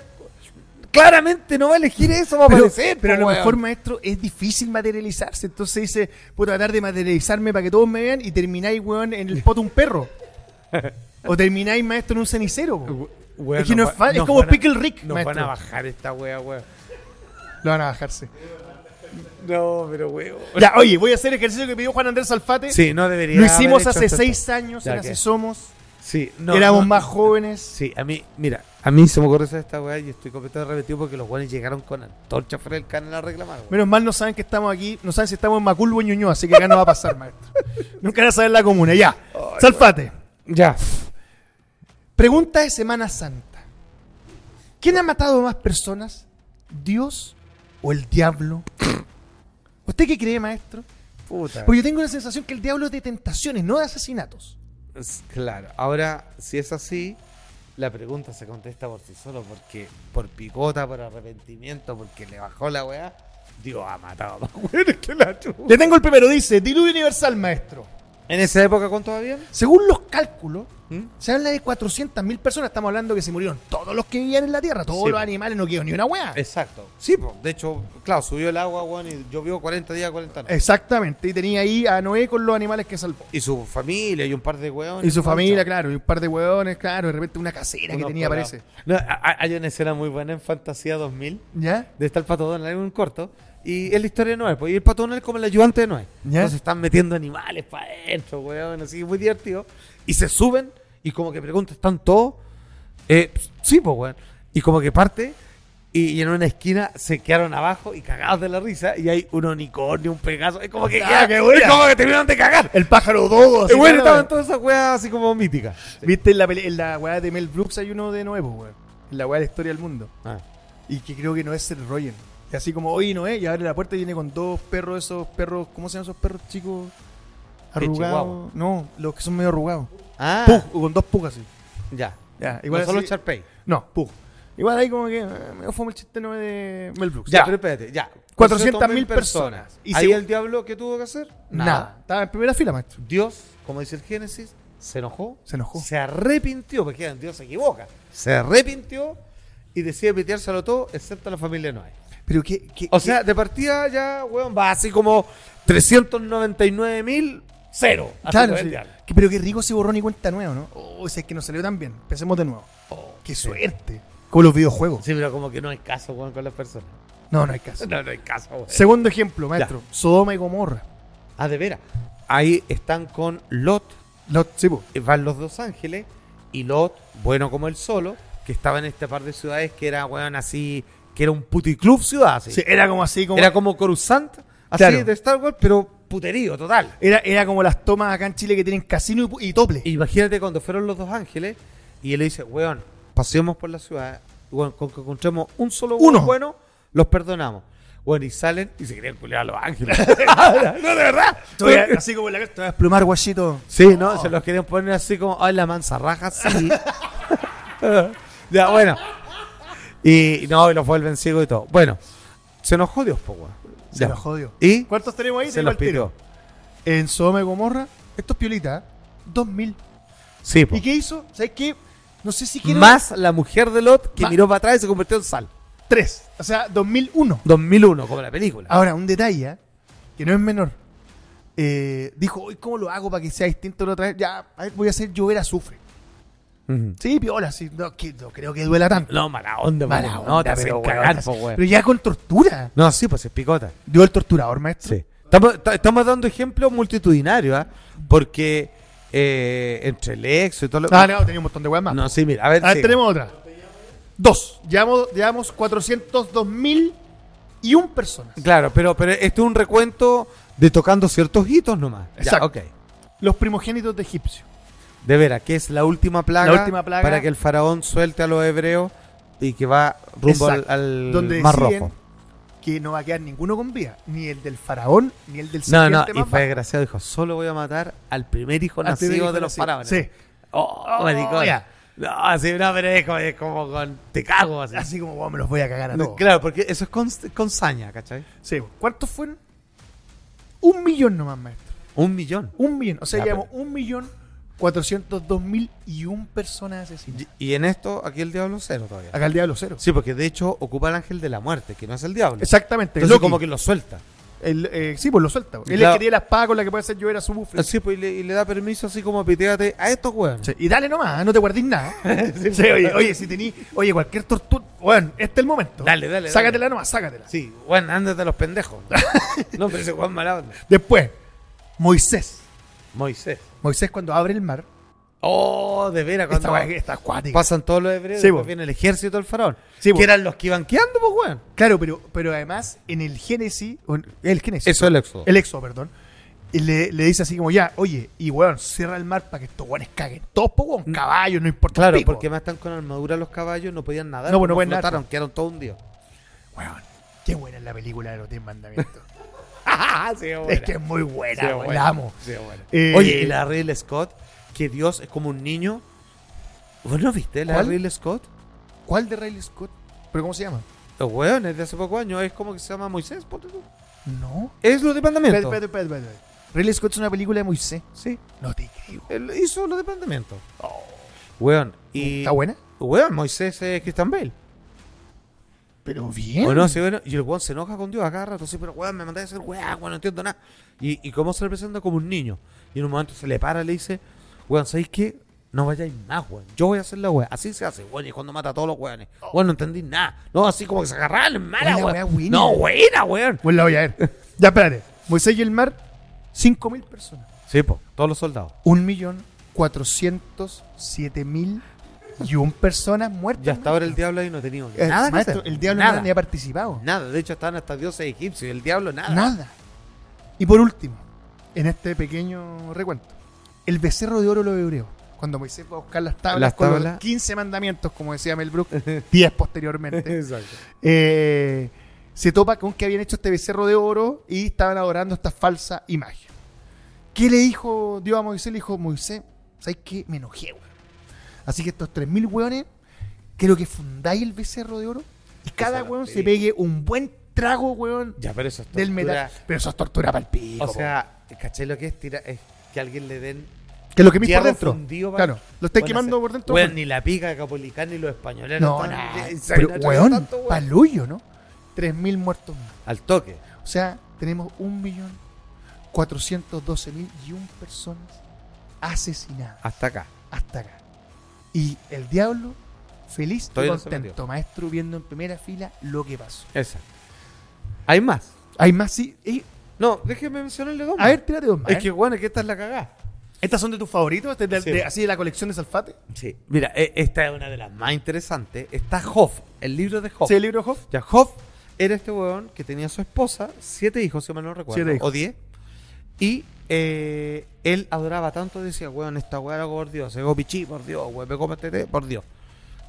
claramente no va a elegir eso, va a Pero, aparecer. pero a po, lo weón. mejor, maestro, es difícil materializarse. Entonces dice, puedo tratar de materializarme para que todos me vean y termináis, weón, en el poto un perro. o termináis, maestro, en un cenicero. po. Weón, es que no, nos es va- fácil, es nos como van a- Pickle Rick, Nos maestro. van a bajar esta wea, weón. Lo van a bajarse. No, pero weón. Ya, oye, voy a hacer el ejercicio que pidió Juan Andrés Alfate. Sí, no debería. Lo haber hicimos hecho hace esto. seis años, Ya, en ¿qué? así somos. Sí, no, Éramos no. más jóvenes. Sí, a mí, mira, a mí se me ocurre hacer esta weá y estoy completamente arrepentido porque los weones llegaron con antorcha fuera del canal a reclamar. weón. Menos mal no saben que estamos aquí, no saben si estamos en Macul o en Ñuñoa, así que acá no va a pasar, maestro. Nunca van a saber la comuna, ya. Salfate. Ya. Pregunta de Semana Santa. ¿Quién ha matado más personas? ¿Dios o el diablo? ¿Usted qué cree, maestro? Puta. Porque yo tengo la sensación que el diablo es de tentaciones, no de asesinatos. Es- Claro, ahora, si es así, la pregunta se contesta por sí solo, porque por picota, por arrepentimiento, porque le bajó la weá, Dios ha matado a más weones que la chucha. Le tengo el primero, dice, diluvio universal, maestro. ¿En esa época cuánto habían? Según los cálculos, ¿Mm? se habla de 400.000 personas, estamos hablando que se murieron todos los que vivían en la Tierra, todos Sí, los po. animales, no quedó ni una hueá. Exacto. Ah. Sí, po. de hecho, claro, subió el agua, weón, y llovió 40 días, 40 noches. Exactamente, y tenía ahí a Noé con los animales que salvó. Y su familia y un par de weones. Y su weón, familia, chao. claro, y un par de hueones, claro, de repente una casera que Unos tenía, colados. parece. No, a- a- hay una escena muy buena en Fantasía 2000 ¿Ya? de estar el Pato Donald en un corto. Y es la historia de Noé. Pues, y el Pato Donald es como el ayudante de Noé. Ya. Entonces están metiendo animales para adentro, weón. Así muy divertido. Y se suben y como que preguntan, ¿están todos? Eh, sí, pues, weón. Y como que parte y, y en una esquina se quedaron abajo y cagados de la risa. Y hay un unicornio, un pegaso. Es como que, queda- Ah, qué buena. es como que terminaron de cagar. El pájaro dodo. así, Y bueno, claro. estaban todas esas weas así como míticas. Viste en la, peli- en la weá de Mel Brooks hay uno de nuevo, weón. En la weá de la historia del mundo. Ah. Y que creo que no es el Rogen. Y así como, oye, no es. Y abre la puerta y viene con dos perros, esos perros. ¿Cómo se llaman esos perros chicos? De Chihuahua. Arrugados. No, los que son medio arrugados. Ah, Pug, con dos pugas así. ya. Ya, Igual igual no solo así- Sharpay. No, pug. Igual ahí como que eh, me fue el chiste no de Mel Pues Brooks. Ya, pero espérate, ya. 400.000 400.000 personas. personas. Y ¿Y Ahí si- el diablo qué tuvo que hacer? Nada. Estaba en primera fila, maestro. Dios, como dice el Génesis, se enojó, Se enojó. se arrepintió, porque Dios se equivoca, se arrepintió y decide piteárselo todo, excepto a la familia Noé. Pero que. que- O que- sea, de partida ya, weón, va así como 399 mil, cero. Así claro, fue el sí. diablo. Que- pero qué rico se borrón y cuenta nueva, ¿no? Oh, o sea, es que nos salió tan bien. Empecemos de nuevo. Oh, Qué sí. suerte. Con los videojuegos. Sí, Eh, pero como que no hay caso, weón, con las personas. No, no hay caso. No, no hay caso, weón. Segundo ejemplo, maestro. Sodoma y Gomorra. Ah, de veras. Ahí están con Lot, Lot, sí, po. eh, van los dos ángeles, y Lot, bueno como él solo, que estaba en este par de ciudades que era, weón, así, que era un puticlub ciudad, así. Sí, era como así, como. Era como Coruscant, así Claro. de Star Wars, pero puterío total. Era, era como las tomas acá en Chile que tienen casino y, pu- y tople. Imagínate cuando fueron los dos ángeles y él le dice, weón, paseemos por la ciudad, weón, con que encontremos un solo weón Uno. bueno, los perdonamos. Bueno, y salen y se querían culiar a los ángeles. no, de verdad. Estoy a- así como en la carta. Te voy a desplumar, guachito. Sí, ¿no? Se los querían poner así como, ay, la manzarraja, sí. ya, bueno. Y no, y los vuelven ciegos y todo. Bueno, se enojó Dios, po, weón. Se Ya. los jodió. ¿Y? ¿Cuántos tenemos ahí? Se Tengo los al tiro. pidió. En Sodoma y Gomorra, estos piolitas, 2000. Sí, po. ¿eh? ¿Y qué hizo? ¿Sabes qué? No sé si quiero. Oh. Más la mujer de Lot que Ma- miró para atrás y se convirtió en sal. Tres. O sea, 2001. 2001, como la película. Ahora, un detalle, ¿eh? que no es menor. Eh, dijo, "Uy, ¿cómo lo hago para que sea distinto la otra vez? Ya, a ver, voy a hacer llover azufre. Ujú. Sí, piola, sí. No, que- no creo que duela tanto. No, mala onda, Mala mala onda, pues, No, te hacen pero, cagar, weón, po, weón. Pero ya con tortura. No, sí, pues es picota. Dio el torturador, maestro. Sí. Estamos, ta- estamos dando ejemplos multitudinarios, ¿ah? Porque eh, entre el ex y todo lo Ah, no, tenía un montón de weas más. No, sí, mira, a ver. a ver, sí. Ah, tenemos otra. Dos. Llevamos, llevamos 402 mil y un personas. Claro, pero, pero esto es un recuento de tocando ciertos hitos nomás. Exacto. Ya, ok. Los primogénitos de egipcio. De veras, que es la última, plaga La última plaga. para que el faraón suelte a los hebreos y que va rumbo al, Exacto. al donde Mar deciden Rojo. que no va a quedar ninguno con vida. Ni el del faraón, ni el del No, no, serpiente y más fue bajo. desgraciado, dijo, solo voy a matar al primer hijo Al nacido primer hijo de los nacido. faraones. Sí. Oh, Oh, maricón. ya. No, sí, no, pero es como, es como con. Te cago así. Así como, "Wow, me los voy a cagar a No, todos. claro, porque eso es con, con saña, ¿cachai? Sí, ¿Cuántos fueron? Un millón nomás, maestro. Un millón. Un millón. O sea, Ya, llevamos un millón cuatrocientos dos mil y un personas asesinadas. Y, y en esto, aquí el diablo cero todavía. Acá el diablo cero. Sí, porque de hecho ocupa el ángel de la muerte, que no es el diablo. Exactamente. Entonces, Loki. como que lo suelta. El, eh, sí, pues lo suelta. Él Claro. le quería la espada con la que puede hacer llover a su bufle. Así, pues, y le, y le da permiso, así como piteate a estos huevos. Sí, Y dale nomás, ¿eh? no te guardís nada. Sí, oye, oye, si tení, oye, cualquier tortura, bueno, este es el momento. Dale, dale, Sácatela nomás, sácatela. Sí, bueno, ándate a los pendejos. no, pero ese Juan mala onda. Después, Moisés. Moisés. Moisés cuando abre el mar, Oh, de veras, esta cuando weá que está acuática. pasan todos los hebreos, Sí, después po. viene el ejército del faraón. Sí, po. que eran los que iban quedando, pues, weón. Claro, pero, pero además en el Génesis, o en- el Génesis, Eso es el éxodo. el Éxodo, perdón, y le, le dice así como ya, oye, y weón, cierra el mar para que estos weones caguen. Todos po, weón, caballos, no importa. Mm. Claro, pico. porque más están con armadura los caballos, no podían nadar. No, pues, no pueden nadar, flotaron, quedaron todos hundidos. Weón, qué buena es la película de los 10 mandamientos. sí, es es que es muy buena, Sí, weón, buena. la amo. Sí, es buena. Eh, Oye, y la Ridley Scott, que Dios es como un niño. ¿Vos no viste la ¿Cuál? Ridley Scott? ¿Cuál de Riley Scott? ¿Pero cómo se llama? Los weones de hace pocos años, es como que se llama Moisés, ponte tú. No. Es lo de Espérate, mandamiento. espérate, espérate, espérate. Ridley Scott es una película de Moisés. Sí, No te creo. él hizo lo de mandamiento. Weón, y. Oh. ¿Está buena? Weón, Moisés es Christian Bale. Pero bien. O no, sí, bueno, y el weón se enoja con Dios acá rato, sí, pero weón, me mandé a decir, weón, weón, no entiendo nada. Y, y cómo se le presenta como un niño. Y en un momento se le para, le dice, weón, ¿sabéis qué? No vayáis más, weón. Yo voy a hacer la weón. Así se hace, weón. Y es cuando mata a todos los weones. Weón, no entendí nada. No, así como que se agarraban en mala, Weón, la weón. weá Oh. buena. No, buena, weón. Pues la voy a ver. Ya, espérate. Moisés y el mar, 5.000 personas. Sí, po, todos los soldados. 1.407.001 personas muertas. Ya hasta ahora el diablo ahí no ha tenido Eh, nada que maestro, hacer. el diablo nada. ni ha participado. Nada, de hecho estaban hasta dioses egipcios. y El diablo nada. Nada. Y por último, en este pequeño recuento, el becerro de oro de los hebreos. Cuando Moisés va a buscar las tablas, Las con los tablas. 15 mandamientos, como decía Mel Brooks, 10 posteriormente. Exacto. eh, se topa con que habían hecho este becerro de oro y estaban adorando esta falsa imagen. ¿Qué le dijo Dios a Moisés? Le dijo, Moisés, ¿sabes qué? Me enojé, weón. Así que estos 3.000 weones, creo que fundáis el becerro de oro y cada la weón se película. pegue un buen trago, weón, Ya, pero eso es del tortura. metal. Pero eso es tortura para el pico. O sea, ¿cachai lo que es, tira- es que a alguien le den Que lo queméis por Hierro dentro. fundido, Claro, parece. lo estáis Bueno, quemando se- por dentro. Weón, ni la pica capolicana ni los españoles. no, están- nada. se Pero, han atrevido weón, tanto, weón. palullo, ¿no? 3.000 muertos más. Al toque. O sea, tenemos 1.412.001 personas asesinadas Hasta acá. hasta acá. Y el diablo, feliz Estoy y en el cementerio. contento, maestro, viendo en primera fila lo que pasó. Esa. Hay más. Hay más, sí. y- No, déjeme mencionarle dos a ver, tírate dos más. es ¿eh? que bueno, que esta es la cagada. ¿Estas son de tus favoritos? este, ¿De- de- Sí. de- ¿Así de la colección de Salfate? Sí. Mira, e- esta es una de las más interesantes. Está Hoff, el libro de Hoff. ¿Sí, el libro Hoff? Ya, Hoff era este weón que tenía a su esposa, siete hijos, si mal no recuerdo, Siete hijos. o diez. Y eh, él adoraba tanto, decía, weón, esta weá la hago por Dios, hago pichí, por Dios, weón, me como tete, por Dios.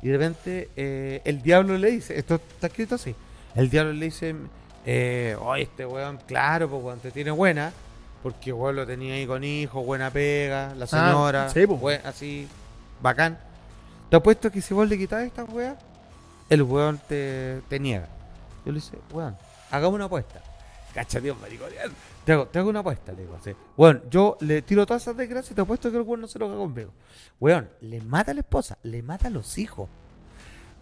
Y de repente eh, el diablo le dice, esto está escrito así, el diablo le dice, eh, oye, este weón, claro, pues weón, te tiene buena, porque weón lo tenía ahí con hijos, buena pega, la señora, Ah, sí, pues. weón, así, bacán. Te apuesto que si vos le quitas estas weas, el weón te, te niega. Yo le dije, weón, hagamos una apuesta. Cacha, Dios, marico, Dios. te hago, te hago una apuesta, le digo así. Weón, yo le tiro todas esas desgracias y te apuesto que el weón no se lo haga conmigo. Weón, le mata a la esposa, le mata a los hijos.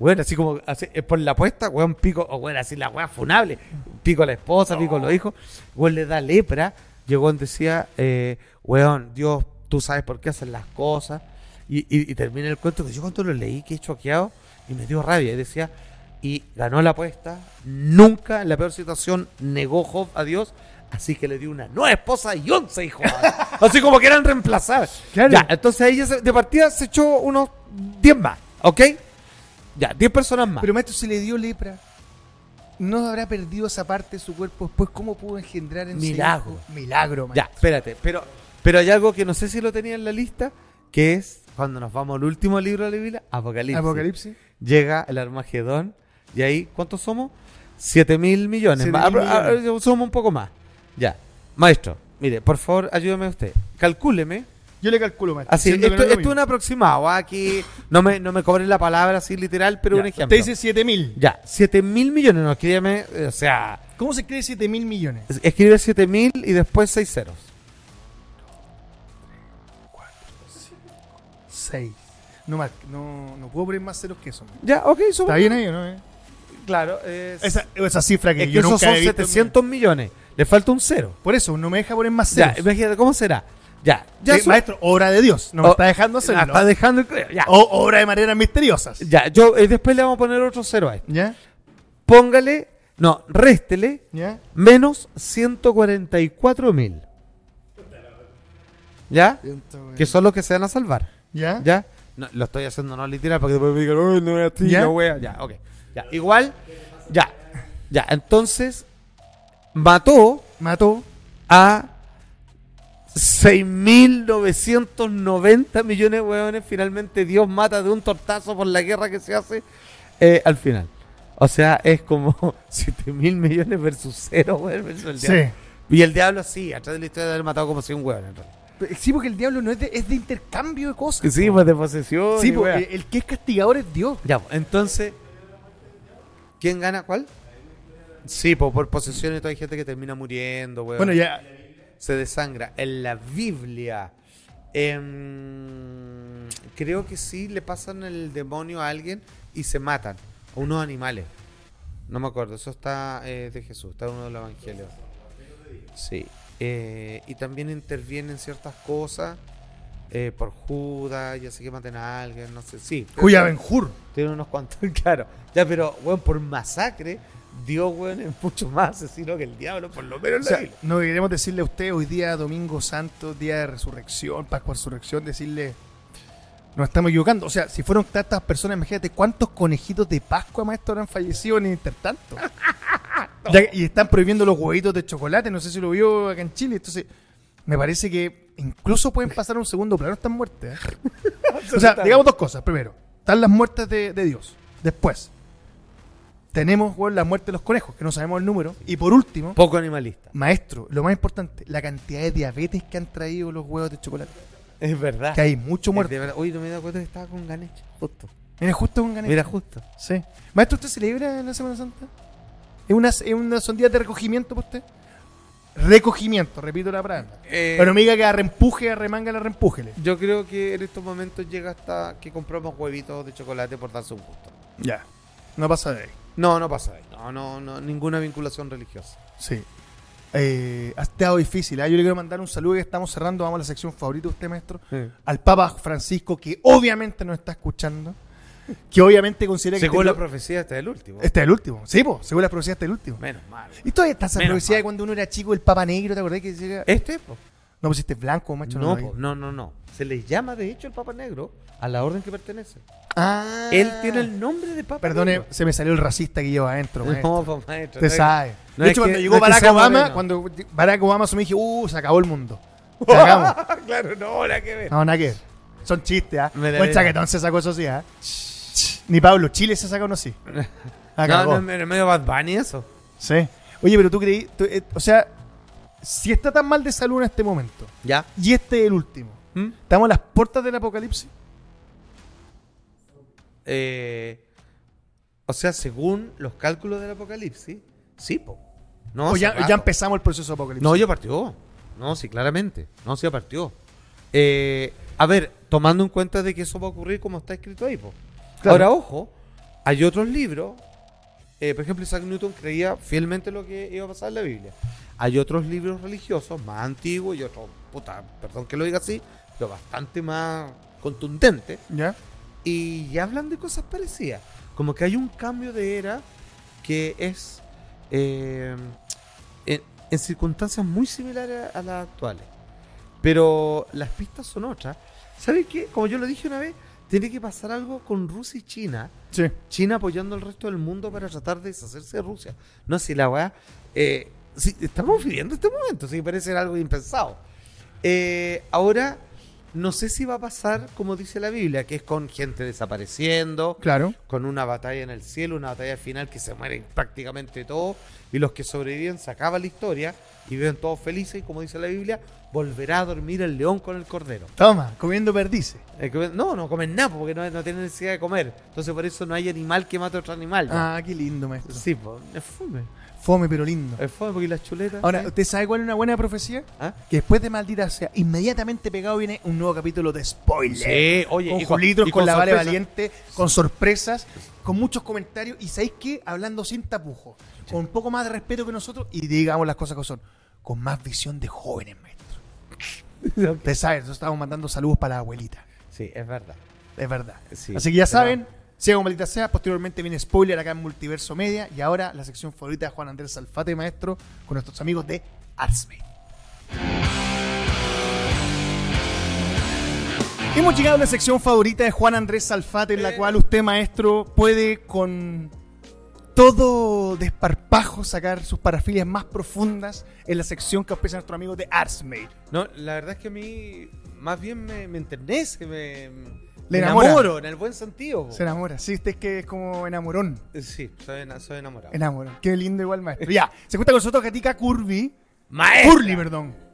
Weón, así como, así, eh, por la apuesta, weón, pico, o weón, así la weá funable. Pico a la esposa, pico a los hijos. Weón, le da lepra. Llegó decía, eh, weón, Dios, tú sabes por qué hacen las cosas. Y, y- y termina el cuento que yo cuando lo leí que he choqueado y me dio rabia. Y decía, y ganó la apuesta. Nunca en la peor situación negó Job a Dios. Así que le dio una nueva esposa y once hijos. así como que eran reemplazables. Claro. Ya, entonces ella se- de partida se echó unos 10 más, ¿ok? Ya, 10 personas más. Pero maestro, se le dio lepra. ¿No habrá perdido esa parte de su cuerpo después? ¿Cómo pudo engendrar en sí Milagro. hijo? Milagro, ya, maestro. espérate, pero, pero hay algo que no sé si lo tenía en la lista, que es cuando nos vamos al último libro de la Biblia, Apocalipsis. Apocalipsis. Llega el Armagedón, y ahí, ¿cuántos somos? 7 mil millones. Siete más. mil Ah, ah, millones. somos un poco más. Ya, maestro, mire, por favor, ayúdeme usted. Calcúleme. Yo le calculo, maestro. Así, siendo esto, que no esto es lo es mismo. un aproximado. ah, Aquí no me, no me cobren la palabra así literal, pero Ya, un ejemplo. Usted dice 7 mil. Ya, 7 mil millones, no, escríbeme, eh, o sea, ¿Cómo se cree 7 mil millones? es- escribe 7 mil y después 6 ceros. 6. No, más, no, no puedo poner más ceros que eso. maestro. Ya, ok, ¿Está suma. bien ahí o no? eh? Claro, es, Esa, esa cifra que es que yo esos nunca son he visto en mi- 700 millones, le falta un cero. Por eso, no me deja poner más Ya, ceros. imagínate, ¿cómo será? Ya, ya, Eh, su- maestro, obra de Dios. No me Oh, está dejando hacerlo. la está dejando, ya, O obra de maneras misteriosas. ya, yo, eh, después le vamos a poner otro cero a esto. ¿Ya? Póngale, no, réstele ¿Ya? menos 144 mil. ¿Ya? Que son los que se van a salvar. ¿Ya? ¿Ya? No, lo estoy haciendo no literal porque después me digan, "Uy, no era ¿Ya? ¿Ya? wea. Ya, ok. Ya, igual, ya. Ya, entonces, mató Mató. a 6.990 millones de hueones. Finalmente, Dios mata de un tortazo por la guerra que se hace eh, al final. O sea, es como 7.000 millones versus cero, hueón, versus el diablo. Sí. Y el diablo, sí, atrás de la historia de haber matado como 100 hueones. en realidad. Sí, porque el diablo no es de, es de intercambio de cosas. Sí, po. pues de posesión. Sí, y porque wea. el que es castigador es Dios. Ya, pues, entonces, ¿quién gana cuál? Sí, po, por posesión y todo hay gente que termina muriendo, weón. Bueno, ya. Se desangra. En la Biblia, em, creo que sí le pasan el demonio a alguien y se matan. A unos animales. No me acuerdo, eso está eh, de Jesús, está en uno de los evangelios. Sí. eh, y también intervienen ciertas cosas eh, por Judas, ya sé que maten a alguien, no sé. Sí. Cuya Benjur. Tiene unos cuantos, claro. Ya, pero, weón, por masacre, Dios, weón, es mucho más asesino que el diablo, por lo menos O en la sea, Biblia. no queremos decirle a usted hoy día, Domingo Santo, día de resurrección, Pascua de resurrección, decirle. Nos estamos equivocando. O sea, si fueron tantas personas, imagínate cuántos conejitos de Pascua, maestro, habrán fallecido en el intertanto. Ya que- y están prohibiendo los huevitos de chocolate. No sé si lo vio acá en Chile. Entonces, me parece que incluso pueden pasar a un segundo plano estas muertes. ¿eh? O sea, digamos dos cosas. Primero, están las muertes de, de Dios. Después, tenemos weón, la muerte de los conejos, que no sabemos el número. Y por último, Poco animalista. maestro, lo más importante, la cantidad de diabetes que han traído los huevos de chocolate. Es verdad. Que hay mucho Ah, Es muerto. de verdad. Uy, no me he dado cuenta que estaba con Ganesh. Justo. Mira, justo un ganete. Mira, justo. Sí. Maestro, ¿usted celebra la Semana Santa? ¿Es una, es una, ¿Son días de recogimiento para usted? Recogimiento, repito la palabra. Eh, Pero me diga que arrempuje, arremanga, la rempújele. Yo creo que en estos momentos llega hasta que compramos huevitos de chocolate por darse un gusto. Ya. No pasa de ahí. No, no pasa de ahí. No, no, no, ninguna vinculación religiosa. Sí. Eh, ha estado difícil. ¿ah? Yo le quiero mandar un saludo y estamos cerrando. Vamos a la sección favorita de usted, maestro. Eh. Al Papa Francisco, que obviamente nos está escuchando. Que obviamente considera que. Según la este, profecía, este es el último. este es el último. Sí, po, según las profecías, este es el último. Menos mal. Y todavía está esa Menos profecía mal. de cuando uno era chico, el Papa Negro, ¿te acordás que decía- ¿Este? po. No pusiste blanco, macho. No, lo po, vi. no, no, no. Se le llama, de hecho, el Papa Negro a la orden que pertenece. Ah. Él tiene el nombre de Papa Perdone, Negro. se me salió el racista que lleva adentro, maestro. No, po, maestro. Usted no es- sabe. no de es hecho, que- cuando llegó no es que Barack sea Obama, moreno. cuando Barack Obama asumí, dije, uh, se acabó el mundo. Se acabó. claro, no, nada que ver. No, nada que ver. Son chistes, ¿ah? Me la Buen vi. chaquetón se sacó eso sí, ¿ah? Ni Pablo Chile se sacó, no sí. Ah, No, cagó. no, es medio Bad Bunny eso. Sí. Oye, pero tú creí, tú, eh, o sea, si está tan mal de salud en este momento, ¿Ya? y este es el último, ¿Mm? ¿estamos a las puertas del apocalipsis? Eh, o sea, según los cálculos del apocalipsis, sí, po. No, o hace ya, rato. ya empezamos el proceso de apocalipsis? No, ya partió. No, sí, claramente. No, sí, ya partió. Eh, a ver, tomando en cuenta de que eso va a ocurrir como está escrito ahí, po. Claro. Ahora, ojo, hay otros libros. eh, por ejemplo, Isaac Newton creía fielmente lo que iba a pasar en la Biblia. Hay otros libros religiosos más antiguos y otros, puta, perdón que lo diga así, pero bastante más contundentes ¿Ya? y ya hablan de cosas parecidas. Como que hay un cambio de era que es eh, en, en circunstancias muy similares a, a las actuales. Pero las pistas son otras. ¿Sabes qué? Como yo lo dije una vez, tiene que pasar algo con Rusia y China. Sí. China apoyando al resto del mundo para tratar de deshacerse de Rusia. No, si la weá. eh, si- estamos viviendo este momento, si parece algo impensado. Eh, ahora, no sé si va a pasar como dice la Biblia, que es con gente desapareciendo, Claro. con una batalla en el cielo, una batalla final que se mueren prácticamente todos, y los que sobreviven se acaba la historia y viven todos felices, y como dice la Biblia, volverá a dormir el león con el cordero. Toma, comiendo perdices. Eh, que- No, no comen nada porque no, no tienen necesidad de comer. Entonces por eso no hay animal que mate a otro animal. ¿no? Ah, qué lindo, maestro. Sí, po, es fome. Fome, pero lindo. Es fome porque las chuletas. Ahora, ¿sí? ¿usted sabe cuál es una buena profecía? ¿Ah? Que después de Maldita sea, inmediatamente pegado viene un nuevo capítulo de spoiler. Sí, oye, con y Julitros, y con, la Vale sorpresa. Valiente, con sorpresas, con muchos comentarios. Y ¿sabéis qué? Hablando sin tapujos, con un poco más de respeto que nosotros y digamos las cosas que son, con más visión de jóvenes, maestro. Ustedes saben, nosotros estamos mandando saludos para la abuelita, Sí, es verdad. es verdad. Sí, Así que ya pero- saben, siga con Maldita sea. Posteriormente viene spoiler acá en Multiverso Media. Y ahora la sección favorita de Juan Andrés Alfate, maestro, con nuestros amigos de Artsmade. Hemos llegado a la sección favorita de Juan Andrés Salfate, Eh. en la cual usted, maestro, puede con todo desparpajo sacar sus parafilias más profundas en la sección que ofrece nuestro amigo de Artsmade. No, la verdad es que a mí más bien me, me enternece, me, Le me enamora. enamoro en el buen sentido. po. Se enamora, sí, usted es que es como enamorón. Sí, soy, ena- soy enamorado. Enamorón. Qué lindo igual, maestro. Ya, se cuenta con nosotros Gatica Curvy. Maestra. Curly, perdón.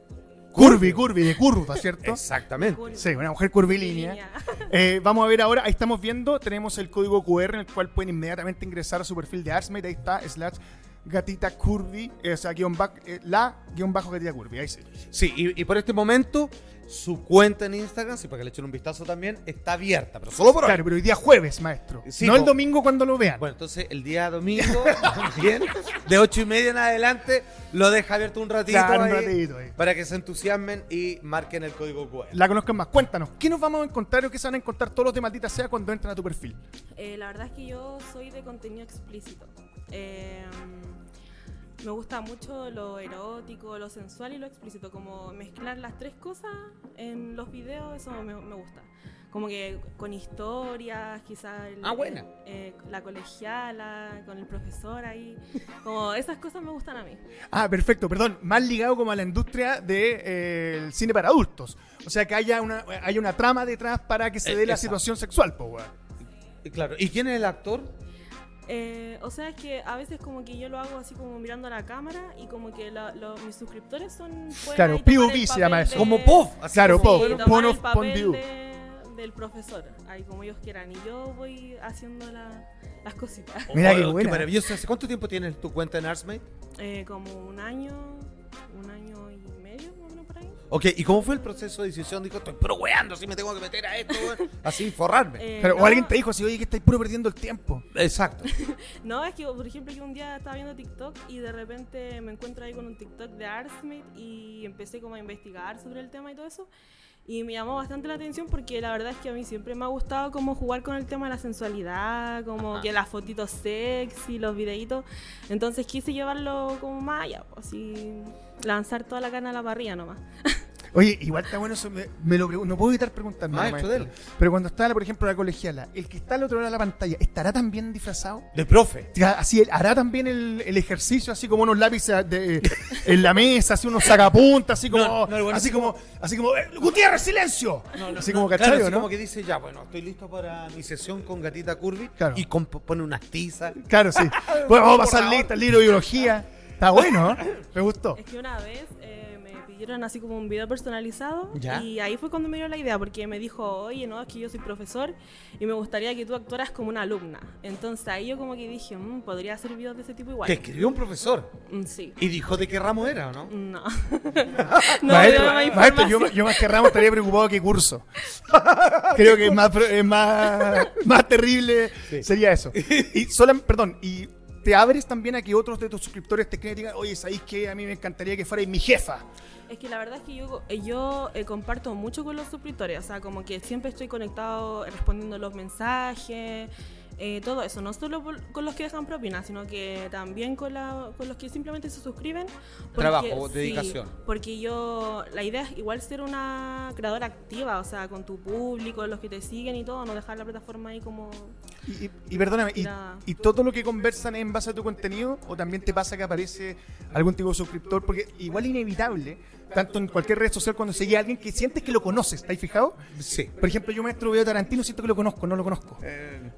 Curvy, curvy, de curva, ¿cierto? Exactamente. Sí, una mujer curvilínea. Eh, vamos a ver ahora, ahí estamos viendo, tenemos el código QR en el cual pueden inmediatamente ingresar a su perfil de Artsmate, ahí está, slash gatita curvy, eh, o sea, guión bajo, la guión bajo gatita curvy, ahí sí. Sí, y, y por este momento su cuenta en Instagram, sí, para que le echen un vistazo también, está abierta, pero solo por ahora. Claro, pero hoy día jueves, maestro. Sí, no po. el domingo cuando lo vean. Bueno, entonces el día domingo también, de ocho y media en adelante, lo deja abierto un ratito, Claro, un ahí, ratito ahí. para que se entusiasmen y marquen el código E QR. La conozcan más. Cuéntanos, ¿qué nos vamos a encontrar o qué se van a encontrar todos los de maldita sea cuando entran a tu perfil? Eh, la verdad es que yo soy de contenido explícito. Eh, me gusta mucho lo erótico, lo sensual y lo explícito. Como mezclar las tres cosas en los videos, eso me, me gusta. Como que con historias, quizás. el- Ah, buena. eh, la colegiala, con el profesor ahí. Como esas cosas me gustan a mí. Ah, perfecto, perdón. Más ligado como a la industria del de, eh, el cine para adultos. O sea, que haya una, haya una trama detrás para que se Eh, dé la exacto. situación sexual, po, weón. Y Claro. ¿Y quién es el actor? Eh, o sea, es que a veces como que yo lo hago así como mirando a la cámara y como que la- lo- mis suscriptores son... pueden Claro, ahí tomar POV el se papel llama eso. de- Como Pov. así Claro, como- Pov. Sí, Pon- tomar pon el off, pon view. papel de- del profesor, ahí como ellos quieran. Y yo voy haciendo la- las cositas. Mira qué Oh, buena. maravilloso. ¿Hace cuánto tiempo tienes tu cuenta en Artsmate? Eh, como un año, un año Ok, ¿y cómo fue el proceso de decisión? Dijo, estoy pero weando, así me tengo que meter a esto, weón. Así, forrarme. Eh, Pero, no, o alguien te dijo así, oye, que estáis puro perdiendo el tiempo. Exacto. No, es que, por ejemplo, yo un día estaba viendo TikTok y de repente me encuentro ahí con un TikTok de Artsmith y empecé como a investigar sobre el tema y todo eso. Y me llamó bastante la atención porque la verdad es que a mí siempre me ha gustado como jugar con el tema de la sensualidad, como Ajá. que las fotitos sexy, los videitos. Entonces quise llevarlo como más allá, po, así lanzar toda la carne a la parrilla nomás. Oye, igual está bueno eso, me, me lo pregun- no puedo evitar preguntarme. Maestro, maestro. dele. Pero cuando está, por ejemplo, la colegiala, el que está al otro lado de la pantalla, ¿estará tan bien disfrazado? De profe. O sea, Así, él hará también el, el ejercicio, así como unos lápices de- en la mesa, así unos sacapuntas, así como, No, no, el bueno así como, así como, "Eh, Gutiérrez, silencio. así como, Claro, ¿cachai, así o no? como que dice, ya, bueno, estoy listo para mi sesión con Gatita Curvy. Claro. Y con- pone unas tizas. Claro, sí. Bueno, vamos a Por pasar favor. lista, el libro de biología. Está bueno, ¿eh? Me gustó. Es que una vez eh, me pidieron así como un video personalizado Ya. y ahí fue cuando me dio la idea porque me dijo, oye, no, es que yo soy profesor y me gustaría que tú actuaras como una alumna. Entonces ahí yo como que dije, "Mm, podría hacer videos de ese tipo igual. Te escribió un profesor. Mm, Sí. Y dijo de qué ramo era, ¿o no? No. no, maestro, no hay maestro, yo, información. yo más que Ramos estaría preocupado que curso. Creo que es más, pro- es más, más terrible sería eso. Y sola- perdón, y te abres también a que otros de tus suscriptores te escriban y digan, oye, ¿sabéis qué? A mí me encantaría que fuerais mi jefa. Es que la verdad es que yo, eh, yo eh, comparto mucho con los suscriptores, o sea, como que siempre estoy conectado eh, respondiendo los mensajes, eh, todo eso, no solo por- con los que dejan propina, sino que también con, la- con los que simplemente se suscriben. Trabajo, dedicación. Porque yo, la idea es igual ser una creadora activa, o sea, con tu público, los que te siguen y todo, no dejar la plataforma ahí como... Y, y- y perdóname, y, Mira. y todo lo que conversan es en base a tu contenido o también te pasa que aparece algún tipo de suscriptor? Porque igual es inevitable, tanto en cualquier red social, cuando sigue a alguien que sientes que lo conoces, ¿estáis fijado? Sí. Por ejemplo, yo maestro veo a Tarantino, siento que lo conozco, no lo conozco. Eh,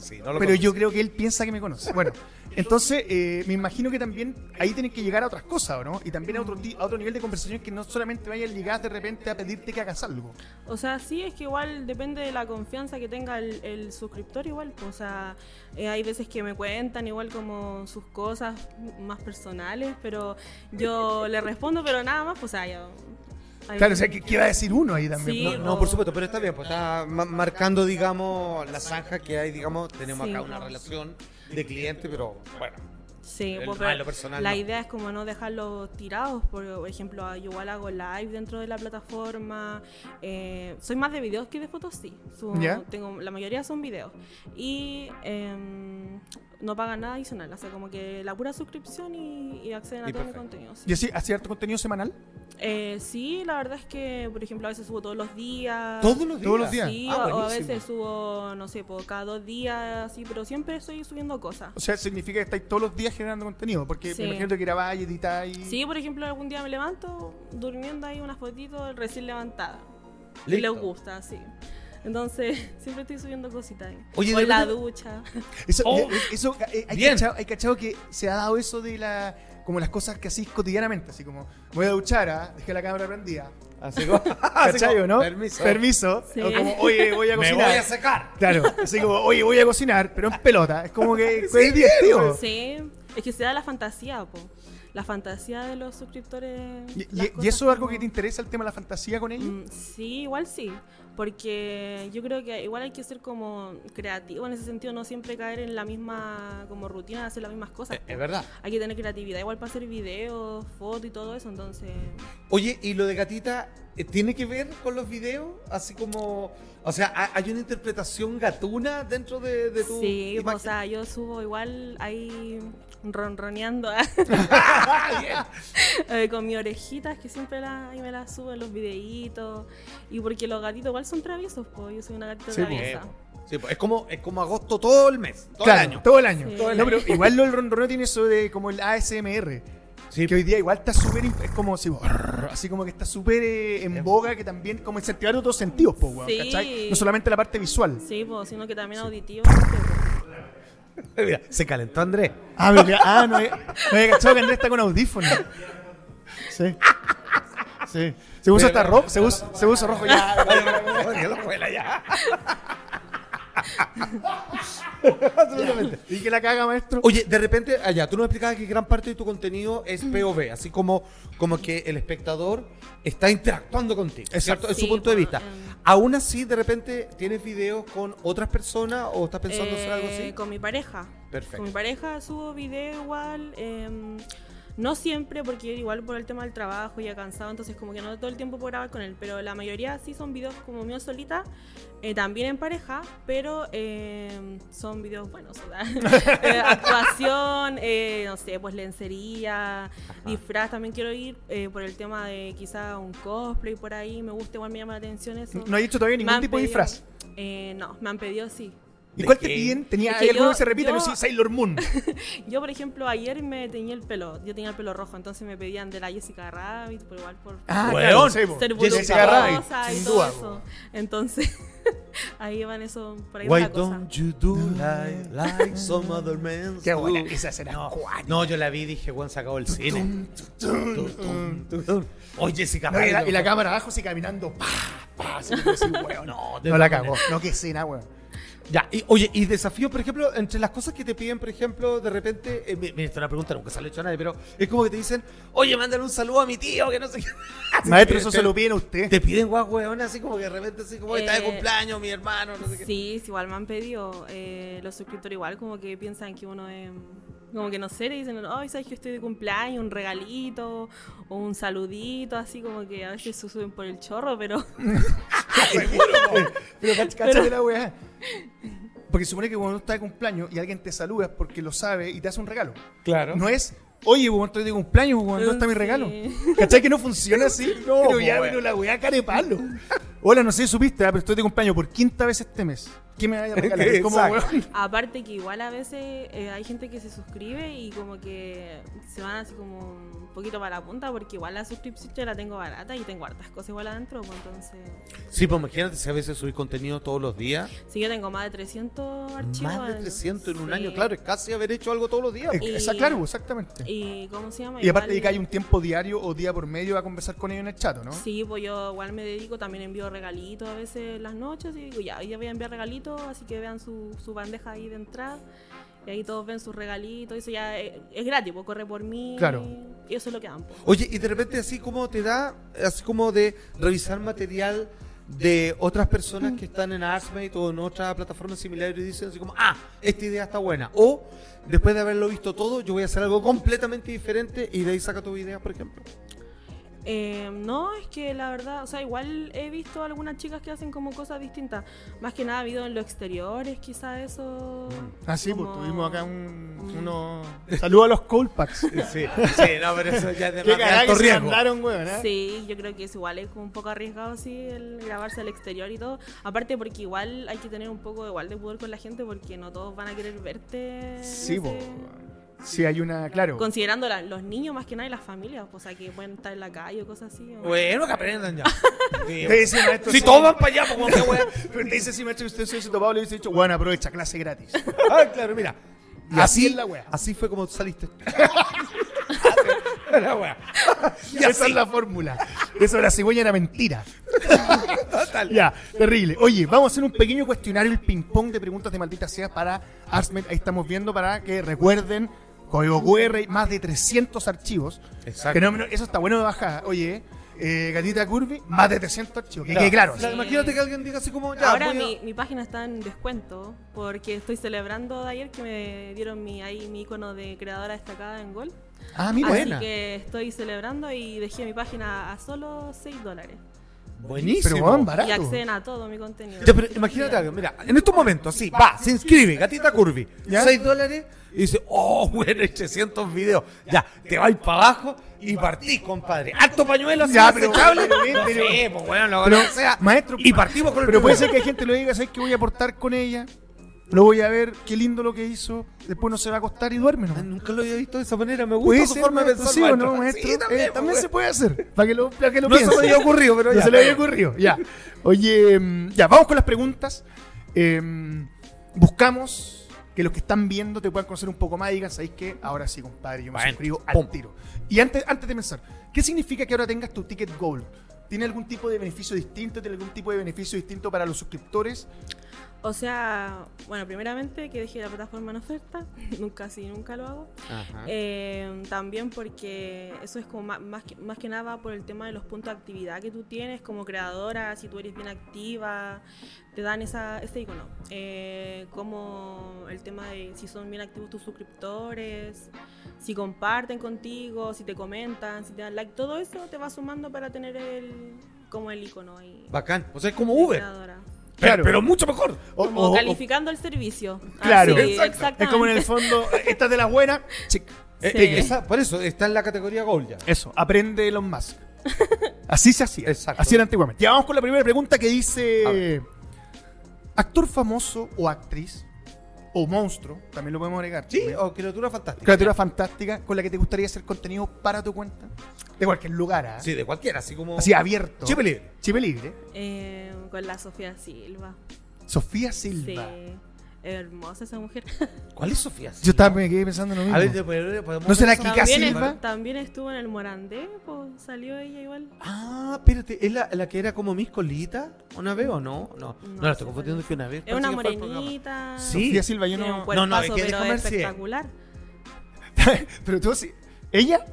sí, no lo pero conozco. yo creo que él piensa que me conoce. Bueno, entonces eh, me imagino que también ahí tienen que llegar a otras cosas, ¿o ¿no? Y también a otro, ti- a otro nivel de conversación que no solamente vayan ligadas de repente a pedirte que hagas algo. O sea, sí, es que igual depende de la confianza que tenga el, el suscriptor igual. pues, O sea, eh, hay veces que me cuentan igual como sus cosas más personales, pero yo le respondo, pero nada más, pues, o sea, yo... ahí- Claro, o sea, ¿qué, qué va a decir uno ahí también? Sí, No, No, no, por supuesto, pero está bien, pues está ma- marcando, digamos, la zanja que hay, digamos, tenemos Sí. acá una relación de cliente, pero bueno. Sí, El- pues, ah, pero lo personal la no. idea es como no dejarlos tirados, por por ejemplo, yo igual hago live dentro de la plataforma, eh, soy más de videos que de fotos, sí, Su- Ya. tengo, la mayoría son videos y em, no pagan nada adicional, o sea, como que la pura suscripción y, y acceden a Y todo perfecto. mi contenido. sí. ¿Y así, así harto contenido semanal? Eh, sí, la verdad es que, por ejemplo, a veces subo todos los días. Todos los días. Todos los días. Sí, Ah, o- o a buenísimo. veces subo, no sé, por cada dos días, así, pero siempre estoy subiendo cosas. O sea, significa que estáis todos los días generando contenido, porque Sí. me imagino que grabáis, editáis. Sí, por ejemplo, algún día me levanto durmiendo ahí unas fotitos recién levantada. Y Listo. les gusta, sí. Entonces, siempre estoy subiendo cositas ahí. Oye, O de en la verdad- ducha. Eso, Oh. eh, eh, eso, eh, hay, Bien. cachado, hay cachado que se ha dado eso de la como las cosas que hacís cotidianamente, así como voy a duchar, ah, dejé la cámara prendida. Ah, Así como, ¿Cachai o no? Permiso. Permiso. Sí. O como, oye, voy a Me cocinar. voy a secar. Claro, así como, oye, voy a cocinar, pero en pelota. Es como que es pues. divertido. Sí, es que se da la fantasía, po. La fantasía de los suscriptores. Y, las y- cosas y eso es algo que como- te interesa, el tema de la fantasía con ellos? Mm, Sí, igual sí, porque yo creo que igual hay que ser como creativo en ese sentido, no siempre caer en la misma como rutina de hacer las mismas cosas. Es- po. Eh, Es verdad. Hay que tener creatividad igual para hacer videos, fotos y todo eso, entonces... Oye, ¿y lo de gatita eh, tiene que ver con los videos? Así como, o sea, ¿ha- ¿hay una interpretación gatuna dentro de, de tu Sí, pues, imagen? o sea, yo subo igual ahí ronroneando Ah, eh, con mis orejitas que siempre la, ahí me las subo en los videitos y porque los gatitos igual son traviesos, po. yo soy una gatita Sí, po. traviesa. Sí, pues, es como, es como agosto todo el mes, todo claro, el año. todo el año. Sí. Todo el No, año. pero igual lo del ronroneo tiene eso de como el ASMR. Sí. Que hoy día igual está súper. imp- Es como si. Así como que está súper eh, en boga, que también. Como incentivar otros sentidos, po, weón, Sí. ¿cachai? No solamente la parte visual. Sí, po, sino que también pues. auditivo. ¿viste, po? Mira, se calentó Andrés. Ah, pero que- ah, no había, no había cachado que Andrés está con audífonos. Sí. Sí. Se usa hasta rojo. Se usa, se usa rojo ya. Dios, la abuela, ya. Absolutamente. Y que la caga, maestro. Oye, de repente, allá, tú nos explicabas que gran parte de tu contenido es POV, así como, como que el espectador está interactuando contigo, ¿cierto? Exacto. eh. En su Sí, punto de bueno, vista. em. Aún así, de repente, ¿tienes videos con otras personas o estás pensando hacer algo Eh, así? Con mi pareja. Perfecto. Con mi pareja subo video igual. em, no siempre, porque igual por el tema del trabajo ya cansado, entonces como que no todo el tiempo puedo grabar con él, pero la mayoría sí son videos como míos solita, eh, también en pareja, pero em, son videos buenos, o sea, eh, actuación, eh, no sé, pues lencería, disfraz, también quiero ir eh, por el tema de quizá un cosplay por ahí, me gusta, igual me llama la atención eso. No he hecho todavía Me ningún han tipo de pedido- disfraz. eh, no, me han pedido sí. ¿Y ¿De cuál te qué? piden? Tenía, Es que hay algunos yo- que se repiten, yo- pero sí, Sailor Moon. Yo, por ejemplo, ayer me teñí el pelo. Yo tenía el pelo rojo, entonces me pedían de la Jessica Rabbit, por igual por Weón. Ah, sí, po. ser Jessica Rabbit, voluptuosa y sin todo duda. eso. po. Entonces, ahí van eso, por ahí va Why la cosa. don't you do like, like some other men? Qué buena do? esa será No, cuática. no, yo la vi y dije, Juan, se acabó el cine. Tum, tum, tum, tum. Oye, Jessica No, y, la, Rabbit, y la cámara abajo, sí, caminando. Pa, pa, así, así, weón. No, de no la todas cagó. No, qué escena, weón. Ya, y, oye, y desafío, por ejemplo, entre las cosas que te piden, por ejemplo, de repente, eh, me- me hizo una pregunta, nunca se la he hecho a nadie, pero es como que te dicen, oye, mándale un saludo a mi tío, que no sé qué. Así Maestro, que eso te- se lo piden a usted. Te piden guau, weón, así como que de repente, así como, "Oye, está de Eh, cumpleaños, mi hermano, no sé qué. Sí, sí, igual me han pedido. eh, los suscriptores igual como que piensan que uno es... Como que no sé, le dicen, ay, sabes que estoy de cumpleaños, un regalito, o un saludito, así como que a veces se suben por el chorro, pero... Pero cach- cáchate la weá. Porque supone que cuando uno está de cumpleaños y alguien te saluda es porque lo sabe y te hace un regalo. Claro. No es, oye, weón, estoy de cumpleaños, weón, ¿dónde está mi Sí. regalo? ¿Cachai que no funciona así? No, pero ya, weón. pero la weá care palo. Hola, no sé si supiste, ah, pero estoy de cumpleaños por quinta vez este mes. ¿Qué me vas a regalar? Es como, Exacto. weón. Aparte que igual a veces eh, hay gente que se suscribe y como que se van así como un poquito para la punta porque igual la suscripción yo la tengo barata y tengo hartas cosas igual adentro, pues entonces... Sí, pues imagínate si a veces subís contenido todos los días. Sí, yo tengo más de 300 archivos. Más de adentro. 300 en un Sí. año, claro, es casi haber hecho algo todos los días. Eh, esa- claro, exactamente. Y, ¿Y cómo se llama? aparte de Igual- que hay un tiempo diario o día por medio a conversar con ellos en el chat, ¿no? Sí, pues yo igual me dedico, también envío regalitos a veces las noches y digo, ya, hoy día voy a enviar regalitos, así que vean su, su bandeja ahí de entrada. Y ahí todos ven sus regalitos, eso ya es, es gratis, pues corre por mí. Claro. Y eso es lo que dan. pues. Oye, y de repente así como te da, así como de revisar material de otras personas que están en Artsmate o en otras plataformas similares y dicen así como, ah, esta idea está buena. O después de haberlo visto todo, yo voy a hacer algo completamente diferente y de ahí saca tu idea, por ejemplo. Eh, no, es que la verdad, o sea, igual he visto algunas chicas que hacen como cosas distintas. Más que nada, habido en los exteriores, quizá eso. Ah, sí, como- pues tuvimos acá un, uno... Saludos a los cold packs. Sí, sí, no, pero eso ya es de Qué más de cagada alto que se riesgo. mandaron, weón, ¿eh? Sí, yo creo que es igual, es como un poco arriesgado así el grabarse al exterior y todo. Aparte porque igual hay que tener un poco igual de poder con la gente porque no todos van a querer verte. Sí, no po. sé. Sí, hay una, claro. Considerando la- los niños más que nada y las familias, pues, o sea, que pueden estar en la calle o cosas así. o- Bueno, que aprendan ya. Sí, Te dice, maestro, Si sí. todos van para allá, pues qué wea. Pero te dice, sí, maestro, usted soy topado, le hubiese dicho, bueno, aprovecha, clase gratis. Ah, claro, mira. Y así es la wea. así fue como saliste. Y esa es la fórmula. Eso de la cigüeña era mentira. Total. Ya, terrible. Oye, vamos a hacer un pequeño cuestionario, el ping-pong de preguntas de maldita sea para Arsmet. Ahí estamos viendo para que recuerden código QR, más de 300 archivos. Exacto. Fenómeno, eso está bueno de bajada. Oye, eh, Gatita Curvy, más de 300 archivos. Que quede claro. Claro, Imagínate que alguien diga así como, ya, Ahora voy a- mi, mi página está en descuento porque estoy celebrando de ayer que me dieron mi, ahí mi icono de creadora destacada en Gol. Ah, Así mira. que estoy celebrando y dejé mi página a solo 6 dólares. Buenísimo. Pero, weón, Y barato. acceden a todo mi contenido. Ya, pero imagínate algo, mira, en estos momentos, sí, va, se inscribe, gatita curvy, ¿Ya? 6 dólares, y dice, oh, bueno, 800 videos, ya, te vais para abajo y partís, compadre. Harto pañuelo, así, Ya, pero- desechable. pero- No sé, pues, bueno, lo Pero, que sea. maestro, y partimos con el Pero puede primero. ser que hay gente que lo diga, ¿sabes qué voy a aportar con ella? Lo voy a ver, qué lindo lo que hizo. Después no se va a acostar y duerme, ¿no? Ah, Nunca lo había visto de esa manera, me gusta Puede su ser, forma de maestro, pensar. sí o no, maestro. maestro. Sí, también, Eh, también pues, se puede hacer. Para que lo, para que lo No se me piense. había ocurrido, pero No ya. se le había ocurrido, ya. Oye, em, ya, vamos con las preguntas. Em, buscamos que los que están viendo te puedan conocer un poco más y digan, ¿sabéis qué? Ahora sí, compadre, yo me Bueno, suscribo al pum. tiro. Y antes, antes de pensar, ¿qué significa que ahora tengas tu ticket gold? ¿Tiene algún tipo de beneficio distinto? ¿Tiene algún tipo de beneficio distinto para los suscriptores? O sea, bueno, primeramente que dejé la plataforma en oferta, nunca sí, nunca lo hago. Ajá. Eh, también porque eso es como ma- más, que, más que nada va por el tema de los puntos de actividad que tú tienes como creadora, si tú eres bien activa, te dan esa, ese icono. Eh, como el tema de si son bien activos tus suscriptores, si comparten contigo, si te comentan, si te dan like, todo eso te va sumando para tener el como el icono ahí. Bacán. O sea, es como de Uber. creadora. Claro. Pero, pero mucho mejor. O- Como o- o- calificando el servicio. Claro. Así, Exacto. exactamente. es como en el fondo, eh, esta es de las buenas. chic. Eh, Sí. eh, esa- por eso está en la categoría Gold ya. Eso, aprende Elon Musk. Así se hacía. Exacto. Así era antiguamente. Ya vamos con la primera pregunta que A dice: ¿Actor famoso o actriz o monstruo? También lo podemos agregar. Sí, o criatura fantástica. Criatura fantástica con la que te gustaría hacer contenido para tu cuenta. De cualquier lugar, ¿ah? Sí, de cualquiera, así como. así ah, abierto. Chip libre. Chipe libre. Eh, con la Sofía Silva. Sofía Silva. Sí. Hermosa esa mujer. ¿Cuál es Sofía? Yo estaba, me quedé pensando en lo mismo. A ver, de- pero- podemos ¿No será ver esa- Kika También, Silva? es- también estuvo en el Morandé, pues, salió ella igual. Ah, espérate, ¿es la, la que era como mis colitas? ¿Una vez o no? No, no, No la sé estoy confundiendo cuál que una vez. Es parece una que fue al programa. morenita. Sí. Sofía Silva, yo Tiene no. un cuerpazo, no, es que pero déjame ver si es. espectacular. Pero tú sí. ¿Ella?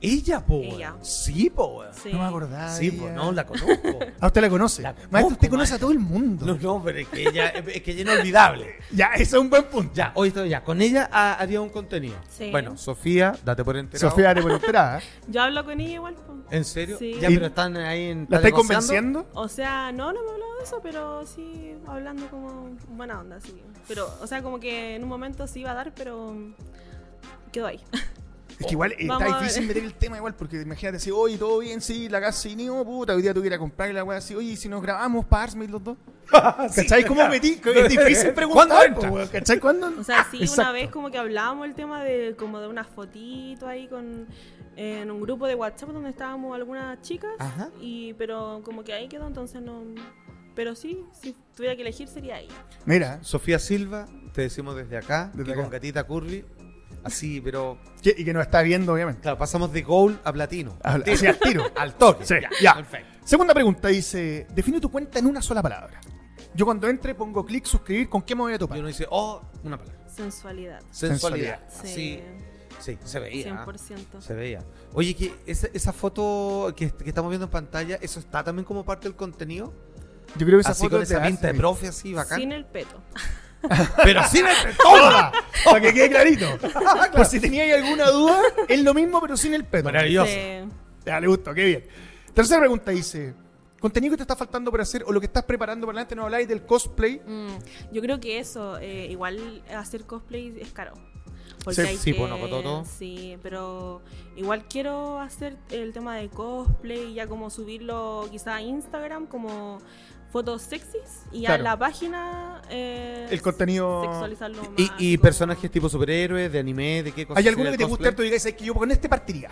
Ella, po. Ella. weón. Sí, po. weón. Sí. No me acordaba. Sí, de po, ella. no, la conozco. Ah, usted la conoce. La Maestro, conozco, usted conoce a todo el mundo. no, no, pero es que ella es, que ella es inolvidable. Ya, ese es un buen punto. Ya, hoy estoy ya. Con ella ah, haría un contenido. Sí. Bueno, Sofía, date por enterado. Sofía dale por ¿eh? entrada. Yo hablo con ella igual. po. Eh. ¿En serio? Sí. Ya, pero están ahí en. ¿La está estáis negociando. convenciendo? O sea, no, no me hablado de eso, pero sí hablando como buena onda, sí. Pero, o sea, como que en un momento sí iba a dar, pero quedó ahí. Es que igual eh, está Vamos a difícil ver. meter el tema igual, porque imagínate si, oye, todo bien, sí, la casa y niño, puta, hoy día tuviera que comprar y la weá así, oye, ¿y si nos grabamos para Arsmith los dos. Ah, ¿Cachai? ¿Cómo metí? Es difícil preguntar. ¿Cuándo entra? po, weón, ¿Cachai? ¿Cuándo? O sea, sí, Exacto. una vez como que hablábamos el tema de como de una fotito ahí con en un grupo de WhatsApp donde estábamos algunas chicas Ajá. y pero como que ahí quedó, entonces no pero sí, si tuviera que elegir sería ella. Mira, Sofía Silva, te decimos desde acá, Desde que acá. con Gatita Curly, así, pero. que- y que nos está viendo, obviamente. Claro, pasamos de gold a platino. Habla- Así al tiro. Al toque. Sí, ya. Perfecto. Segunda pregunta dice: define tu cuenta en una sola palabra. Yo cuando entre pongo clic, suscribir, ¿con qué me voy a Y topar? uno dice, oh, una palabra. Sensualidad. Sensualidad. Sí. Así. Sí, se veía. ¿ah? 100%. Se veía. Oye, que esa, esa foto que, que estamos viendo en pantalla, ¿eso está también como parte del contenido? Yo creo que esa así foto con es esa pinta de Arsmith. profe, así, bacán. Sin el peto. Pero sin este- el ¡Toda! Para que quede clarito. Por si teníais alguna duda, es lo mismo, pero sin el pedo. Maravilloso. Sí. Ya, le gustó, qué bien. Tercera pregunta dice: ¿Contenido que te está faltando por hacer o lo que estás preparando para adelante? No habláis del cosplay. Mm, yo creo que eso, eh, igual hacer cosplay es caro. Porque Sí, hay sí, que- pues, no, con todo, todo. Sí, pero igual quiero hacer el tema de cosplay y ya como subirlo quizá a Instagram como fotos sexys y ya Claro. en la página eh, El contenido. sexualizarlo más. Y, y como- personajes tipo superhéroes, de anime, de qué cosas. ¿Hay alguno que del te guste cosplay? harto y digáis "Es que yo con este partiría?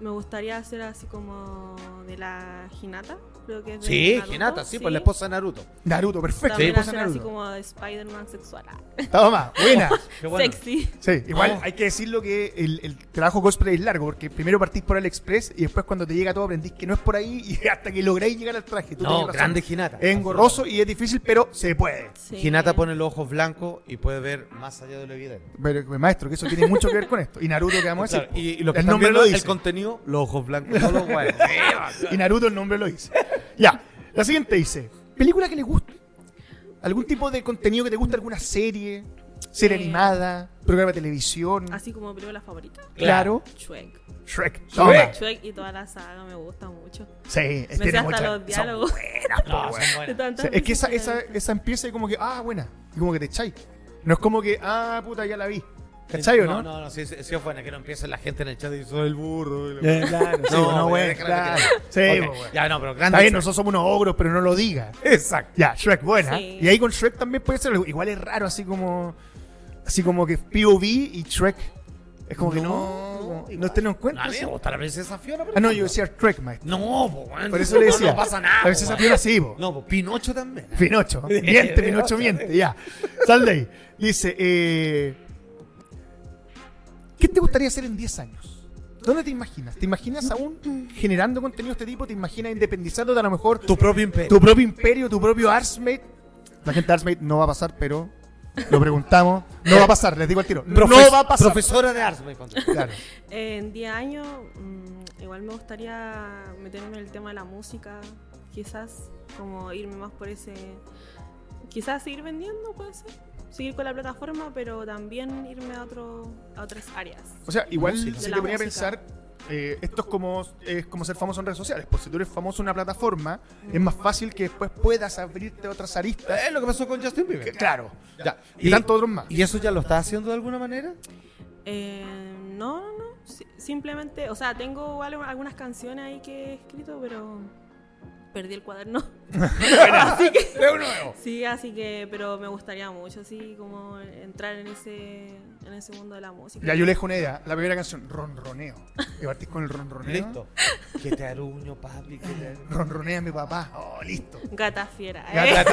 Me gustaría hacer así como de la Hinata, creo que es de Sí, Naruto, Hinata, sí, pues la esposa de Naruto. Naruto, perfecto. También esposa pues, hacer de pues, así Naruto. como de Spider-Man sexual. ah, Toma, buena. Qué bueno. Sexy. Sí, igual Ah. hay que decirlo que el, el trabajo cosplay es largo, porque primero partís por AliExpress y después cuando te llega todo aprendís que no es por ahí y hasta que lográis llegar al traje. Tú No, tenías razón. grande Hinata. Es engorroso y es difícil, pero se puede. Sí. Hinata pone los ojos blancos y puede ver más allá de lo evidente. Pero, pues, maestro, que eso tiene mucho que ver con esto. Y Naruto, que vamos a decir? Claro, y, y lo que Pues el están nombre viendo, lo dice. el contenido, los ojos blancos, no los guayos. Y Naruto, el nombre lo dice. ya. La siguiente dice: ¿Película que le guste? ¿Algún tipo de contenido que te guste? ¿Alguna serie? ¿Serie Eh. animada? ¿Programa de televisión? Así como película favorita. Claro. Shrek. Shrek. Toma. Shrek. Shrek y toda la saga me gusta mucho. Sí, Me sé tiene hasta mucha- los son diálogos. buenas, po, No, weón. son De buenas. O tantas sea, es que veces esa, la esa, he visto. esa empieza y como que, ah, buena. Y como que te echáis. No es como que, ah, puta, ya la vi. ¿Cachai o no? No, no, no, sí, sí, sí, es buena que no empiece la gente en el chat y soy el burro. y la- Eh, claro, sí, no, ya, bueno, déjala claro. que- Sí, Ok, pues, bueno. Ya, no, pero grande. Está bien, Shrek. nosotros somos unos ogros, pero no lo digas. Exacto. Ya, Shrek, buena. Sí. Y ahí con Shrek también puede ser. algo. Igual es raro, así como. Así como que POV y Shrek. Es como que no. como- No, igual. te lo encuentras. A mí me gusta la princesa Fiona. por Ah, no, ejemplo. yo decía Shrek, maestro. No, po, bueno, Por eso le no, decía. No, pasa nada. A veces po, esa bueno. piedra sí, po. No, po, Pinocho también. Pinocho. Miente, Pinocho, miente. Ya. Sal de ahí. Dice, eh, ¿qué te gustaría hacer en 10 años? ¿Dónde te imaginas? ¿Te imaginas aún generando contenido de este tipo? ¿Te imaginas independizándote a lo mejor Tu propio imperio. tu propio imperio, tu propio Arsmate? La gente de Artsmate no va a pasar, pero lo preguntamos. No va a pasar, les digo al tiro. No Profes- va a pasar. Profesora de Arts, me contó. Claro. En 10 años, mm, igual me gustaría meterme en el tema de la música, quizás como irme más por ese... Quizás seguir vendiendo, puede ser. Seguir con la plataforma, pero también irme a, otro, a otras áreas. O sea, igual Música. si De te la ponía a música. pensar, eh, esto es como, es como ser famoso en redes sociales. Por si tú eres famoso en una plataforma, es más fácil que después puedas abrirte a otras aristas. Es lo que pasó con Justin Que- Bieber. Eh, Claro, ya. Y, Y- tantos otros más. ¿Y eso ya lo está haciendo de alguna manera? Eh, no, no, no. si- simplemente, o sea, tengo igual algunas canciones ahí que he escrito, pero perdí el cuaderno. Sí, así que, pero me gustaría mucho, así como entrar en ese, en ese mundo de la música. Ya yo le dejo una idea. La primera canción, Ronroneo. Y partís con el Ronroneo. Listo. que te aruño, papi, que te aruño. Ronronea mi papá. Oh, listo. Gata fiera. ¿eh?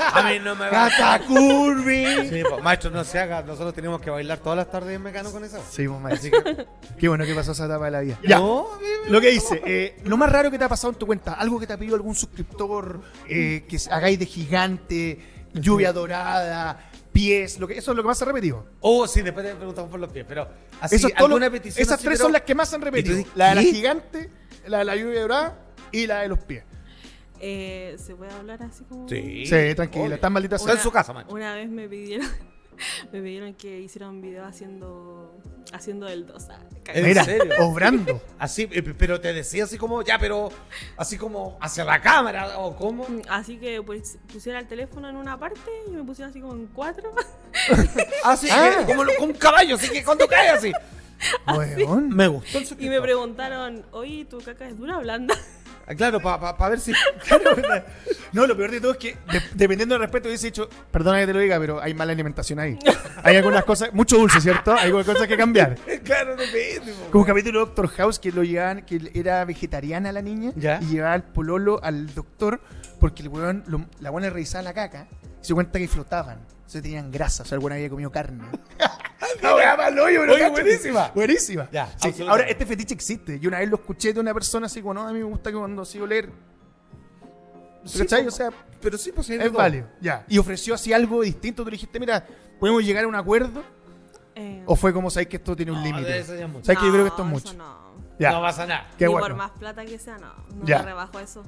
A mí no me va Gata Curvy. Sí, pues, maestro, no se haga. Nosotros tenemos que bailar todas las tardes en Mecano con eso. Seguimos más. Así que, Qué bueno pues, que pasó esa etapa de la vida. Ya. No, a mí me- Lo que dice, eh, lo más raro que te ha pasado en tu cuenta, algo que te ha pedido algún suscriptor, eh, que hagáis de gigante, lluvia dorada, pies, lo que, eso es lo que más se ha repetido. Oh, sí, después te preguntamos por los pies, pero así, Eso es todo lo- alguna petición. esas así, tres pero- son las que más se han repetido. dices, La de la ¿qué? gigante, la de la lluvia dorada y la de los pies. Eh, ¿Se puede hablar así como? Sí. Sí, tranquila, Obvio. están malditas. Está en su casa, macho. Una vez me pidieron, me pidieron que hiciera un video haciendo, haciendo ah, del dosa. ¿En Mira, serio? obrando. Así, eh, p- pero te decía así como, ya, pero así como hacia la cámara o cómo. Así que pues, pusiera el teléfono en una parte y me pusieron así como en cuatro. Así, Ah. eh, como lo- con un caballo, así que cuando cae así. Weón. Me gustó el Y me suscriptor. preguntaron, oye, ¿tu caca es dura o blanda? Ah, Claro, para ver si. No, lo peor de todo es que, de- dependiendo del respeto, hubiese dicho, perdona que te lo diga, pero hay mala alimentación ahí. Hay algunas cosas, mucho dulce, ¿cierto? Hay algunas cosas que cambiar. claro, depende. po. Como un capítulo de Doctor House que lo llevaban, que era vegetariana la niña Ya. y llevaba al pololo al doctor porque el weón, lo- la buena revisaba la caca y se dio cuenta que flotaban. Entonces tenían grasa, o sea, el weón había comido carne. Ah, la weá mal hoyo, pero Oye, cacho. buenísima. Buenísima. Ya, Sí, absolutamente. ahora, este fetiche existe. Yo una vez lo escuché de una persona así como, no, a mí me gusta que cuando sigo leer. Sí, ¿Cachai? po. O sea, Pero sí, pues sí, hay de es todo. válido. Ya. Y ofreció así algo distinto. Tú le dijiste, mira, ¿podemos llegar a un acuerdo? Eh, ¿O fue como, sabes que esto tiene un No, de límite? eso ya es mucho. ¿Sabes que yo creo que esto es no, mucho? eso no. Ya. No pasa nada. Qué Ni bueno. por más plata que sea, no. No Ya. me rebajo eso.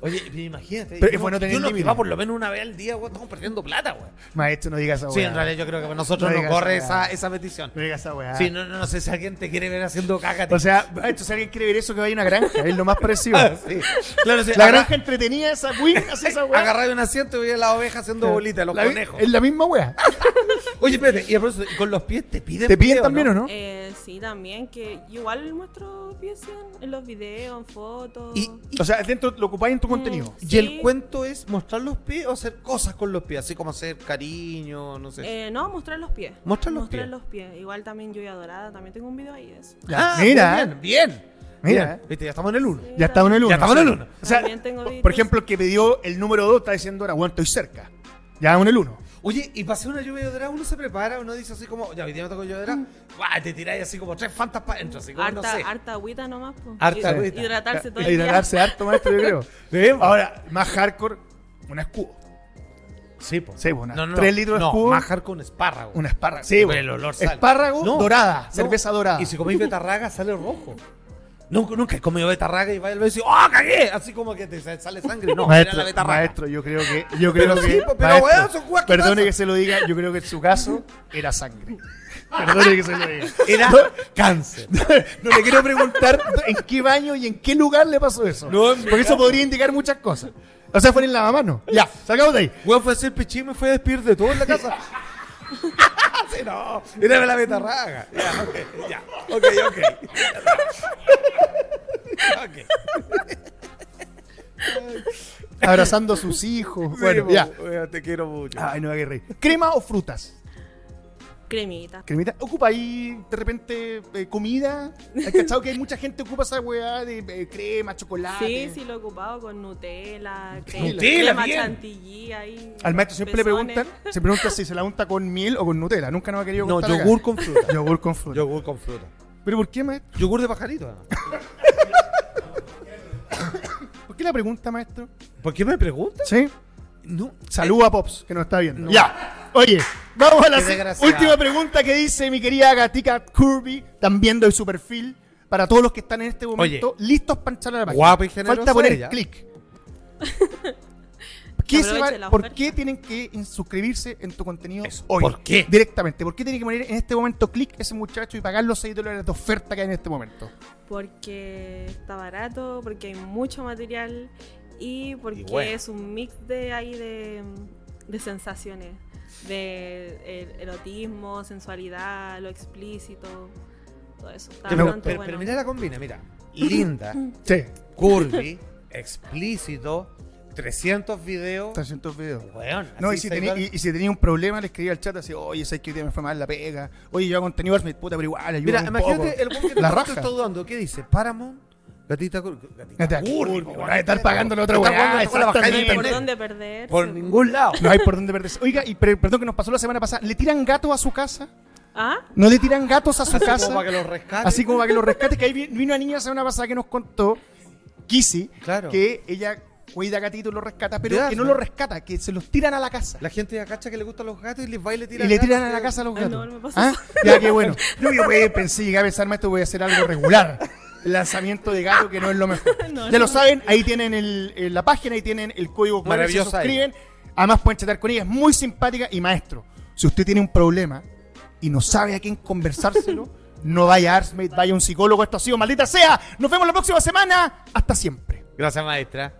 Oye, pero imagínate. Pero es yo bueno no- tener Yo no límite. que va por lo menos una vez al día, güey, estamos perdiendo plata, güey. Maestro, no digas esa Sí, weá. en realidad yo creo que para nosotros No no digas corre esa esa, weá. esa petición. No digas esa weá. Sí, no, no, no sé si alguien te quiere ver haciendo caca. O sea, maestro, si alguien quiere ver eso, que vaya a una granja. Es lo más parecido. Ah, sí. Claro, sí, La agarra- granja entretenida, esa win, hace esa weá. agarrar un asiento y veía la oveja haciendo bolita, los La- conejos. Ah, Es la misma weá. Oye, espérate, y a propósito, ¿y con los pies te piden ¿Te piden video, también o no? Eh, sí, también, que yo igual muestro pies en, en los videos, en fotos. Y, y- Mm. O sea, dentro lo ocupáis en tu contenido. y el sí. cuento es mostrar los pies o hacer cosas con los pies, así como hacer cariño, no sé. Eh, no, mostrar los pies. Mostrar los mostrar pies. los pies. Igual también Lluvia Dorada, también tengo un video ahí de eso. Ya, Ah, mira, muy bien, bien. mira. Bien, Viste, ya estamos en el uno. Ya estamos en el 1. Ya estamos en el uno. O sea, También tengo por, videos. por ejemplo, el que pidió el número 2 está diciendo ahora, bueno, estoy cerca. Ya vamos en el 1. Oye, y pasé una lluvia de drag, uno se prepara, uno dice así como, ya, hoy día me tocó lluvia de drag, ¡guau! te tiráis así como tres fantas para adentro, así como, Mm. Harta, no sé. harta agüita nomás. po. Harta Hid- agüita. Hidratarse todo el día. Hidratarse harto, maestro, yo creo. Sí, po. Ahora, más hardcore, una escudo. Sí, po. Sí, po, una- tres litros de no, escudo. majar con espárrago. Una espárrago. Sí, bueno. el olor sale. Espárrago No, dorada, no. cerveza dorada. Y si coméis betarraga, sale rojo. Nunca, nunca he comido betarraga y va el beso y ¡oh, cagué! Así como que te sale sangre. No, era la betarraga. maestro, yo creo que. Yo Pero creo que sí, pues, pero maestro, weón, son weas que Perdone pasan. que se lo diga, yo creo que en su caso era sangre. Perdone que se lo diga. Era cáncer. No le quiero preguntar en qué baño y en qué lugar le pasó eso. No, en mi porque eso podría indicar muchas cosas. O sea, fue en el lavamano. Ya, salgamos de ahí. Weón fue a hacer pichín y me fue a despedir de todo en la casa. sí, no. Era la betarraga. Ya, ok, ya. Ok, ok. ok. Abrazando a sus hijos. Bueno, Sí, ya. weón, te quiero mucho. Ay, no me agarré. ¿Crema o frutas? Cremita. Cremita, ocupa ahí de repente eh, comida. ¿Has cachado que hay mucha gente que ocupa esa weá de eh, crema, chocolate? Sí, sí, lo he ocupado con Nutella, crema, Nutella, crema bien. chantilly ahí. Al maestro siempre le pezones. preguntan, se pregunta si se la unta con miel o con Nutella. Nunca nos ha querido no, contar acá. yogur con fruta. Yogur con fruta. yogur con fruta. Pero ¿por qué, maestro? Yogur de pajarito, además. ¿Por qué la pregunta, maestro? ¿Por qué me preguntas? Sí. No. Saluda a Pops, que no está viendo. Ya. Oye, vamos a la Qué se- desgraciado. última Última pregunta que dice mi querida gatica Kirby, también doy su perfil. Para todos los que están en este momento listos para entrar a la página. Guapa y generosa Falta poner ella. clic. ¿Qué se va- Aproveche la ¿Por oferta. qué tienen que suscribirse en tu contenido Eso, hoy? ¿por qué? Directamente. ¿Por qué tiene que poner en este momento clic ese muchacho y pagar los 6 dólares de oferta que hay en este momento? porque está barato, porque hay mucho material y porque Y bueno. es un mix de ahí de, de sensaciones, de el- erotismo, sensualidad, lo explícito, todo eso. Está Pero, bastante pero- bueno. pero mira la combina, mira. Linda, Sí. curvy, explícito, 300 videos. 300 videos. Weón, No, Pues así y si, se tenía, iba- y, y si tenía un problema, le escribía al chat así, oye, sé que hoy día me fue mal la pega. Oye, yo hago contenido Smith, puta, pero igual, ayuda Mira, un imagínate poco. el buen que La la raja. está dudando. ¿Qué dice? Paramount, gatita Cur- gatita Gatita Curry, Curry, po, por ahí estar gatita pagándole Curry. otra Está weá, pagando toda la bajada de exactamente. por internet. dónde perderse. Por ningún lado. No hay por dónde perderse. Oiga, y pre- perdón que nos pasó la semana pasada, ¿le tiran gatos a su casa? ¿Ah? ¿No le tiran gatos a su casa? Como para que los rescate. Así como para que los rescate, que ahí vi- vino una niña la semana pasada que nos contó, Kissy, Claro. que ella cuida gatitos y los rescata, Te pero que das, no ¿no? los rescata, que se los tiran a la casa. La gente de cacha que le gustan los gatos y les va y le Y tiran le tiran a la casa a los Ay, gatos. no, no me pasó ¿Ah? Ya, qué bueno. No, yo güey, pensé, llegué a pensarme esto, voy a hacer algo regular. El lanzamiento de gato que no es lo mejor. No, ya lo no. saben, ahí tienen el, el- la página, ahí tienen el código QR, se Maravillosa suscriben. Además pueden chatar con ella, es muy simpática y maestro. Si usted tiene un problema y no sabe a quién conversárselo, no vaya a Arsmate, vaya a un psicólogo, esto ha sido maldita sea. Nos vemos la próxima semana, hasta siempre. Gracias, maestra.